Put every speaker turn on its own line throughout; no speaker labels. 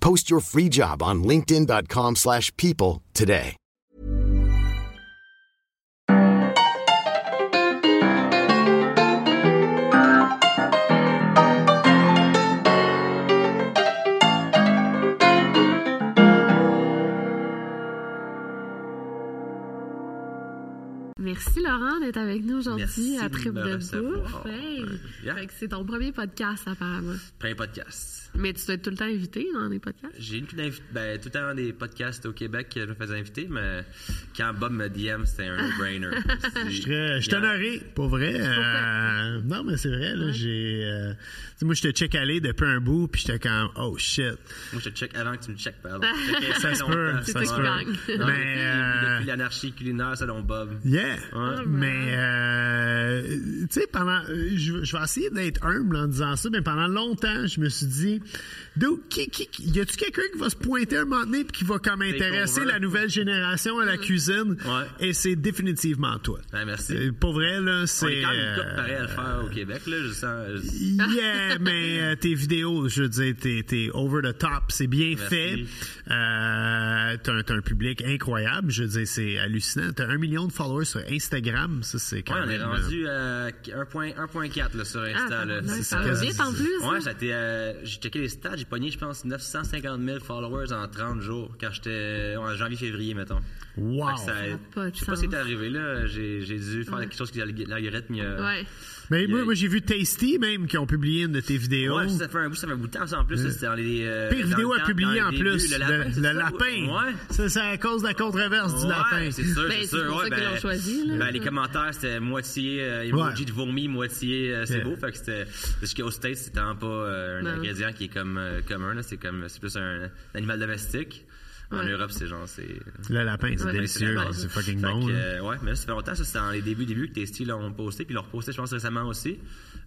Post your free job on linkedin.com/people slash people today.
Merci Laurent d'être avec nous aujourd'hui
Merci
à
de
Trip
me
de bouffe.
recevoir.
Hey.
Euh, yeah.
Fait que c'est ton premier podcast apparemment.
Premier podcast.
Mais tu dois être tout le temps invité dans les podcasts.
J'ai eu une invi- ben, tout le temps des podcasts au Québec que je me faisais inviter, mais quand Bob me DM, c'était un no-brainer.
Je suis très- Euh, je suis honoré, pour vrai. Euh, non, mais c'est vrai, là, j'ai. euh, tu sais, moi, je te check aller depuis un bout, puis j'étais comme, oh shit.
Moi, je te check avant que tu me checkes, pardon. Je checkais
Ça se
longtemps,
peut, ça
ouais.
se
peut.
Non,
Mais,
depuis-
euh,
Depuis l'anarchie culinaire, selon Bob.
Yeah!
Oh,
Mais, euh, tu sais, pendant. euh, Je, je vais essayer d'être humble en disant ça, mais pendant longtemps, je me suis dit, d'où, qui, qui, qui- y a-tu quelqu'un qui va se pointer un moment donné, puis qui va comme intéresser
over.
la nouvelle génération à la cuisine?
Ouais.
Et c'est définitivement toi.
Ouais, merci.
Euh, Pour vrai, là, c'est.
On est quand même une
euh,
couple pareil à le faire au Québec, là. Je sens. je-
Yeah, mais euh, tes vidéos, je veux dire, t'es, t'es over the top, c'est bien
Merci.
fait. Euh, t'as, un, t'as un public incroyable, je veux dire, c'est hallucinant. T'as un million de followers sur Instagram, ça c'est quand
Ouais, on est
même. euh,
rendu à 1.4 là, sur
Ah,
Insta.
ça
là.
va
C'est
ça va
ça.
vite en plus.
Ouais,
hein?
j'étais, euh, j'ai checké les stats, j'ai pogné, je pense, 950 000 followers en 30 jours, quand j'étais en janvier-février, mettons.
euh, Wow.
Fait que ça-
Ça a pas de
je sais pas ce qui
sens.
est arrivé, là. J'ai, j'ai dû faire quelque chose que l'algorithme, il a...
Ouais.
Mais
il
moi,
a-
moi, j'ai vu Tasty même qui ont publié une de tes vidéos.
Ouais, ça fait un bout, ça fait un bout de temps, ça, en plus. là, C'était dans les... euh,
Oh! Pire
dans
vidéo
le
à
temps,
publier
dans
en
les débuts,
plus,
Le lapin,
le,
c'est
le
ça?
lapin.
Ouais.
Ça, c'est à cause de la controverse du
Ouais,
lapin.
c'est sûr,
Ben,
c'est
c'est
sûr.
pour ça
ouais,
qu'ils
ben,
l'ont choisi, là.
ben, les commentaires, c'était moitié euh, emoji
Ouais.
de vomi, moitié euh, c'est
Yeah.
beau. Fait que c'était. Jusqu'au States, c'est vraiment pas euh, un
Ben.
ingrédient qui est comme euh, commun, là. C'est comme. C'est plus un, animal domestique. En
Ouais.
Europe, c'est genre. C'est.
Le lapin, c'est
Ouais,
délicieux,
c'est la base.
c'est fucking
Fait
bon. hein.
que,
là.
euh, ouais, mais là, ça fait longtemps, ça, c'est dans les débuts, débuts que Tasty l'ont posté, puis l'ont reposté, je pense, récemment aussi.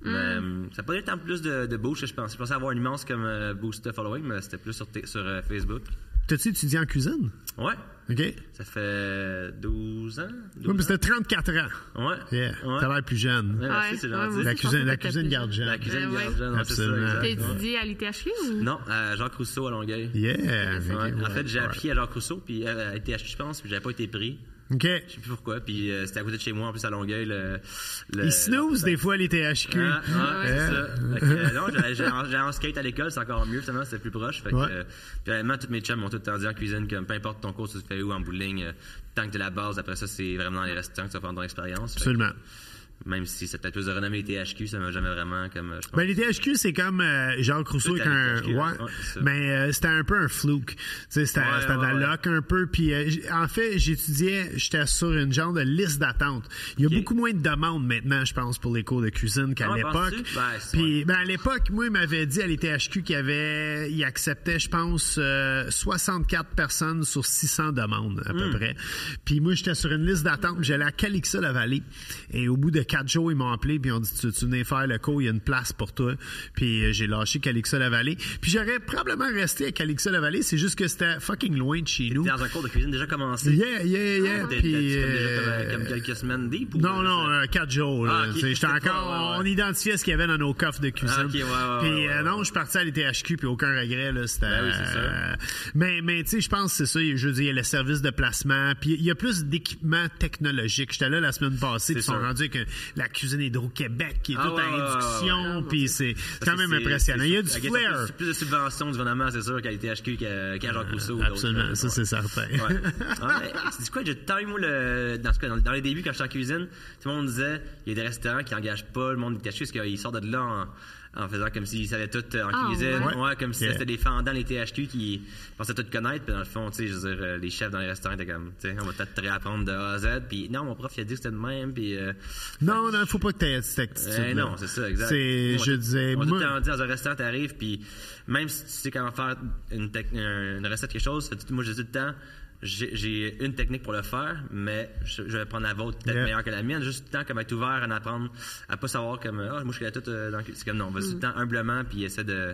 Mais,
Mm.
euh, ça n'a pas été tant plus de, de boost que je pensais. Je pensais avoir une immense comme euh, boost de following, mais c'était plus sur, t- sur euh, Facebook.
T'as-tu étudié en cuisine?
Ouais.
OK? Oui,
Ça fait 12 ans. 12
mais c'était 34 ans.
Ouais.
Yeah.
Ouais.
T'as l'air plus jeune.
Ouais, merci, c'est
Ouais,
gentil.
ouais,
La
Je pensais
cuisine,
que
la
t'as
cuisine
plus
garde jeune.
La cuisine
Ben ouais.
garde jeune, ouais, c'est ça,
Absolument.
exact.
T'as
Ouais.
étudié à l'ITHQ ou?
Non, euh, Jacques Rousseau à Longueuil.
Yeah.
Ouais.
ok,
En
ouais,
fait, j'ai
ouais.
appris à Jacques Rousseau, puis euh, à THQ, je pense, puis j'avais pas été pris.
OK.
Je sais plus pourquoi, puis euh, c'était à côté de chez moi, en plus, à Longueuil. Le, le-
Ils snooze des fois les THQ.
euh, Ah, ah, ouais,
Hein?
c'est ça. Fait que, euh, non, j'allais- j'allais en- j'allais en skate à l'école, c'est encore mieux, finalement, c'était plus proche. Fait que,
Ouais.
euh, puis honnêtement, tous mes chums m'ont tout le temps dit en cuisine, comme peu importe ton cours, tu le fais où, en bowling, euh, tant que t'es la base, après ça, c'est vraiment dans les restaurants que tu vas prendre ton expérience. Fait que,
Absolument.
Même si c'est peut-être plus de renommée THQ, ça m'a jamais vraiment comme. euh, je pense-
Ben, les THQ, c'est comme euh, Jacques Rousseau
Tout
avec
à
un.
THQ,
ouais.
ouais, c'est ça.
Mais euh, c'était un peu un fluke. Tu sais, C'était
Ouais,
c'était de la
ouais, ouais.
loc un peu. Puis, euh, j- en fait, j'étudiais, j'étais sur une genre de liste d'attente. Il y a
Ok.
beaucoup moins de demandes maintenant, je pense, pour les cours de cuisine qu'à
Ah,
l'époque.
penses-tu? Ben, c'est-
Puis, ben, à l'époque, moi, il m'avait dit à les THQ qu'il y avait. Il acceptait, je pense, euh, 64 personnes sur 600 demandes, à
Hmm.
peu près. Puis, moi, j'étais sur une liste d'attente. puis J'allais à Calixa-la-Vallée. Et au bout de quatre jours, ils m'ont appelé. Puis, ils ont dit Tu tu venais faire le cours, il y a une place pour toi. Puis, euh, j'ai lâché Calixa-la-Vallée. Puis, j'aurais probablement resté à Calixa-la-Vallée. C'est juste que c'était fucking loin de chez nous.
Dans un cours de cuisine déjà commencé.
Yeah, yeah, yeah.
T'es- t'es- t'es
Puis,
comme déjà comme,
euh,
euh, comme quelques semaines deep ou
non,
je
non,
sais?
euh, quatre jours. là.
Ah, ok.
Tu sais, J'étais
Ouais,
encore.
ouais, ouais.
On identifiait ce qu'il y avait dans nos coffres de cuisine.
Ah, ok, ouais, ouais,
puis
ouais,
euh,
ouais,
non,
ouais.
je suis parti à l'ITHQ, puis aucun regret. Là, c'était,
Ben oui, c'est ça.
euh, mais mais tu sais, je pense que c'est ça. Je veux dire, il y a le service de placement, puis il y a plus d'équipements technologiques. J'étais là la semaine passée, puis ils sont
sûr.
rendus avec un- la cuisine hydro-Québec qui est
Ah
toute
ouais,
en
ouais, ouais,
réduction,
ouais.
puis c'est
Parce
quand
que
même
c'est-
impressionnant.
c'est-
Il y a du
c'est-
flair.
Plus, plus de subventions du gouvernement, c'est sûr, qu'à l'ITHQ qu'à qu'à Jacques Rousseau. ou d'autres,
Absolument,
euh,
ça
ouais.
c'est certain.
Ouais. Ah, mais, c'est du quoi, j'ai tant eu, moi, le, dans, ce cas, dans, dans les débuts, quand j'étais en cuisine, tout le monde disait il y a des restaurants qui n'engagent pas le monde du THQ parce qu'ils sortent de là en, en faisant comme s'ils savaient tout euh, en
Ah,
cuisine.
ouais.
Ouais, comme si
Yeah.
c'était des fendants, les THQ, qui pensaient tout connaître. Puis dans le fond, tu sais, je veux dire, euh, les chefs dans les restaurants étaient comme, tu sais, on va peut-être te réapprendre de A à Z. Puis non, mon prof, il a dit que c'était de même. Puis. euh,
Non, non, faut pas que tu aies cette attitude.
eh non, c'est ça, exact.
C'est,
On-
je disais,
on a tout
moi-
le temps dit, dans un restaurant, t'arrives, puis même si tu sais comment faire une, tec- une recette, quelque chose, fait- moi, j'ai tout le temps, j'ai- j'ai une technique pour le faire, mais je, je vais prendre la vôtre peut-être
Yeah.
meilleure que la mienne. Juste tout le temps, comme être ouvert à en apprendre, à pas savoir comme, ah, moi, je connais tout euh, dans le cul. C'est comme, non, on va tout le
Mm.
temps humblement, puis essaie de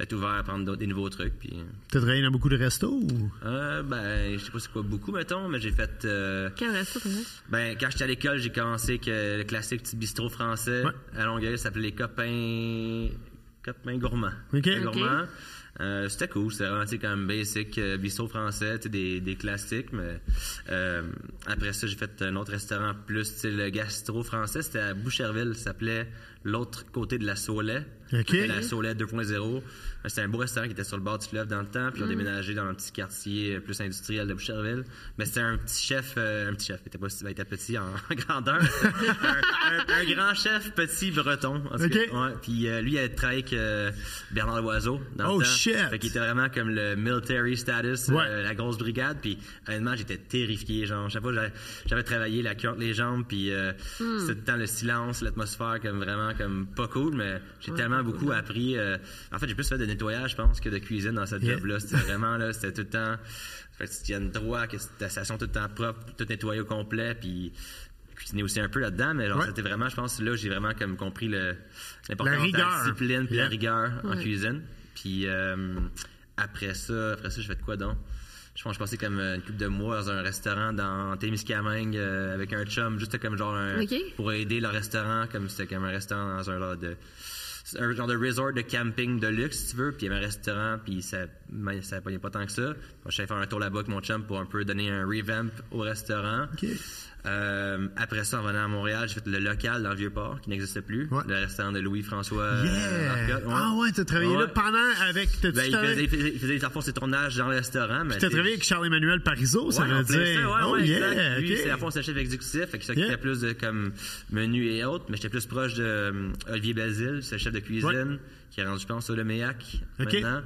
d'être ouvert à prendre d'autres- des nouveaux trucs, puis...
T'as travaillé dans beaucoup de restos ou?
Euh, ben, je sais pas c'est quoi beaucoup, mettons, mais j'ai fait... euh,
Quel resto, t'as fait?
ben, quand j'étais à l'école, j'ai commencé que le classique petit bistrot français
Ouais.
à Longueuil ça s'appelait les copains. Copains gourmands.
Ok.
Copains
Ok.
gourmands. Euh, c'était cool, c'était vraiment tu sais, comme basic, euh, bistrot français, tu sais, des, des classiques, mais euh, après ça, j'ai fait un autre restaurant plus style gastro français, c'était à Boucherville, ça s'appelait L'autre côté de la Saulet.
Ok.
C'était La Saulet 2.0. C'était un beau restaurant qui était sur le bord du fleuve dans le temps,
Mm.
puis ils ont déménagé dans un petit quartier euh, plus industriel de Boucherville. Mais c'était un petit chef, euh, un petit chef, il était, pas, si- il était petit en grandeur. C'était un, un- un grand chef petit breton. en tout cas.
Ok.
Ouais, puis euh, lui, il a travaillé avec euh, Bernard Loiseau dans
Oh,
le temps.
shit!
Fait qu'il était vraiment comme le military status, euh,
Ouais.
la grosse brigade. Puis honnêtement, j'étais terrifié. Genre, chaque fois, j'avais- j'avais travaillé la queue entre les jambes, puis euh,
Hmm.
c'était tout le temps le silence, l'atmosphère comme vraiment comme pas cool. Mais j'ai tellement beaucoup appris. euh, en fait, j'ai plus fait de nettoyage, je pense, que de cuisine dans cette
Yeah.
job-là. C'était vraiment là, c'était tout le temps. Fait que tu tiennes droit, que ta station tout le temps propre, tout nettoyé au complet, puis cuisiner aussi un peu là-dedans, mais genre
Ouais.
c'était vraiment, je pense, là j'ai vraiment comme compris le l'importance
La
de
rigueur.
la discipline puis
Yeah.
la rigueur en cuisine. Puis euh, après ça, après ça, je fais de quoi donc? Je pense que je passais comme euh, une couple de mois dans un restaurant dans Témiscamingue euh, avec un chum, juste comme genre un,
Ok.
pour aider le restaurant, comme c'était comme un restaurant dans un genre de c'est un genre de resort de camping de luxe, si tu veux, puis il y avait un restaurant, puis ça mais ça payait pas tant que ça. Moi, je suis allé faire un tour là-bas avec mon chum pour un peu donner un revamp au restaurant. Euh, après ça, en venant à Montréal, j'ai fait le local dans le Vieux-Port, qui n'existe plus,
Ouais.
le restaurant de Louis-François euh,
Yeah!
Marcotte,
Ah ouais, t'as travaillé là
Ouais.
pendant avec. T'as-tu
Ben, il
travaillé-
faisait, il faisait, il faisait dans le fond, ses tournages dans le restaurant. mais
T'as
c'est-
travaillé avec Charles-Emmanuel Parizeau, ça
Ouais,
veut
en plein
dire.
ça, ouais,
oh
ouais,
yeah,
exact. Lui,
ok.
c'est à fond, c'est le chef exécutif, fait qu'il s'occupait
Yeah.
plus de comme menu et autres, mais j'étais plus proche de euh, Olivier Basile, c'est le chef de cuisine,
Ouais.
qui est rendu, je pense, au Le Méac
Ok.
maintenant.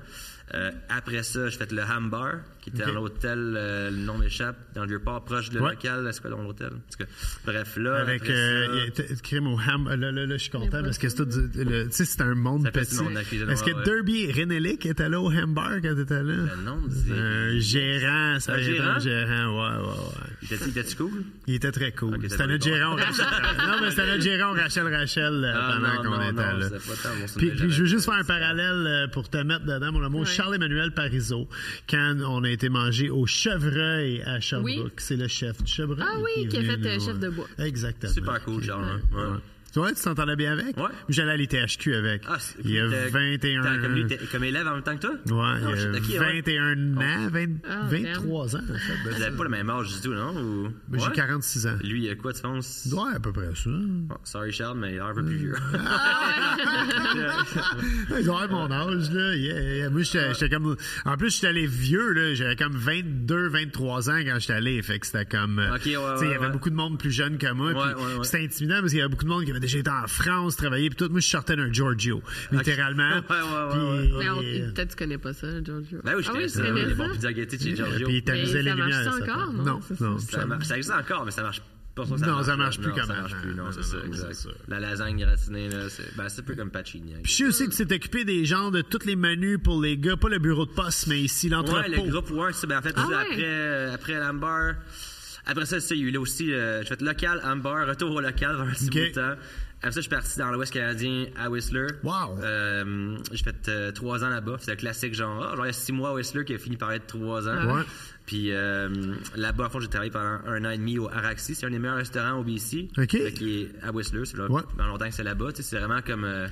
Euh, après ça, j'ai fait le Ham Bar, qui était
Ok.
dans l'hôtel, euh, le nom m'échappe, dans le vieux port proche de
Ouais.
local, c'est quoi le nom de l'hôtel? En tout cas, bref, là.
Avec
après ça-
euh, il y a- t- crime au ham. Là, là, là, je suis content parce que c'est tout. du- le- Tu sais, c'est un monde
Ça fait
petit.
du monde de la cuisine,
Est-ce
ouais,
que
ouais.
Derby et Renelic étaient là au hamburg quand t'étais là?
Le nom me dit-
Un gérant, ça
Un
a été un
gérant?
gérant, ouais, ouais, ouais.
Il était- il était-tu cool?
Il était très cool.
Ok,
c'était
ça
notre
doit être
gérant,
bon.
Rachel. non, mais c'était notre gérant, Rachel, Rachel, euh,
Ah,
pendant
non,
qu'on
non,
était
non,
là.
c'était pas tant mon
Puis,
souvenir,
puis je veux
j'avais-
juste faire un parallèle euh, pour te mettre dedans, mon amour.
Ouais.
Charles-Emmanuel Parizeau, quand on a été mangé au Chevreuil à Sherbrooke,
Oui.
c'est le chef du Chevreuil.
Ah oui, qui a
est
fait,
venu
euh,
nous-
chef de bois.
Exactement.
Super cool, Charles, hein. Ouais.
Tu vois, tu t'entendais bien avec?
Ouais.
J'allais à l'ITHQ avec.
Ah, c'est-
il y a
t'es-
21
t'es- Comme, lui, t'es- comme élève en même temps que toi? Non,
Ouais, il y a
shit, ok, ouais.
21 ans, 20
Ah,
23 ans, en fait. de
Vous
ça.
n'avez pas le même âge du tout, non? Ou...
Ben, J'ai
Ben, Ouais?
46 ans.
Lui, il a quoi, tu penses?
Ouais, Euh, à peu près ça.
Bon, sorry, Charles, mais il a l'air un peu plus vieux.
Ah,
Ouais, Ils ont l'air de mon âge, là. Yeah, yeah. Moi, j'étais j'étais comme. En plus, j'étais allé vieux, là. J'avais comme 22, 23 ans quand j'étais allé. Fait que c'était comme.
Ok,
euh,
ouais,
tu sais,
ouais,
il y avait
ouais.
beaucoup de monde plus jeune que moi.
Ouais,
puis
ouais, ouais.
C'était intimidant parce qu'il y avait beaucoup de monde qui avait déjà été en France, travaillé. Puis tout. Moi, je sortais d'un Giorgio, littéralement.
Ouais, ouais, ouais,
Puis- euh,
Mais on- peut-être tu connais pas ça, Giorgio.
Ben oui, je
ah,
connais
oui,
ça.
tu
Les
connais
bons
ça.
pizzas gâtés de chez
Puis
Giorgio.
il t'amusait
Mais
les
ça marche
lumières.
ça encore, non?
Non,
Ça, ça,
non,
Ça, mar- ça existe encore, mais ça marche pas. sûr que
Non, ça marche plus
non,
comme
ça
avant.
marche plus,
Non,
non, c'est
non,
ça,
non,
exact.
c'est sûr.
La lasagne gratinée, là, c'est ben, c'est un peu comme Pacini. hein.
Puis je sais aussi que tu t'es occupé des gens de tous les menus pour les gars, pas le bureau de poste, mais ici l'entrepôt.
Ouais, le groupe One, c'est ben, en fait,
Ah
là,
ouais?
après, euh, après l'Amber. Après ça, c'est- il y a eu là aussi, euh, j'ai fait local, Amber, retour au local vers un petit
Ok.
bout de temps. Après ça, je suis parti dans l'Ouest canadien à Whistler.
Wow.
Euh, j'ai fait euh, trois ans là-bas. C'est le classique genre, ah, genre, il y a six mois à Whistler qui a fini par être trois ans.
Ouais.
Puis euh, là-bas, en fait, j'ai travaillé pendant un an et demi au Araxi. C'est un des meilleurs restaurants au BC.
Ok.
Fait Qui est à Whistler. C'est là,
Ouais.
dans longtemps que c'est là-bas. Tu sais, C'est vraiment comme euh,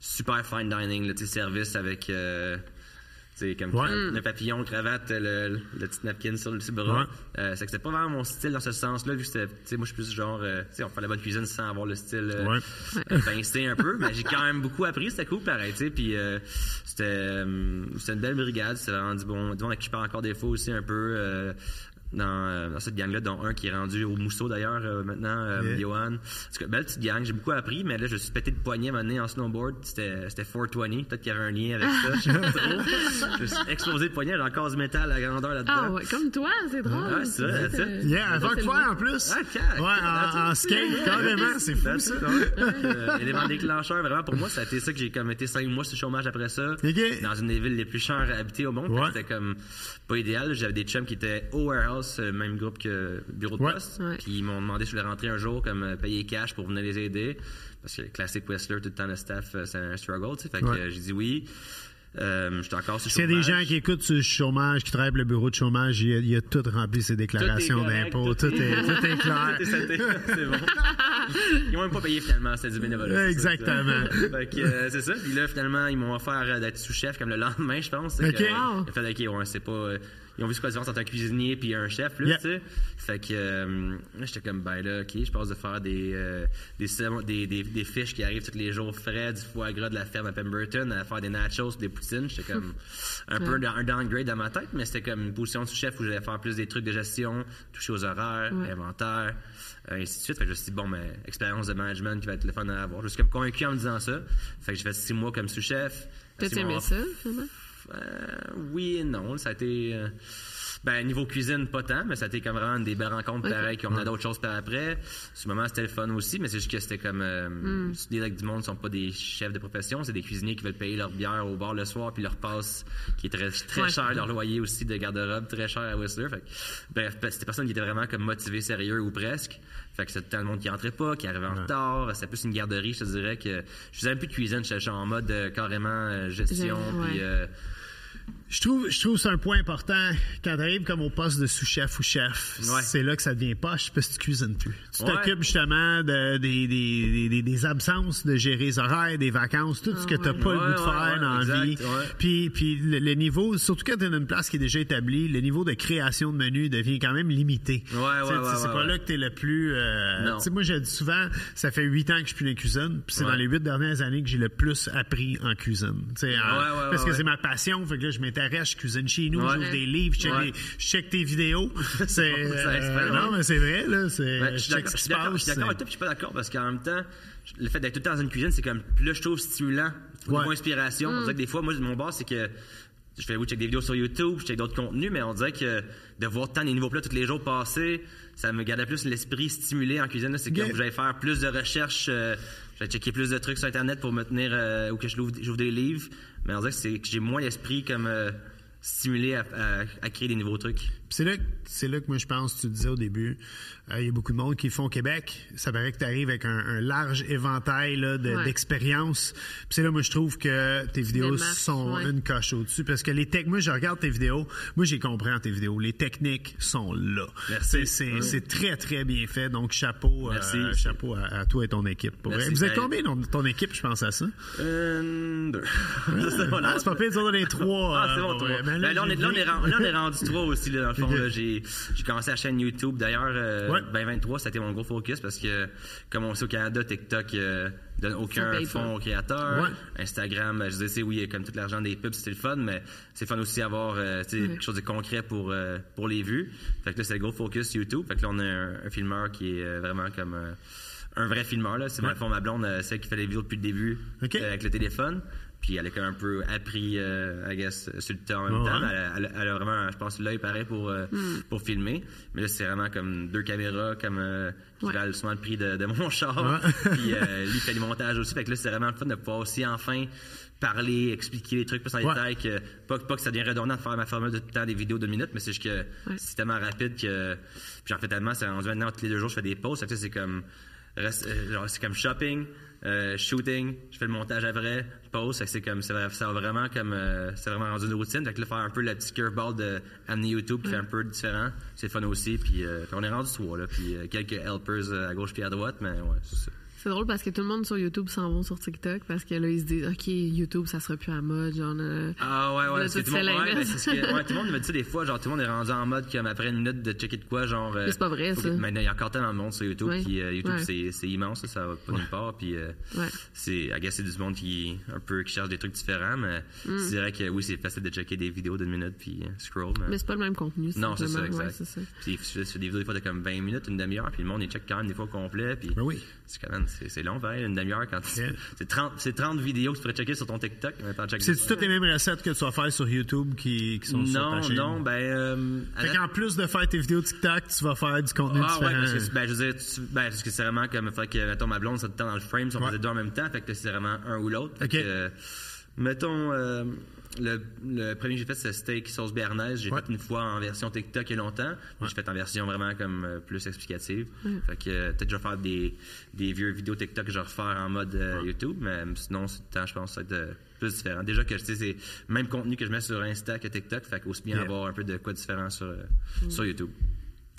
super fine dining, là, tu sais, service avec. euh, C'est comme
Ouais.
crème, le papillon, cravate, le, le- le petit napkin sur le petit bras.
Ouais.
Euh, c'est que c'était pas vraiment mon style dans ce sens-là, vu que c'était, tu sais, moi, je suis plus genre, euh, tu sais, on fait la bonne cuisine sans avoir le style euh,
Ouais.
euh, pincé un peu, mais j'ai quand même beaucoup appris, c'était cool, pareil, tu sais, puis euh, c'était, euh, c'était une belle brigade, c'était vraiment du bon, du bon, avec qui je parle encore des fois aussi un peu, euh, dans, euh, dans cette gang-là, dont un qui est rendu au Mousseau d'ailleurs euh, maintenant, euh,
Yeah.
Johan. Parce que belle petite gang, j'ai beaucoup appris, mais là, je suis pété de poignet maintenant en snowboard. C'était c'était 420, peut-être qu'il y avait un lien avec ça, je sais pas trop. Je me suis explosé le poignet, j'ai encore du métal à grandeur là-dedans.
Ah ouais, comme toi, c'est drôle.
Ouais, c'est ça, c'est ça.
Yeah, un rock en plus.
Ah, ok.
Ouais, en, en skate, carrément, c'est fou
That's
ça.
it, ouais. Euh, Élément déclencheur, vraiment, pour moi, ça a été ça que j'ai comme été cinq mois sur le chômage après ça.
Ok.
Dans une des villes les plus chères à habiter au monde.
Ouais.
C'était comme pas idéal. J'avais des chums qui étaient au warehouse, euh, même groupe que bureau de
Ouais.
poste.
Ouais.
Puis ils m'ont demandé si je voulais rentrer un jour, comme euh, payer cash pour venir les aider. Parce que classique Whistler, tout le temps, le staff, euh, c'est un struggle, tu sais. Fait que
Ouais.
euh, j'ai dit oui. Euh, J'étais encore sur
S'il y a
le
des
chômage.
gens qui écoutent sur le chômage, qui travaillent pour le bureau de chômage, il a, il a tout rempli ses déclarations
correct,
d'impôts. Tout, est, tout est clair.
Tout est sauté. c'est bon. Ils m'ont même pas payé finalement, c'était du bénévolat. c'est ça.
Exactement.
Fait que, euh, c'est ça. Puis là, finalement, ils m'ont offert euh, d'être sous-chef comme le lendemain, je pense. C'est
Ok.
que, euh,
Wow.
le fait, ok, ouais, c'est pas. euh, ils ont vu ce quoi la différence entre un cuisinier puis un chef, plus,
Yeah.
tu sais. Fait que euh, là, j'étais comme, ben là, ok, je passe de faire des, euh, des, salmon- des, des, des fiches qui arrivent tous les jours frais, du foie gras de la ferme à Pemberton, à faire des nachos, des poutines. J'étais comme un peu dans- un downgrade dans ma tête, mais c'était comme une position de sous-chef où j'allais faire plus des trucs de gestion, toucher aux horaires, inventaire, euh, ainsi de suite. Fait que je me suis dit, bon, mais expérience de management qui va être le fun à avoir. Je suis comme convaincu en me disant ça. Fait que j'ai fait six mois comme sous-chef.
T'as-tu
Six mois
aimé
off.
ça, finalement?
Euh, oui et non. Ça a été. euh, ben, niveau cuisine, pas tant, mais ça a été comme vraiment des belles rencontres
Ok.
pareilles qui ont mené à d'autres choses par après. Ce moment, c'était le fun aussi, mais c'est juste que c'était comme. Euh,
Hmm.
Les mecs du monde ne sont pas des chefs de profession, c'est des cuisiniers qui veulent payer leur bière au bar le soir, puis leur passe, qui est très, très
Ouais.
cher, leur loyer aussi de garde-robe, très cher à Whistler. Fait que, bref, pe- c'était personne qui était vraiment comme motivé, sérieux ou presque. Fait que c'était tout le temps le monde qui rentrait pas, qui arrivait en retard. C'était plus une garderie, je te dirais que. Je faisais même plus de cuisine, j'étais genre en mode euh, carrément euh, gestion,
J'aime-
puis.
ouais.
euh,
Je trouve, je trouve c'est un point important. Quand t'arrives comme au poste de sous-chef ou chef,
Ouais.
c'est là que ça devient poche parce que tu cuisines plus. Tu
Ouais.
t'occupes justement de- des, des, des- des- des absences, de gérer les horaires, des vacances, tout ce que t'as pas le
Ah Ouais,
goût de
ouais,
faire
ouais,
dans la
exact,
vie.
ouais.
Puis, puis le, le niveau, surtout quand t'es dans une place qui est déjà établie, le niveau de création de menu devient quand même limité.
Ouais, ouais,
Tu sais,
ouais,
c'est
ouais,
pas
ouais.
là que t'es le plus. euh,
Non.
tu sais, moi, j'ai dit souvent, ça fait huit ans que je suis plus dans la cuisine, puis c'est
Ouais.
dans les huit dernières années que j'ai le plus appris en cuisine. Tu sais, en-
Ouais, ouais,
parce
ouais,
que
ouais.
c'est ma passion. Fait que là, je m'intéresse, je cuisine chez nous,
Ouais.
j'ouvre des livres, je check,
Ouais.
des- je check tes vidéos.
Ça,
C'est,
c'est
euh,
vraiment-
non, mais c'est vrai, là. C'est,
Ben, je
Euh, je
suis
check
d'accord- je
ce qui
suis
se
d'accord je
passe.
suis d'accord avec toi, puis je suis pas d'accord parce qu'en même temps, je- le fait d'être tout le temps dans une cuisine, c'est comme là, je trouve stimulant. Au
Ouais.
niveau inspiration. On dirait que des fois, moi, mon bar, c'est que je fais oui, je check des vidéos sur YouTube, je check d'autres contenus, mais on dirait que de voir tant des nouveaux plats tous les jours passer, ça me gardait plus l'esprit stimulé en cuisine. là. C'est
Bien.
comme j'allais faire plus de recherches, euh, j'allais checker plus de trucs sur Internet pour me tenir euh, ou que je l'ouvre- j'ouvre des livres. Mais on dirait que, c'est- que j'ai moins l'esprit comme euh, stimulé à, à- à créer des nouveaux trucs.
Puis c'est là, que- c'est là que moi je pense, tu le disais au début, euh, il y a beaucoup de monde qui le font au Québec. Ça paraît que tu arrives avec un, un large éventail là, de-
Ouais.
d'expériences. Puis c'est là, moi je trouve que tes vidéos
marques,
sont
ouais.
une coche au-dessus parce que les techniques, moi je regarde tes vidéos, moi j'ai compris en tes vidéos, les techniques sont là.
Merci.
C'est, c'est- c'est très très bien fait, donc chapeau, euh,
Merci.
chapeau à, à toi et ton équipe. pour
Merci,
vrai. Vous êtes
ben-
combien dans ton équipe, je pense à ça?
Euh, deux.
Ah, c'est pas pire de dire dans les trois.
Ah, c'est
euh,
bon,
pour
toi.
vrai. Mais
Ben, là, on
j'ai
est, là, on est
bien-
ren- là, on est rendu trois aussi, là, dans le fond.
Ok.
là. J'ai j'ai commencé la chaîne YouTube. D'ailleurs, euh,
Ouais.
ben 23, c'était mon gros focus parce que, comme on le sait au Canada, TikTok euh, donne aucun
Ça paye
fonds
pas.
aux créateurs.
Ouais.
Instagram, ben, je disais, c'est oui, comme tout l'argent des pubs, c'est le fun, mais c'est fun aussi d'avoir euh, tu sais, quelque chose de concret pour, euh, pour les vues. Fait que là, c'est le gros focus YouTube. Fait que là, on a un, un filmeur qui est euh, vraiment comme. euh, un vrai filmeur, là. C'est ma fond, ma blonde, euh, celle qui fait les vidéos depuis le début
Ok.
euh, avec le téléphone. Puis elle a comme un peu appris, euh, I guess, sur le temps en même
Ouais.
temps. Elle, a- elle a- elle a vraiment, je pense, l'œil pareil pour, euh, pour filmer. Mais là, c'est vraiment comme deux caméras comme, euh, qui
Ouais.
valent souvent le prix de, de mon char.
Ouais.
Puis euh, lui fait le montage aussi. Fait que là, c'est vraiment le fun de pouvoir aussi enfin parler, expliquer les trucs plus en
Ouais.
détail. Que, pas, que- pas que ça devient redondant de faire ma formule de tout le temps des vidéos de minutes, mais c'est juste que c'est tellement rapide que. Puis en fait, tellement, c'est rendu maintenant, tous les deux jours, je fais des pauses. Fait que là, c'est comme. reste- euh, genre, c'est comme shopping, euh, shooting, je fais le montage après, pause. Fait que c'est comme. Ça, ça a vraiment comme. euh, c'est vraiment rendu une routine. Fait que là, faire un peu le petit curveball de amener YouTube qui fait un peu différent, c'est le fun aussi. Puis euh, on est rendu trois, là. Puis euh, quelques helpers euh, à gauche puis à droite, mais ouais, c'est ça.
C'est drôle parce que tout le monde sur YouTube s'en vont sur TikTok parce que là, ils se disent, OK, YouTube, ça sera plus à mode. Genre, euh,
Ah ouais, ouais,
Là,
parce que
tout
tout le
fait
monde, ouais,
l'inverse.
ben, c'est ce que- ouais, tout le monde me dit ça des fois, genre tout le monde est rendu en mode comme après une minute de checker de quoi, genre. euh,
Mais c'est pas vrai,
faut
ça.
que- Maintenant, il y a encore tellement de monde sur YouTube,
Ouais.
puis euh, YouTube,
Ouais.
c'est- c'est immense, ça, ça va pas nulle part, puis euh,
Ouais.
c'est, I guess, c'est du monde qui, un peu, qui cherche des trucs différents, mais
Mm.
je dirais que oui, c'est facile de checker des vidéos d'une minute, puis euh, scroll, mais.
Mais c'est pas le même contenu.
non, c'est ça,
simplement.
exact.
Ouais, c'est ça.
Puis je fais des vidéos des fois de comme 20 minutes, une demi-heure, puis le monde, il check quand même des fois au complet, puis.
Ben oui.
C'est quand même, c'est c'est long, pareil, une demi-heure quand tu-
Yeah.
c'est 30, c'est 30 vidéos que tu pourrais checker sur ton TikTok, mais t'en checkes
C'est
deux.
toutes les mêmes recettes que tu vas faire sur YouTube qui, qui sont sur ta
Non,
chaîne?
non, ben. euh, à
Fait
date-
qu'en plus de faire tes vidéos TikTok, tu vas faire du contenu
ah ouais,
différent.
parce que, ben, je veux dire, tu- ben, parce que c'est vraiment comme, fait que, mettons, ma blonde, c'est tout le temps dans le frame, si on
Ouais.
faisait deux en même temps, fait que c'est vraiment un ou l'autre. Fait
Ok.
que, euh, mettons, euh, le, le premier que j'ai fait, c'est steak sauce béarnaise. J'ai
Ouais.
fait une fois en version TikTok il y a longtemps, mais j'ai fait en version vraiment comme euh, plus explicative.
Mm.
Fait que, euh, peut-être, je vais faire des, des vieux vidéos TikTok que je vais refaire en mode euh, YouTube, mais euh, sinon, c'est le temps, je pense, ça va être euh, plus différent. Déjà que, tu sais, c'est le même contenu que je mets sur Insta que TikTok, fait qu'aussi bien
Yeah. Mm.
avoir un peu de quoi différent sur, euh, sur YouTube.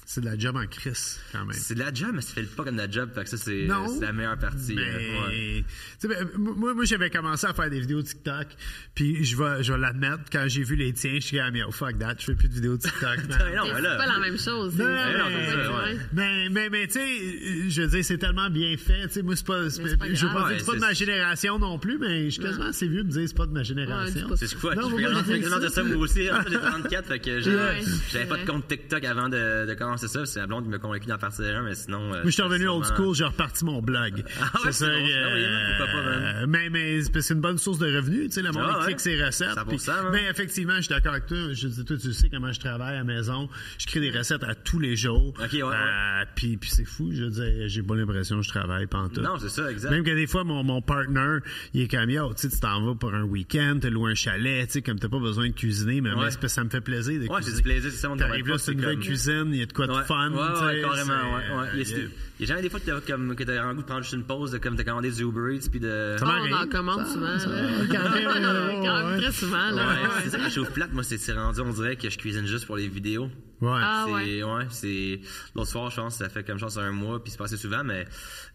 C'est de la job en crise, quand même.
C'est de la job, mais ça fait pas comme de la job. Fait que ça, c'est
Non. Ben,
c'est la meilleure partie. euh, ouais.
Mais, tu sais, ben, moi, moi, j'avais commencé à faire des vidéos TikTok, puis je vais, je vais l'admettre, quand j'ai vu les tiens, je suis comme, oh fuck that, je fais plus de vidéos TikTok. man.
Ah, Mais non,
Mais
mais
c'est
là, Eh
pas la même chose.
Non,
c'est-
non,
Ouais,
c'est ça,
ouais.
ouais.
Mais, mais, mais tu sais, je veux dire, c'est tellement bien fait. Tu sais, moi, c'est pas, c'est-
Mais c'est pas
je veux
grave.
pas dire
Ouais,
c'est pas de
c'est-
ma génération non plus, mais je suis quasiment assez vieux de dire c'est pas de ma génération.
Ouais,
C'est ce quoi?
Non,
Je
moi,
vais
moi, j'ai
exactement
fait
de
ça.
ça, moi aussi. En fait, j'ai 34, fait que j'ai-
Ouais,
j'avais pas
ouais.
de compte TikTok avant de, de commencer ça. C'est la blonde qui m'a convaincu d'en partir un, mais sinon. euh,
Moi, je suis revenu old school, j'ai reparti mon blog.
Ah ouais,
ça,
c'est
euh,
bon, ah oui, hein, pourquoi pas, man.
mais mais c'est parce que c'est une bonne source de revenus, tu sais, le monde
Ah
il
ouais.
clique ses recettes.
100%,
puis-
hein.
mais effectivement, je suis d'accord avec toi. Je dis, toi, tu sais comment je travaille à la maison. Je crée des recettes à tous les jours.
Ok, ouais, ouais.
Euh, puis puis c'est fou, je veux dire, j'ai pas l'impression que je travaille pendant tout.
Non, c'est ça, exact.
Même que des fois, mon, mon partner, il est comme, yo, tu sais, tu t'en vas pour un week-end, t'as loué un chalet, tu sais, comme t'as pas besoin de cuisiner, mais
Ouais.
mais c'est parce que ça me fait plaisir de
Ouais, c'est
cuisiner.
du plaisir, c'est ça, on
T'arrives
travaille
là,
pas,
c'est une
c'est
vraie
comme-
cuisine, il y a de quoi de
Ouais,
fun, tu
ouais, ouais,
sais,
carrément,
c'est- euh,
ouais, ouais. Il y a-
Yeah.
il y a jamais des fois que t'as comme, que t'as un goût de prendre juste une pause, de comme t'as commandé du Uber Eats, puis de.
Ça
Ah,
m'arrive.
on en commande souvent. là.
Ah, quand même, ouais,
Quand
ouais.
même, très souvent.
Ouais,
là.
c'est ça que je trouve plate. Moi, c'est c'est rendu, on dirait que je cuisine juste pour les vidéos.
Ouais.
Ah,
c'est,
ouais.
c'est. L'autre soir, je pense, ça fait comme chance un mois, puis c'est passé souvent, mais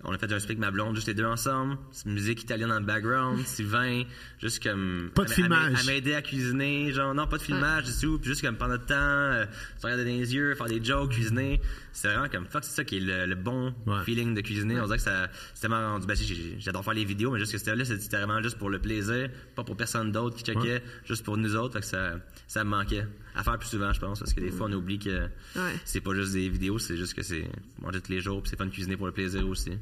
on a fait un split avec ma blonde, juste les deux ensemble. C'est musique italienne dans le background, Sylvain, juste comme.
Pas de
elle m'a- elle m'a-
filmage.
Elle m'a aidé à cuisiner, genre, non,
Hmm.
pas de filmage du tout, puis juste comme pendant le temps, euh, se regarder dans les yeux, faire des jokes, cuisiner. C'est vraiment comme, fuck, c'est ça qui est le, le bon
Ouais.
feeling de cuisiner. On dirait que ça, c'est tellement rendu. Ben, j'ai- j'ai- j'adore faire les vidéos, mais juste que c'était là, c'était vraiment juste pour le plaisir, pas pour personne d'autre qui checkait,
Ouais.
juste pour nous autres. Fait que ça, ça me manquait. À faire plus souvent, je pense, parce que des fois, on oublie que c'est pas juste des vidéos, c'est juste que c'est manger tous les jours, puis c'est fun de cuisiner pour le plaisir aussi.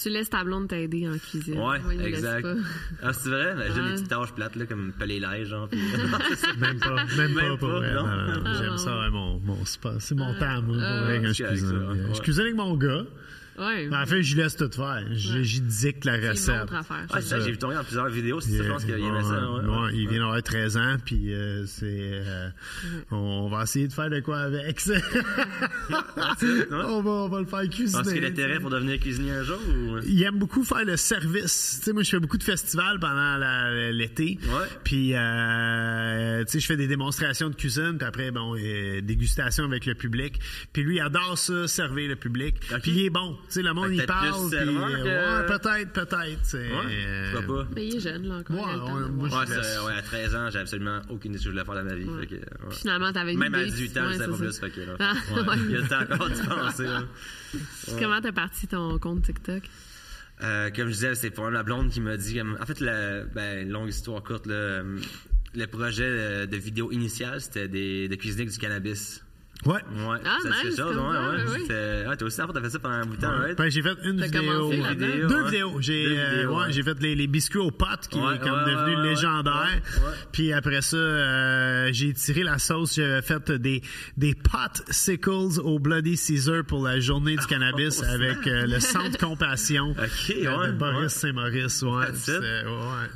Tu laisses ta blonde t'aider en cuisine.
Ouais,
Moi, il me laisse
exact.
pas.
Ah, c'est vrai? Ben, J'ai
Ouais.
des petites tâches plates, là, comme peler l'ail, genre. puis-
Même pas,
Même
même, pas, pour
pas,
vrai.
non. Ah.
Non, non, non. J'aime ça, ouais, mon, mon spa. C'est mon temps, moi, pour vrai, quand je
c'est correct,
cuisine.
ça, ouais.
Je cuisine avec mon gars.
Ouais.
En fait, je laisse tout faire. Je- J'y dicte la recette. Euh,
montre à faire.
Ah, c'est vrai, j'ai vu ton gars en plusieurs vidéos, c'est ça, je pense qu'il aimait ça. ouais.
Ouais, il vient d'avoir 13 ans, puis euh, c'est. euh, on va essayer de faire de quoi avec ça.
Ah,
on, va, on va le faire cuisiner.
Ben,
Penses-tu qu'il y a l'intérêt pour devenir cuisinier un jour? Ou...
il aime beaucoup faire le service. Tu sais, moi, je fais beaucoup de festivals pendant la- l'été.
Ouais.
Puis, euh, tu sais, je fais des démonstrations de cuisine, puis après, bon, euh, dégustation avec le public. Puis lui, il adore ça, servir le public.
Ok.
Puis il est bon. Tu sais, le monde,
Fait que peut-être
il parle.
plus
puis,
serveur
euh,
que-
Ouais, peut-être, peut-être. c'est,
Ouais,
euh,
pourquoi pas?
Mais il est jeune, là, encore.
Ouais,
il a le temps
ouais,
de
moi,
voir.
Ouais, c'est vrai, ouais, à 13 ans, j'ai absolument aucune idée de ce que je voulais faire dans ma vie. fait que, ouais.
Finalement, t'avais une
Même à
idée,
18 ans,
ouais,
je savais pas
c'est
plus.
ça.
Fait que, là,
Ah,
ouais,
ouais.
Il y a le temps encore d'y penser. là.
Comment t'as parti ton compte TikTok?
Euh, comme je disais, c'est pour la blonde qui m'a dit. comme- en fait, la, ben, longue histoire courte, là, euh, le projet euh, de vidéo initiale, c'était des- de cuisiner avec du cannabis.
Ouais.
Ouais,
Ah,
ça, c'est
nice,
quelque chose,
comme ça, ben
ouais, ouais.
oui.
C'était- ouais, T'as aussi, en fait, t'as fait ça pendant un bout de temps, right?
Ben, j'ai fait une
T'as
vidéo.
commencé là-dedans?
Vidéo,
Deux
ouais.
vidéos. J'ai
Deux
euh,
vidéos,
ouais,
ouais.
j'ai fait les, les biscuits aux potes qui
Ouais,
est comme
ouais,
devenu
ouais, ouais,
légendaire.
ouais, ouais.
Puis après ça, euh, j'ai tiré la sauce. J'avais fait des, des pot sickles au Bloody Caesar pour la journée du cannabis avec euh, le centre compassion
Oh, Ok,
euh, de
ouais,
Boris
ouais.
Saint-Maurice. Ouais,
That's it.
c'est- ouais,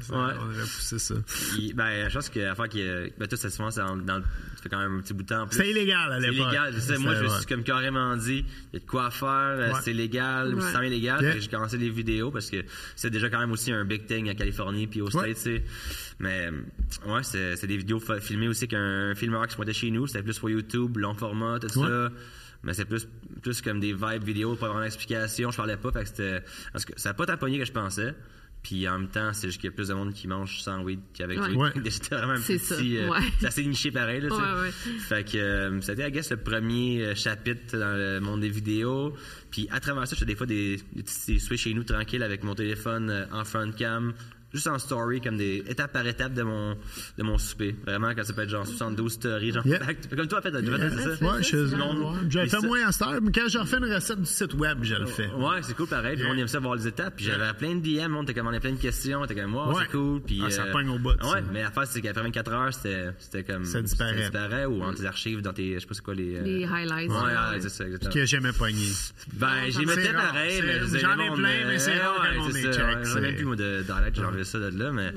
c'est-
Ouais.
on avait poussé ça.
Puis, ben, je pense que l'affaire qui. euh, Ben, tout ça, souvent, c'est dans, dans, tu fais quand même un petit bout de temps. en plus.
C'était illégal à
C'est
l'époque.
illégal. je sais,
C'était-
moi, je me
ouais.
suis comme carrément dit, il y a de quoi faire, euh,
Ouais.
c'est légal, ou
Ouais.
c'est bien légal.
Yeah.
Fait que J'ai commencé les vidéos parce que c'est déjà quand même aussi un big thing en Californie puis au States,
Ouais.
tu sais. Mais, euh, ouais, c'est c'est des vidéos fa- filmées aussi qu'un filmeur qui se pointait chez nous. C'était plus pour YouTube, long format, tout
Ouais.
ça. Mais c'est plus, plus comme des vibes vidéo, pas vraiment d'explication. Je parlais pas, fait que c'était. parce que ça n'a pas tant pogné que je pensais. Puis en même temps, c'est juste qu'il y a plus de monde qui mange sans weed qu'avec
Ouais.
weed.
Ouais.
C'était vraiment un
C'est
petit.
ça,
euh,
ouais.
C'est assez niché pareil, là, tu sais.
Ouais, ouais.
Fait que euh, c'était, I guess, le premier euh, chapitre dans le monde des vidéos. Puis à travers ça, je fais des fois des, des petits des switches chez nous tranquilles avec mon téléphone euh, en front cam, juste en story, comme des étape par étape de mon, de mon souper. Vraiment, quand ça peut être genre 72 stories, genre
Yeah.
back- comme toi, en fait, tu vas faire ça.
Ouais, je
Non,
je le
mais
fais
ça-
moins à cette heure, mais quand je refais une recette du site web, je le fais.
Ouais, c'est cool pareil. Puis on aime ça voir les étapes. Puis j'avais plein de DM, on était comme on a plein de questions, t'es comme wow,
Ouais.
c'est cool. Puis
Ah, ça
euh,
pogne au bout, ça.
Ouais, mais l'affaire c'est qu'après 24 heures, c'était c'était comme
Ça disparaît.
ça disparaît ou dans tes archives, dans tes je sais pas c'est quoi les euh,
Les highlights,
Ouais,
ouais.
ouais, c'est ça exactement.
Que j'ai jamais pogné.
Ben, j'y
Ah, C'est
mettais
rare,
pareil,
c'est-
mais je veux dire,
j'en ai
le monde,
plein,
euh,
mais c'est rare
ouais,
quand on
c'est
les
ça,
check,
ouais,
c'est- Ah.
J'en ai même plus, moi, de- d'arrête, j'en veux ça de là, mais.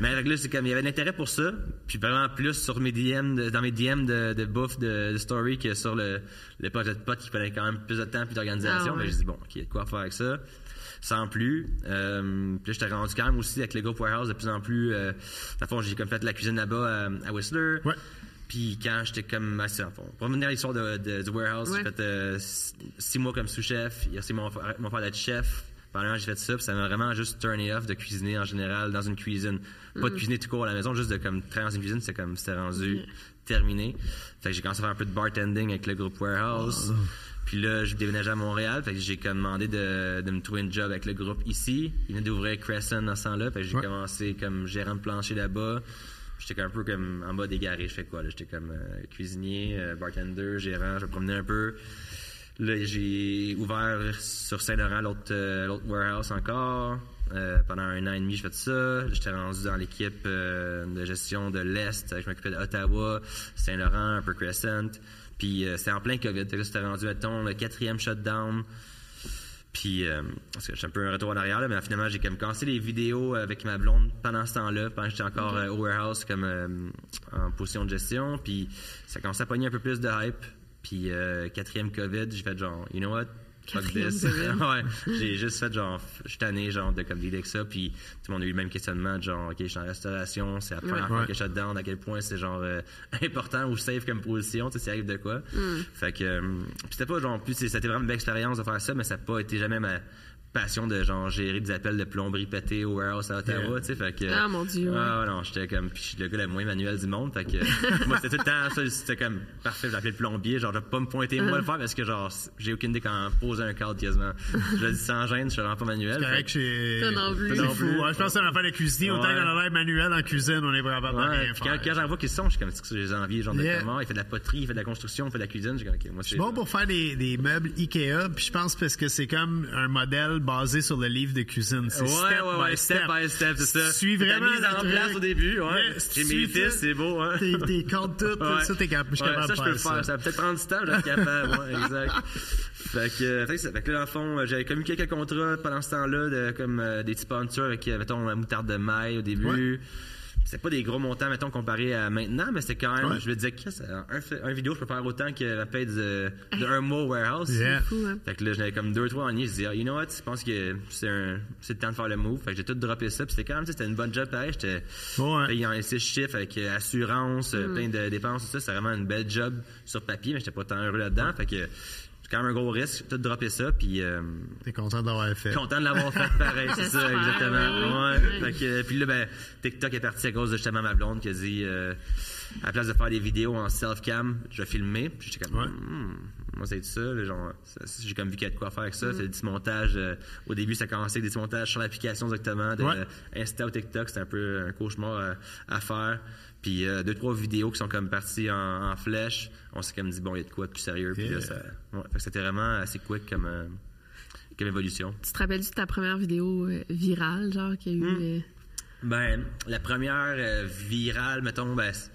Mais avec là, c'est comme, il y avait l'intérêt pour ça, puis vraiment plus sur mes DM, de- dans mes DM de, de bouffe, de, de story, que sur le, le projet de potes qui prenait quand même plus de temps, puis d'organisation.
Ah ouais.
Mais je dis, bon, OK, il y a de quoi faire avec ça. Sans plus. Euh, puis là, j'étais rendu quand même aussi avec le groupe Warehouse de plus en plus. Euh, dans le fond, j'ai comme fait la cuisine là-bas euh, à, à Whistler.
Ouais.
Puis quand j'étais comme assez en fond. Pour revenir à l'histoire de, de- du warehouse,
Ouais.
j'ai fait euh, six six mois comme sous-chef. Il y a aussi mon, frère- mon frère d'être chef. Pendant j'ai fait ça, puis ça m'a vraiment juste turné off de cuisiner en général dans une cuisine. Pas de cuisiner tout court à la maison, juste de comme travailler dans une cuisine, c'est comme c'était rendu terminé. Fait que j'ai commencé à faire un peu de bartending avec le groupe Warehouse. Puis là, je déménageais à Montréal, fait que j'ai comme demandé de, de me trouver une job avec le groupe ici. Il venait d'ouvrir Crescent dans ce temps-là, fait que j'ai commencé comme gérant de plancher là-bas. J'étais comme un peu comme en bas dégaré, je fais quoi là? J'étais comme euh, cuisinier, euh, bartender, gérant, je me promenais un peu. Là, j'ai ouvert sur Saint-Laurent l'autre euh, l'autre warehouse encore. Euh, pendant un an et demi, j'ai fait ça. J'étais rendu dans l'équipe euh, de gestion de l'Est. Je m'occupais d'Ottawa, Saint-Laurent, un peu Crescent. Puis euh, c'était en plein COVID. Fait que là, C'était rendu, mettons, le quatrième shutdown. Puis, euh, parce que je suis un peu un retour en arrière, là, mais finalement, j'ai comme commencé les vidéos euh, avec ma blonde pendant ce temps-là, pendant que j'étais encore euh, au warehouse, comme euh, en position de gestion. Puis, ça commençait à pogner un peu plus de hype. Puis, euh, quatrième COVID, j'ai fait genre, you know what? Fuck
Quatrième
this. ouais, j'ai juste fait genre, je suis tanné, genre, de comme dealer avec ça. Puis, tout le monde a eu le même questionnement, de genre, OK, je suis en restauration, c'est la première fois
Ouais.
que je suis dedans, à quel point c'est genre euh, important ou safe comme position, tu sais, s'il arrive de quoi.
Mm.
Fait que, euh, puis c'était pas genre, plus, c'est- c'était vraiment une belle expérience de faire ça, mais ça n'a pas été jamais ma passion de genre gérer des appels de plomberie pété au warehouse à Ottawa,
Yeah.
tu sais, fait que...
Ah, mon Dieu, ouais.
Ah, non, j'étais comme, puis je suis le gars le moins manuel du monde, fait que... moi, c'était tout le temps, ça, c'était comme, parfait, j'appelais le plombier, genre, je vais pas me pointer moi le faire, parce que genre, j'ai aucune idée quand poser un cadre, quasiment. je le dis sans gêne, je suis vraiment pas manuel.
C'est
fait
correct,
que-
j'ai.
T'as non plus.
T'as non plus. Ouais, je pense que c'est une affaire de cuisine. Autant
Ouais.
qu'on a l'air manuel en cuisine, on est vraiment capable de
Ouais,
rien
puis quand,
faire.
quand j'en vois qu'ils sont, je suis comme, c'est que ça, je les envie, genre, de
Yeah.
comment, il fait de la poterie, il fait de la construction, il fait de la cuisine, j'ai comme, ok, moi,
Je
c'est.
suis bon pour faire des, des meubles Ikea, puis je pense parce que c'est comme un modèle basé sur le livre de cuisine. C'est
Ouais,
step
ouais, ouais,
by
step by step, c'est ça.
Tu suis
T'as
vraiment
mis
le
en
truc.
place au début, ouais.
Mais si
J'ai
tu
mes
fais-
fils, c'est beau, hein.
T'es t'es compte tout,
Ouais.
ça, t'es capable, je suis
Ouais,
capable
ça,
de
je peux le
faire
faire. Ça va peut-être prendre du temps, mais je suis capable. Ouais, exact. Fait que, euh, fait que ça- fait que là, en fond, euh, j'avais commis quelques contrats pendant ce temps-là, de, comme euh, des petits sponsors avec, euh, mettons, la moutarde de maille au début. C'était pas des gros montants, mettons, comparé à maintenant, mais c'était quand même,
Ouais.
je me disais, Chris, un, f- un vidéo, je peux faire autant que la paye de, de un mois au warehouse.
Yeah.
fou, hein.
Fait que là, j'en avais comme deux, trois en ligne. Je disais, Ah, you know what, je pense que c'est un- c'est le temps de faire le move. Fait que j'ai tout droppé ça. Puis c'était quand même, tu sais, c'était une bonne job pareil. J'étais
Ouais.
payé en six chiffres avec euh, assurance, euh, plein de dépenses, tout ça. C'était vraiment une belle job sur papier, mais j'étais pas tant heureux là-dedans. Fait que c'est quand même un gros risque. J'ai tout droppé ça. Puis. euh,
T'es content d'avoir fait.
Content de l'avoir fait pareil, c'est ça,
J'espère,
exactement.
oui.
Ouais. Fait que, puis là, ben, TikTok est parti à cause de justement ma blonde qui a dit, euh, à la place de faire des vidéos en self-cam, je vais filmer. Puis j'étais comme,
Ouais.
Hmm, moi, c'est ça. là, genre, ça- ça, j'ai comme vu qu'il y a de quoi faire avec ça.
Mm-hmm.
C'est des petits montages. euh, au début, ça commençait avec des petits montages sur l'application exactement, de
Ouais.
Insta ou TikTok. C'était un peu un cauchemar euh, à, à faire. Puis euh, deux, trois vidéos qui sont comme parties en, en flèche. On s'est comme dit, bon, il y a de quoi de plus sérieux. Puis là,
Yeah.
ça, ouais. Fait que c'était vraiment assez quick comme, euh, comme évolution.
Tu te rappelles-tu de ta première vidéo euh, virale, genre, qu'il y a eu.
Hmm.
euh,
Ben, la première euh, virale, mettons, ben, c'est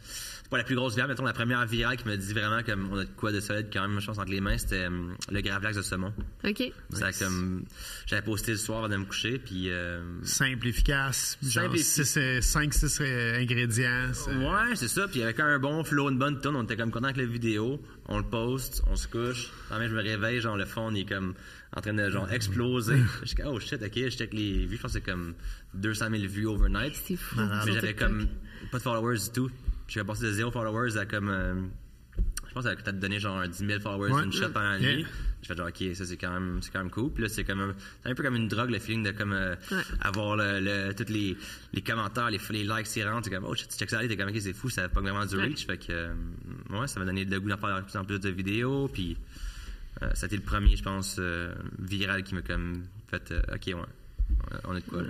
c'est pas la plus grosse virale, mettons, la première virale qui me dit vraiment comme on a de quoi de solide quand même, je pense, entre les mains, c'était hum, le gravlax de saumon.
OK.
Ça, comme, j'avais posté le soir avant de me coucher, puis euh,
Simple, efficace. Genre euh,
Simple, efficace.
5-6 ingrédients. c'est-
Ouais, c'est ça. Puis avec un bon flow, une bonne tonne, on était comme content avec la vidéo. On le poste, on se couche. Quand même, je me réveille, genre le fond, il est comme en train de genre exploser. je suis comme, oh shit, ok, je check les vues. Je pense que c'est comme 200 000 vues overnight.
C'est fou.
Mais
Sur
j'avais
TikTok.
comme pas de followers du tout. J'avais passé de 0 followers à comme. euh, je pense que ça peut-être donné genre un 10 000 followers
Ouais.
une shot en
Ok.
ligne. Je fais genre, OK, ça, c'est quand même, c'est quand même cool. Puis là, c'est comme un, c'est un peu comme une drogue, le feeling de comme, euh,
Ouais.
avoir le, le- tous les, les commentaires, les, les likes qui rentrent. C'est comme, oh, shit, tu check ça aller, t'es comme, OK, c'est fou, ça n'a pas vraiment du
Ouais.
reach. Fait que, euh, ouais, ça m'a donné le goût d'en faire de plus en plus de vidéos. Puis, euh, ça a été le premier, je pense, euh, viral qui m'a comme fait, euh, OK, ouais, on- on est de quoi, là.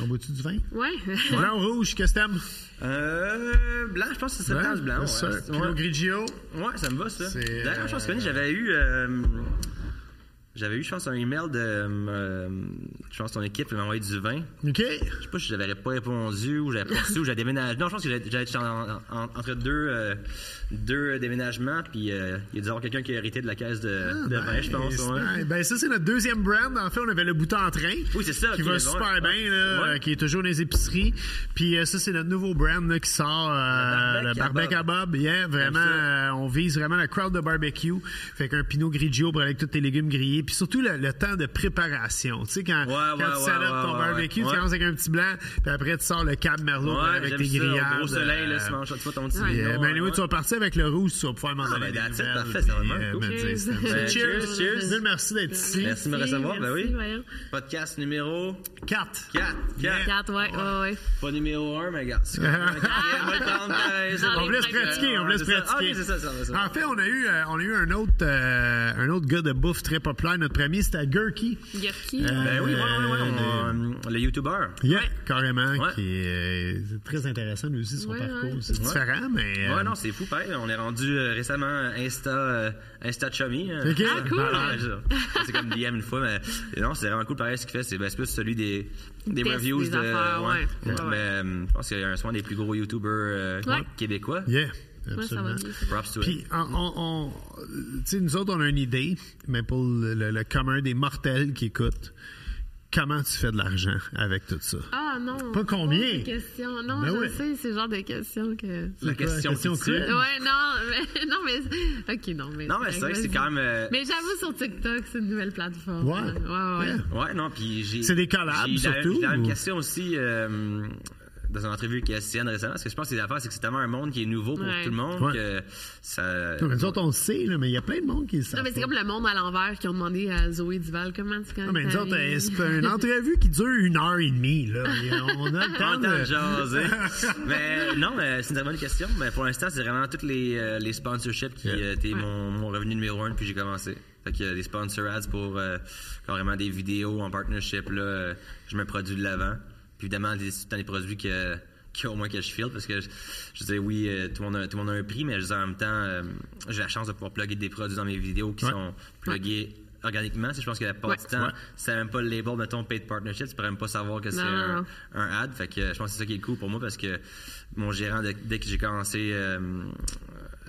On boit-tu du vin?
Ouais.
Blanc ou rouge, qu'est-ce que t'aimes?
Euh, blanc, je pense que c'est
Blanc,
septembre blanc.
bien
ouais.
sûr.
Ouais.
Pinot Grigio.
Ouais, ça me va, ça.
C'est,
D'ailleurs, je pense que
euh,
j'avais eu. euh, j'avais eu, je pense, un email de. euh, je pense, ton équipe m'a envoyé du vin. Je
OK.
sais pas si j'avais pas répondu ou j'avais pas reçu ou j'avais déménagé. Non, je pense que j'avais- j'avais été en- en- entre deux, euh, deux déménagements, puis euh, il y a dû y avoir quelqu'un qui a hérité de la caisse de, de vin, je pense.
Et c'est-
ouais.
Ben, ça, c'est notre deuxième brand. En fait, on avait le bouton en train.
Oui, c'est ça,
Qui
ok,
va
le
super
vin.
bien, là,
Ouais.
euh, qui est toujours dans les épiceries. Puis euh, ça, c'est notre nouveau brand là, qui sort, euh,
Le
le
barbecue
barbecue
à
à Bob. Yeah, vraiment,
ça.
euh, on vise vraiment la crowd de barbecue. Fait qu'un pinot grigio pour aller avec tous tes légumes grillés. Puis surtout, le, le temps de préparation. Tu sais, quand,
Ouais,
quand
ouais,
tu
ouais,
salotes
ouais,
ton
ouais,
barbecue,
ouais.
tu commences avec un petit blanc, puis après, tu sors le cab merlot
Ouais,
avec
j'aime
tes
ça, au
grillades.
Gros soleil, là,
euh,
tu manges toi ton petit.
Ouais.
puis, euh,
vin,
ben, anyway,
ouais.
tu vas partir avec le rouge, tu vas pouvoir m'en
ben,
donner des
that's it,
nouvelles,
parfait, ça va
puis,
être
euh,
cool.
me dire, c'était-
Cheers.
Ben,
Cheers.
Cheers,
Mille
cheers.
merci d'être ici.
Merci de me recevoir, ben
merci,
oui.
voyons.
Podcast numéro
4.
4. 4.
Quatre, ouais, ouais, ouais.
Pas numéro 1, mais regarde. c'est comme un quatrième, on va le prendre, pareil, c'est
On
bon.
On vous laisse pratiquer, on vous laisse
C'est ça. Ah,
pratiquer.
ok, c'est ça, ça va, ça va.
En fait, on a eu, euh, on a eu un autre, euh, un autre gars de bouffe très populaire. Notre premier, c'était Gurky.
Gherky.
Ben oui, ouais, ouais, ouais,
Euh,
on- le youtubeur.
Yeah, carrément,
Ouais.
qui est euh, très intéressant lui aussi son
Ouais,
parcours.
ouais.
C'est différent, mais. euh,
Ouais, non, c'est fou, pareil. On est rendu euh, récemment Insta, euh, Insta Chummy. hein.
Ok. Ah,
cool.
ouais, ça. c'est comme DM une fois, mais non, c'est vraiment cool. Pareil, ce qu'il fait, c'est ben, c'est plus celui des, des
Teste
reviews.
des
de,
affaires, ouais. Ouais, ouais.
Mais euh, je pense qu'il y a un soin des plus gros youtubeurs euh,
Ouais.
québécois.
Yeah,
Ouais, ça va
absolument.
bien.
Props to
Puis,
it.
on, on- on- tu sais, nous autres, on a une idée, mais pour le, le- le commun des mortels qui écoutent, comment tu fais de l'argent avec tout ça?
Ah non.
Pas combien?
des questions. Non,
Ben
je
ouais.
sais, c'est le genre de questions que.
La
quoi,
question,
question
qui tue.
cruelle?
Ouais, non, mais, non, mais, ok, non, mais.
Non, mais c'est vrai que c'est
vas-y.
quand même, euh,
Mais j'avoue, sur TikTok, c'est une nouvelle plateforme.
Ouais.
Ouais, ouais.
Yeah.
Ouais, non, puis j'ai.
C'est des collabs,
j'ai eu la-
surtout,
j'ai eu La, même
ou-
question aussi euh, dans une entrevue avec Sienne récemment, parce que je pense que l'affaire, c'est que c'est tellement un monde qui est nouveau pour
Ouais.
tout le monde
Ouais.
que ça.
Non, mais nous autres, on le sait, là, mais il y a plein de monde qui le savent.
Non, mais c'est
pas.
comme le monde à l'envers qui ont demandé à Zoé Duval comment tu connais.
Non, mais nous
ta
autres,
vie?
euh, c'est pas une entrevue qui dure une heure et demie. Là. Et On a le
On a
temps
le temps de
de...
jaser. mais non, mais c'est une très bonne question. Mais pour l'instant, c'est vraiment toutes les, euh, les sponsorships qui
Yeah.
euh, étaient mon, mon revenu numéro un depuis que j'ai commencé. Fait qu'il y a des sponsor ads pour euh, carrément des vidéos en partnership. Là, euh, je mets un produit de l'avant. Puis évidemment, des, tout le temps des produits que, que au moins que je file parce que je, je disais oui, euh, tout, le monde a, tout le monde a un prix, mais je disais en même temps, euh, j'ai la chance de pouvoir plugger des produits dans mes vidéos qui
Ouais.
sont pluggés organiquement. Si je pense que la part
Ouais.
du temps,
Ouais.
si t'as même pas le label, mettons, paid partnership, tu pourrais même pas savoir que c'est
Non, non,
un,
non.
un ad. Fait que euh, je pense que c'est ça qui est cool pour moi parce que mon gérant, dès, dès que j'ai commencé euh,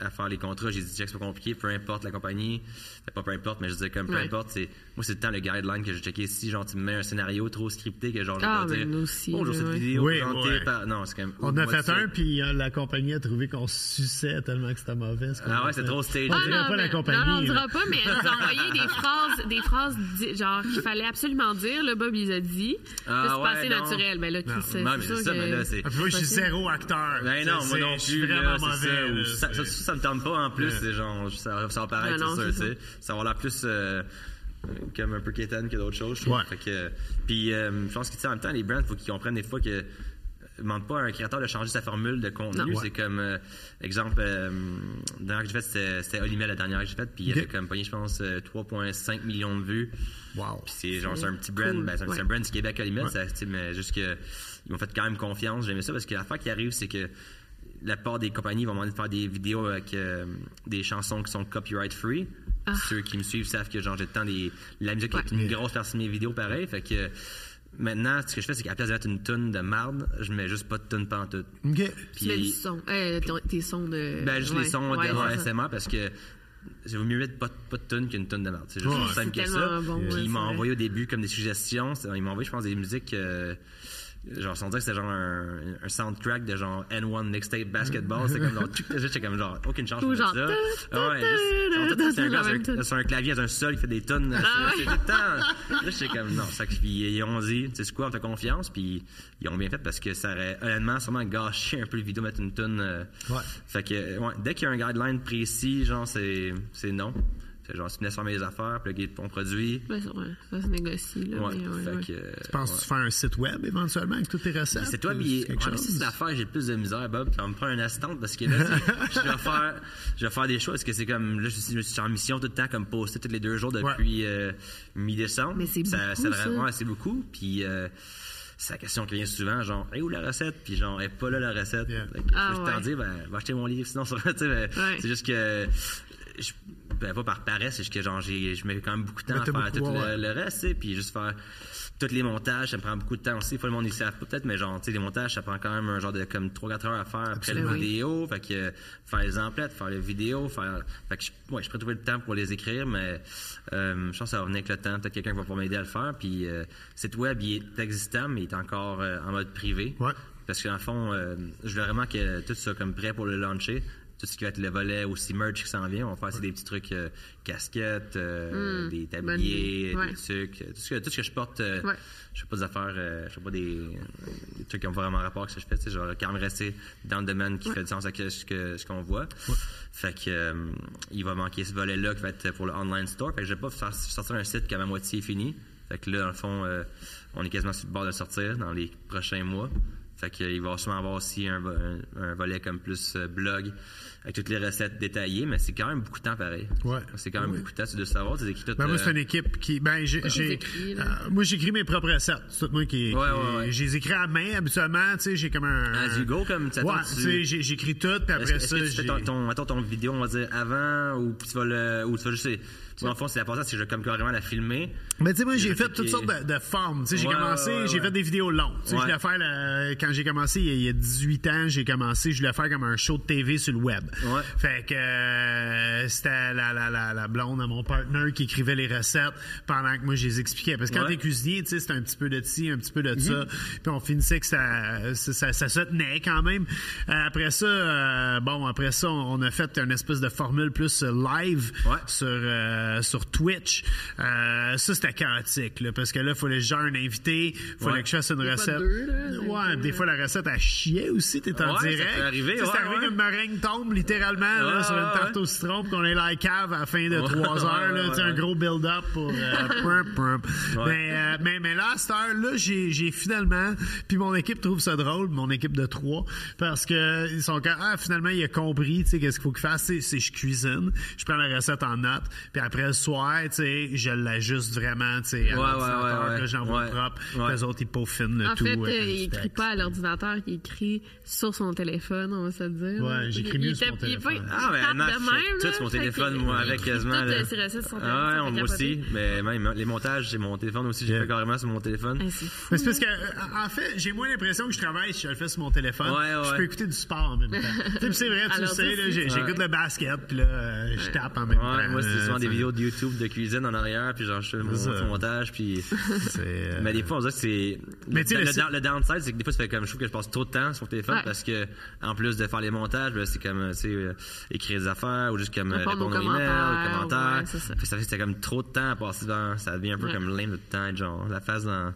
à faire les contrats, j'ai dit check, c'est pas compliqué, peu importe la compagnie. Fait pas peu importe, mais je disais comme peu
Ouais.
importe. c'est- Moi, c'est le temps le guideline que j'ai checké. Si genre, tu me mets un scénario trop scripté que genre, je vais
Ah,
pas
mais
dire,
nous aussi,
Bonjour, cette
ouais.
vidéo
Oui,
présentée
ouais.
par. Non, c'est quand même.
On a
moi,
fait
c'est-
un, puis euh, la compagnie a trouvé qu'on suçait tellement que c'était mauvais. ce qu'on
Ah ouais,
a
c'est
fait.
trop stagé.
On
Ah,
dirait
non,
pas la
mais-
compagnie.
Non, non, on
là.
dira pas, mais elle nous a envoyé des phrases, des phrases di- genre qu'il fallait absolument dire. Là, Bob, il a dit.
Ah,
Là, c'est
ouais,
passé
non.
naturel. Ben là, Chris,
Non,
c'est
Non, mais
sûr
c'est ça,
que-
mais là, c'est.
Ah, puis moi, je suis zéro acteur.
Ben non,
C'est-
moi non
je suis
plus. là,
vraiment
c'est ça,
mauvais.
ou
là,
ça, ça,
c'est-
ça, ça me tente pas en plus. C'est genre, ça va paraître,
Ah non, c'est
c'est sûr,
ça.
tu sais. Ça va l'air plus euh, comme un peu quétaine que d'autres choses. je trouve.
Ouais.
Fait que, puis euh, je pense que, tu sais, en même temps, les brands, faut qu'ils comprennent des fois que demande pas à un créateur de changer sa formule de contenu.
Non.
C'est comme, euh, exemple, euh, la dernière que j'ai faite, c'était- c'était Olimel, la dernière que j'ai faite, puis il y
Ok.
avait comme pogné, je pense, euh, 3,5 millions de vues.
Wow.
Puis c'est genre c'est un petit brand,
cool.
ben, c'est un- c'est
Ouais.
un brand du Québec à la limite, ça, tu sais, mais juste que ils m'ont fait quand même confiance, j'aimais ça parce que l'affaire qui arrive c'est que la part des compagnies vont demander de faire des vidéos avec euh, des chansons qui sont copyright free.
Ah.
Ceux qui me suivent savent que genre j'ai le temps des la musique est une grosse partie de mes vidéos pareil, fait que maintenant ce que je fais c'est qu'à la place de mettre une tonne de marde, je mets juste pas de tonne pantoute.
OK.
Tu mets du son. Euh, ton- tes sons de.
Ben, juste
ouais,
les sons
ouais,
de
c'est ça.
ASMR parce que je vaut mieux mettre pas, pas de tonne qu'une tonne de merde. C'est juste
Ouais.
aussi simple
C'est
que ça.
tellement bon, ouais,
Puis
c'est
ils m'ont
vrai.
envoyé au début comme des suggestions. Ils m'ont envoyé, je pense, des musiques. euh, genre, on dirait que c'était genre un, un soundtrack de genre N1 Mixtape Basketball. C'était comme genre, tuc, j'étais comme genre, aucune chance
Ou
de
genre,
ça. Ah
tu, tu,
Ouais,
tu,
juste, genre,
tu,
tout, c'est un
tu,
gars
la même
sur un-
tune.
sur un clavier, dans un sol, il fait des tonnes.
Ah
C'est
ouais.
c'est tout le temps. Là, j'étais comme, non, ça, puis ils ont dit, tu sais c'est quoi, on fait confiance, puis ils ont bien fait parce que ça aurait, honnêtement, sûrement gâché un peu le vidéo, mettre une tonne. euh.
Ouais.
Fait que, euh, ouais, dès qu'il y a un guideline précis, genre, c'est c'est non. C'est genre, si tu venais faire mes affaires, puis là, on produit.
Ben, ça, ouais, ça se négocie. Là,
Ouais,
mais ouais,
fait
ouais.
que. euh,
Penses-tu
ouais.
faire un site web éventuellement avec toutes tes recettes?
C'est toi,
ou
puis
quelque
ouais, mais
chose?
c'est l'affaire, j'ai le plus de misère, Bob. Ça me prend un assistant parce que là, tu sais, je vais faire, je vais faire des choses. Parce que c'est comme, là, je suis, je suis en mission tout le temps, comme poster tous les deux jours depuis euh, mi-décembre.
Mais c'est
ça,
beaucoup,
ça, vraiment,
ça.
ouais, c'est beaucoup. Puis euh, c'est la question qui vient souvent, genre, hey, où la recette? Puis genre, hey, pas là la recette.
Yeah.
Fait que
Ah,
je peux t'en
ouais.
dire, ben, va acheter mon livre, sinon, ça va, tu sais, ben,
Ouais.
c'est juste que. je- ben, pas par paresse, c'est juste que genre, j'ai- je mets quand même beaucoup de temps
Mais
à
t'as
faire
beaucoup,
tout le-
ouais.
le reste, tu sais, puis juste faire tous les montages, ça me prend beaucoup de temps aussi. Pas le monde, ils savent pas peut-être, mais genre, tu sais, les montages, ça prend quand même un genre de comme 3-4 heures à faire après
Absolument.
le
Oui.
vidéo, fait que euh, faire les emplettes, faire les vidéos, faire. Fait que je, ouais, je pourrais trouver le temps pour les écrire, mais euh, je pense que ça va venir avec le temps. Peut-être quelqu'un va pouvoir m'aider à le faire, puis euh, site web, il est existant, mais il est encore euh, en mode privé.
Ouais.
Parce qu'en fond, euh, je veux vraiment que tout soit comme prêt pour le lancer. Tout ce qui va être le volet aussi merch qui s'en vient, on va faire c'est des petits trucs euh, casquettes, euh, des
bonne idée.
tabliers,
Ouais.
des trucs, euh, tout ce que, tout ce que je porte. euh,
Ouais.
Je fais pas des affaires, euh, je fais pas des, euh, des trucs qui ont pas vraiment rapport avec ce que je fais. tu sais, Genre, quand même rester dans le domaine qui fait du sens avec ce que- ce qu'on voit. Fait que euh, il va manquer ce volet-là qui va être pour le online store. Fait que je vais pas faire- sortir un site comme à moitié fini. Fait que là, dans le fond, euh, on est quasiment sur le bord de le sortir dans les prochains mois. Fait que, euh, il va sûrement avoir aussi un, vo- un- un volet comme plus euh, blog avec toutes les recettes détaillées, mais c'est quand même beaucoup de temps pareil.
Ouais.
C'est quand même beaucoup de temps, tu dois savoir, tu les écris toutes,
Ben, moi, c'est une
euh,
équipe qui. Ben, j'ai. j'ai-
écrits, là.
euh, moi, j'écris mes propres recettes. C'est tout moi
Ouais,
qui. qui-
ouais, ouais.
Je les écris à main habituellement. Tu sais, j'ai comme un.
As you go, comme, tu
Ouais,
attends, tu-
tu sais, j'ai- j'écris tout, puis
Est-ce que-
après
est-ce
ça,
que tu fais
j'ai.
ton, ton- attends, ton vidéo, on va dire, avant, ou tu vas le, ou tu vas juste, tu vois, en fond, c'est la partie, c'est que je vais comme carrément la filmer.
Mais tu sais, moi, j'ai fait
cliqué.
toutes sortes de, de formes. Tu sais, j'ai
Ouais,
commencé,
ouais, ouais,
j'ai
ouais.
fait des vidéos longues. Tu sais,
Ouais.
je voulais faire, le- quand j'ai commencé, il y a- il y a 18 ans, j'ai commencé, je voulais faire comme un show de TV sur le web.
Ouais.
Fait que euh, c'était la, la, la, la blonde à mon partner qui écrivait les recettes pendant que moi, je les expliquais. Parce que quand
Ouais. Mhm.
t'es cuisinier, tu sais, c'est un petit peu de ci, un petit peu de ça. Puis on finissait que ça, ça, ça- ça se tenait quand même. Euh, Après ça, euh, bon, après ça, on on a fait une espèce de formule plus euh, live
Ouais.
sur, euh, sur Twitch. Euh, ça, c'était chaotique, là, parce que là, il fallait que je gère un invité, il fallait
Ouais.
que je fasse une
pas
recette.
deux, là, d'un
ouais,
coup,
des
là.
fois, la recette, elle chiait aussi, t'es en
Ouais, ça
direct.
peut arriver,
Tu sais, C'est
ouais,
arrivé
ouais.
qu'une meringue tombe littéralement là,
Ouais,
sur une
ouais,
tarte
ouais.
au citron, puis qu'on est là à la cave à la fin de
Ouais,
trois heures, là,
ouais,
tu sais, un
ouais.
gros build-up pour. euh, prump, prump. Mais, euh, mais, mais là, à cette heure-là, j'ai j'ai finalement. Puis mon équipe trouve ça drôle, mon équipe de trois, parce que ils sont comme Ah, finalement, il a compris, tu sais, qu'est-ce qu'il faut qu'il fasse. C'est c'est je cuisine, je prends la recette en note, puis après le soir, tu sais, je l'ajuste vraiment, tu sais, à
Ouais,
l'ordinateur,
ouais, ouais,
que j'envoie
ouais.
propre.
Ouais.
Les autres, ils peaufinent le
En
tout.
fait,
euh,
euh,
du
il écrit
texte.
pas à l'ordinateur, il écrit sur son téléphone, on va se le dire.
Ouais,
là.
j'écris
Il-
mieux
il
sur mon
tape- il
téléphone.
fait-
Ah,
il
mais
tape
Anna,
de même,
je
là,
tout sur mon
fait
téléphone,
qu'il-
moi,
il
avec
écrit
quasiment.
toutes,
là.
euh, ses recettes sur son téléphone,
Ah,
ça
ouais,
fait
moi aussi.
capoter.
Mais même les montages, c'est mon téléphone aussi, j'ai
Yeah.
fait carrément sur mon téléphone.
Ah, c'est fou.
Mais c'est parce que, euh, en fait, j'ai moins l'impression que je travaille si je le fais sur mon téléphone.
Ouais, ouais.
Je peux écouter du sport en même temps. Tu sais, puis c'est vrai, tu le
Alors,
sais,
ça,
là,
c'est-
j'ai- j'écoute le basket, puis là, euh, je tape en même
Ouais,
temps.
moi, c'est
là,
souvent des
tu sais.
vidéos de YouTube de cuisine en arrière, puis genre, je fais mon,
ça.
mon montage, puis.
C'est, euh,
Mais des fois, on dirait que c'est.
Mais tu sais,
le,
le-
le, down- le downside, c'est que des fois, ça fait comme je trouve que je passe trop de temps sur le téléphone
Ouais.
parce que, en plus de faire les montages, ben, c'est comme, euh, tu sais, euh, écrire des affaires ou juste comme euh,
Répondre
répondre
aux
aux emails, aux
commentaires,
commentaires.
ouais, c'est ça.
Fait que ça fait que c'est comme trop de temps à passer dans. Ça devient un peu
Ouais. Mm.
comme lame de temps, être genre, la face dans,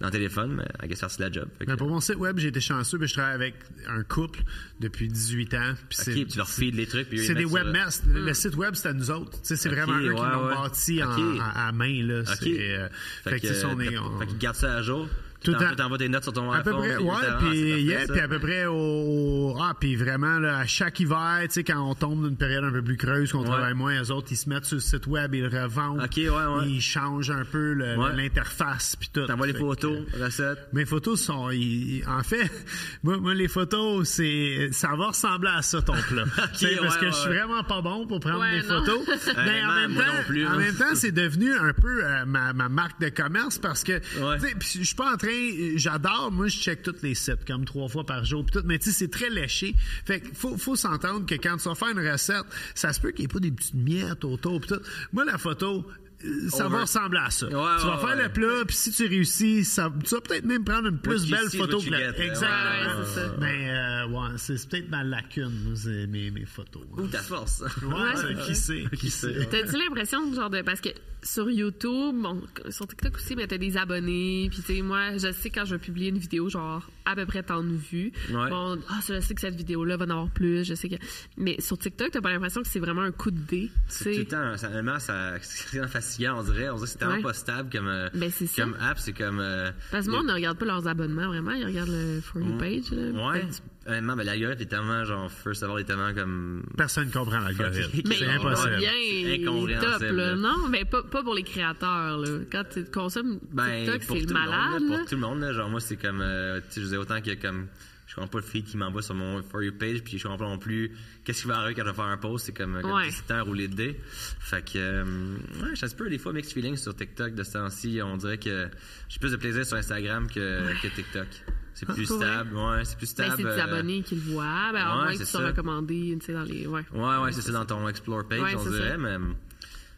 dans le téléphone, mais I guess, c'est la job. Fait que-
Mais pour mon site web, j'ai été chanceux, puis je travaille avec un couple depuis 18 ans. Puis
Ok,
c'est-
puis tu leur feed les trucs, puis eux,
C'est
ils
des
mettent sur-
webmasters. Le site web, c'est à nous autres. Tu sais, c'est
Ok,
vraiment eux qui
ouais,
l'ont
ouais.
bâti en-
Ok.
à, à main. Là.
OK.
C'est, euh, fait, que,
euh,
c'est ça, on est- on-
fait qu'ils gardent ça à jour.
Tout
Tout
le temps.
le T'envoies tes notes sur ton
À peu
iPhone,
près,
puis
ouais,
t'as- ah, c'est
puis
parfait,
yeah,
ça.
puis à peu près au... Ah, puis vraiment, là, à chaque hiver, tu sais, quand on tombe d'une période un peu plus creuse, qu'on travaille moins, les autres, ils se mettent sur le site web, ils le revendent.
Ok, ouais, ouais.
Ils changent un peu le-
Ouais.
l'interface, puis tout.
T'envoies les
Fait
photos,
que-
recettes.
mes photos sont. ils- ils- en fait, moi, moi, les photos, c'est ça va ressembler à ça, ton plat. Tu sais, parce
ouais,
que
ouais,
je suis
ouais.
vraiment pas bon pour prendre
Ouais,
des
non.
photos. Mais en
Honnêtement,
même
moi non plus,
temps, en
hein.
même temps, c'est devenu un peu euh, ma, ma marque de commerce parce que
Ouais.
tu sais, puis je suis pas en train. J'adore, moi, je check tous les sites comme trois fois par jour. puis tout, mais tu sais, c'est très léché. Fait qu'il faut, faut s'entendre que quand tu vas faire une recette, ça se peut qu'il n'y ait pas des petites miettes autour. puis tout. Moi, la photo. euh, ça
Over.
va ressembler à ça.
Ouais,
tu vas
ouais,
faire
ouais.
le plat, puis si tu réussis, ça, tu vas peut-être même prendre une
What
plus
you
belle
see is
photo
what
que
you
la.
get.
Exactement.
Ouais, ouais, ouais, ouais.
Mais euh, ouais, c'est c'est peut-être ma lacune, moi, c'est mes, mes photos. hein.
Ou ta force.
Ouais,
Ouais.
qui sait, qui sait.
T'as-tu l'impression, genre, de. Parce que sur YouTube, bon, sur TikTok aussi, mais t'as des abonnés. Puis, tu sais, moi, je sais quand je vais publier une vidéo, genre, à peu près tant de vues.
Ouais.
Bon, ah, ça, je sais que cette vidéo-là va en avoir plus. Je sais que. Mais sur TikTok, t'as pas l'impression que c'est vraiment un coup de dé. tu
C'est tout
sais.
le temps, ça, vraiment, ça, c'est vraiment fatigant, on dirait. On dirait que c'est tellement
Ouais.
pas stable comme, euh,
Ben, c'est ça.
comme app. C'est comme. euh,
Parce que
il y
moi,
a-
on ne regarde pas leurs abonnements, vraiment. Ils regardent le For You page. là.
Ouais, tu- honnêtement, ben, l'algorithme est tellement, genre, first of all, est tellement comme.
Personne ne comprend l'algorithme.
Mais
Mais
C'est
il va
impossible.
bien,
C'est
il est top,
incompréhensible,
là.
là.
Non, mais pas, pas pour les créateurs, là. Quand tu consommes
Ben,
TikTok,
pour
c'est
tout
le
le monde, là,
malade, là.
pour tout le monde, là, genre, moi, c'est comme. euh, tu sais, je disais autant que comme. Je comprends pas le feed qui m'envoie sur mon For You page, puis je comprends pas non plus qu'est-ce qui va arriver quand je vais faire un post. C'est comme, euh, comme
Ouais.
si c'était un roulé de dés. Fait que, euh, ouais, j'ai un petit peu des fois mixed feelings sur TikTok de ce temps-ci. On dirait que j'ai plus de plaisir sur Instagram que, que TikTok. C'est plus
Ah, pour vrai?
stable, ouais, c'est plus
Ben,
stable.
c'est tes
euh,
abonnés qui le voient. Ben,
ouais,
à moins que
c'est
tu sois
ça.
recommandé, tu sais, dans les. Ouais.
Ouais, ouais, c'est ça dans ton Explore page,
Ouais,
on
c'est ça.
dirait, mais euh,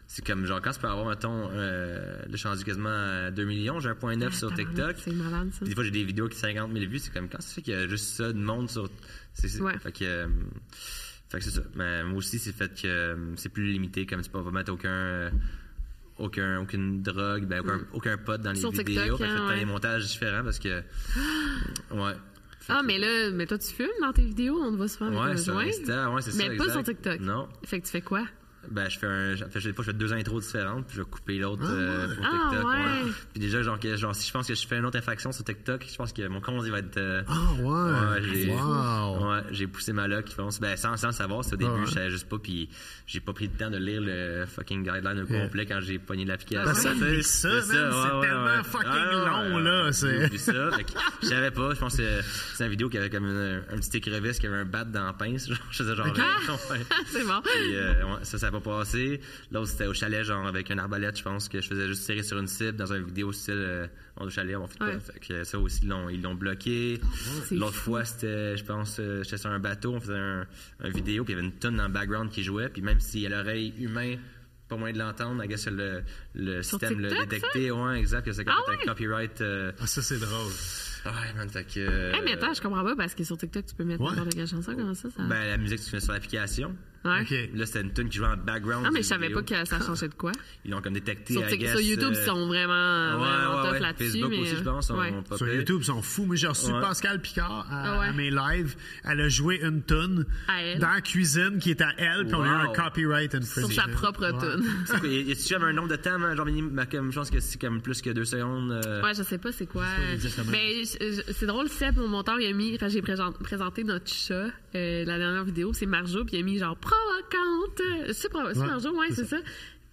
c'est comme genre quand tu peux avoir, mettons, euh, là, je suis rendu quasiment à 2 millions, j'ai 1.9 sur
Ah, tabarnak,
TikTok.
c'est malade, ça.
Des fois, j'ai des vidéos qui ont 50 000 vues, c'est comme quand ça fait qu'il y a juste ça de monde sur. c'est- c'est-
Ouais.
Fait que. euh, fait que c'est ça. Mais moi aussi, c'est le fait que euh, c'est plus limité, comme tu peux pas mettre aucun. euh, aucun, aucune drogue, ben, aucun, aucun pote dans les
Mm. Sur TikTok,
vidéos. fait que
hein,
t'as
ouais.
des montages différents parce que. ouais.
Ah, mais là, mais toi, tu fumes dans tes vidéos, on te voit souvent
Ouais,
avec le
sur
joint.
Insta, ouais, c'est ça,
Mais pas
exact.
sur TikTok.
Non.
Fait que tu fais quoi?
Ben, je fais un. je- en fait, des fois, je fais deux intros différentes, puis je vais couper l'autre euh, pour
Ah,
TikTok.
ouais.
Puis déjà, genre, que- genre, si je pense que je fais une autre infraction sur TikTok, je pense que mon compte, il va être. euh,
Ah, ouais.
j'ai-
Wow. Ah,
ouais, j'ai poussé ma loc, je pense. Ben, sans, sans le savoir, c'est au début, je savais juste pas, puis j'ai pas pris le temps de lire le fucking guideline au complet quand j'ai pogné l'application.
Personne
Tu sais,
lit ça,
c'est
man, c'est tellement fucking long, là, c'est-
Ah, j'ai oublié ça. Fait que Je savais pas, je pense que c'est une vidéo qui avait comme une- un petit écrevisse qui avait un bat dans la pince. Genre, je faisais genre. ouais.
c'est bon.
Puis, euh, ouais, ça, ça va passer. L'autre, c'était au chalet, genre, avec une arbalète, je pense, que je faisais juste tirer sur une cible dans une vidéo style euh, on est au chalet, on fait
Ouais. Ah,
pas. Fait que euh, ça aussi, ils l'ont- ils l'ont bloqué.
C'est
L'autre
fou.
fois, c'était, je pense, euh, j'étais sur un bateau, on faisait un, un vidéo, puis il y avait une tonne dans le background qui jouait, puis même s'il y a l'oreille humaine, pas moyen de l'entendre, I guess le, le
Sur
système le
TikTok,
détectait. Ouais, exact, que c'est comme
Ah
un
ouais?
copyright. euh,
Ah, ça, c'est drôle.
Ouais, man, fait que.
Eh, mais attends, je comprends pas parce que sur TikTok, tu peux mettre
Ouais.
n'importe quelle chanson, comment ça? ça...
Ben, la musique, tu fais sur l'application.
ouais.
OK.
Là, c'était une tune qui jouait en background.
Ah, mais
du
je savais
vidéo.
pas que ça changeait de quoi.
Ils l'ont comme détecté.
Sur,
I
Tik-
guess,
sur YouTube,
euh,
ils sont vraiment, vraiment top là-dessus.
Facebook
mais,
aussi,
euh,
je pense. on-
ouais.
on popait.
Sur YouTube, ils sont fous. Moi, j'ai reçu
Ouais.
Pascal Picard à,
Ah ouais.
à mes lives. Elle a joué une toune
À elle.
dans la cuisine qui est à elle, puis on a eu un
Wow.
copyright
Sur
infringement.
sa propre tune.
Tu sais, y a-tu comme un nombre de temps, hein, genre minimum, ben, comme, je pense que c'est comme plus que deux secondes. euh,
Ouais, je sais pas c'est quoi. Mais je- je- c'est drôle, Seb, mon monteur, il a mis, quand j'ai prégen- présenté notre chat, euh, la dernière vidéo, c'est Marjo, puis il a mis genre provocante. Euh, C'est provo- c'est
Ouais,
Marjo, ouais, c'est ça.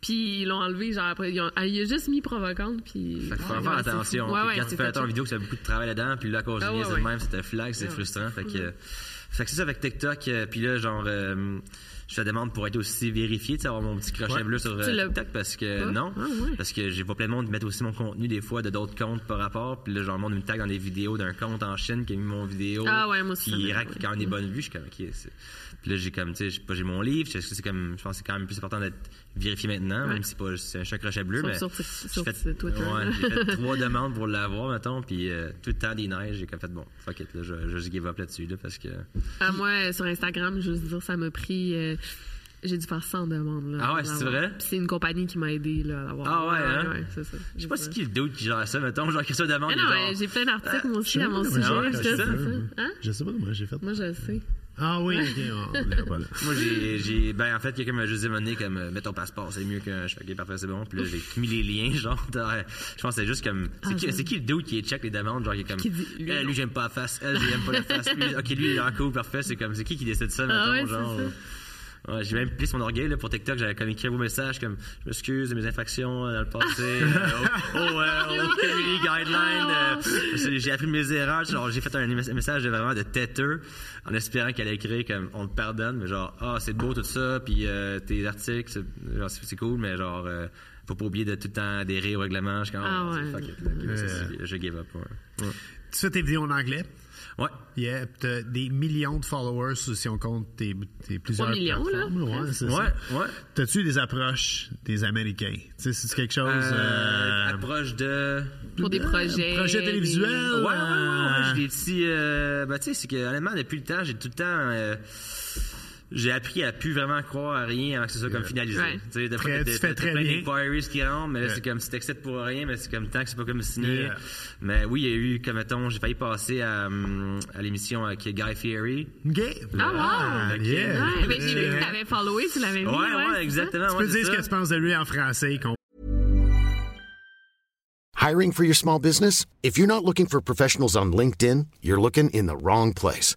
Puis ils l'ont enlevé, genre après, ils ont- ah, il a juste mis provocante, puis.
Fait qu'il faut
Ouais,
faire
ouais, c'est
attention.
fou. Ouais,
Puis
ouais,
quand tu
c'est
fais
fait.
attendre une vidéo, que tu as beaucoup de travail dedans, puis là, quand je
Ah,
viens,
ouais, Ah
c'est
ouais.
le même, c'était flag, c'est frustrant. Fait que, euh, fait que c'est ça avec TikTok. euh, puis là, genre, euh, je fais demande pour être aussi vérifié, tu sais, avoir mon petit crochet bleu sur euh,
Tu l'as
TikTok parce que
pas?
non.
Ah, ouais.
Parce que j'ai pas plein de monde mettre aussi mon contenu des fois de d'autres comptes par rapport. Puis là, genre, le monde me tag dans des vidéos d'un compte en Chine qui a mis mon vidéo.
Ah, ouais, moi aussi, ça
Puis il
m'énerve,
rack quand on est bonne vue, je suis comme, ok. c'est- Puis là, j'ai comme, tu sais, j'ai pas- j'ai mon livre. Je sais que c'est comme, je pense que c'est quand même plus important d'être vérifié maintenant,
Ouais.
même si c'est pas juste un crochet bleu.
Sauf
mais
sur- sur
j'ai fait-
Twitter,
ouais,
là.
j'ai fait trois demandes pour l'avoir, mettons, puis euh, tout le temps des neiges, j'ai comme fait bon, fuck it, là, je, je give up là-dessus, là, parce que.
Ah, moi, sur Instagram, je veux dire, ça m'a pris. euh, j'ai dû faire 100 demandes. Là,
Ah ouais,
pour
c'est
l'avoir.
vrai?
Puis c'est une compagnie qui m'a aidé là, à l'avoir.
Ah ouais, hein?
c'est ça.
Je sais pas ce qui est le doute qui gère ça, mettons, genre, Christophe demande,
Ah
il
non,
est
euh,
genre.
j'ai plein d'articles, moi aussi, à mon
Je sais
sujet.
pas comment
je
j'ai
sais
fait,
ça. Hein?
Je sais pas comment j'ai fait.
Moi, je le sais.
Ah oui, ok. on l'a pas là.
Moi, j'ai, j'ai- Ben, en fait, quelqu'un m'a juste demandé, comme, euh, mets ton passeport, c'est mieux que. Je fais, ok, parfait, c'est bon. Puis là, j'ai mis les liens, genre. dans- euh, Je pense que c'est juste comme. C'est, qui, c'est qui le dude qui check les demandes, genre, qui est comme.
Ah, Qui dit, lui,
Eh,
non.
j'aime pas la face, elle, j'aime pas la face. Lui, ok, lui, il est en couple, parfait. C'est comme, c'est qui qui décide ça, mettons,
Ah ouais, c'est
genre.
ça.
Ouais, j'ai même pris mon orgueil là, pour TikTok, j'avais comme écrit vos messages comme je m'excuse de mes infractions euh, dans le passé, euh, au, au, euh, au community guideline,
Ah
euh, j'ai- j'ai appris mes erreurs, genre j'ai fait un mes- message de vraiment de têteux en espérant qu'elle allait écrire comme on te pardonne, mais genre ah c'est beau tout ça, puis euh, tes articles c'est genre, c'est c'est cool, mais genre euh, faut pas oublier de tout le temps adhérer au règlement, je suis comme,
Ah
Ah,
ouais.
fuck it, là, give it, ça, c'est- je give up. ouais. Ouais.
Tu fais tes vidéos en anglais.
Ouais.
Yeah, t'as des millions de followers si on compte tes, tes plusieurs
Trois millions,
plateformes.
là.
Ouais, c'est
Ouais,
ça.
ouais.
T'as-tu des approches des Américains? Tu sais, c'est quelque chose...
Euh,
euh,
Approche de.
Pour des
euh,
projets.
Projet télévisuel.
Ouais, ouais, ouais, ouais,
euh,
j'ai des petits. Euh, bah, tu sais, c'est que, honnêtement, depuis le temps, j'ai tout le temps. euh, j'ai appris à plus vraiment croire à rien avant que ce soit comme finalisé.
Ouais.
Tu sais, des fois,
Très-
t'as-
tu
t'as-
fais
t'as
très
plein
bien.
d'inquiries qui rentrent, mais là,
Yeah.
c'est comme si t'acceptes pour rien, mais c'est comme tant que c'est pas comme signé.
Yeah.
Mais oui, il y a eu, comme mettons, j'ai failli passer à, hum, à l'émission avec Guy Fieri.
OK.
Ah, wow!
Ah, yeah.
Ouais, mais j'ai vu que t'avais followé, tu l'avais vu.
Ouais, ouais,
c'est ça.
exactement.
Tu
ouais,
peux
c'est
dire ce
ça.
que tu penses de lui en français. qu'on-
Hiring for your small business? If you're not looking for professionals on LinkedIn, you're looking in the wrong place.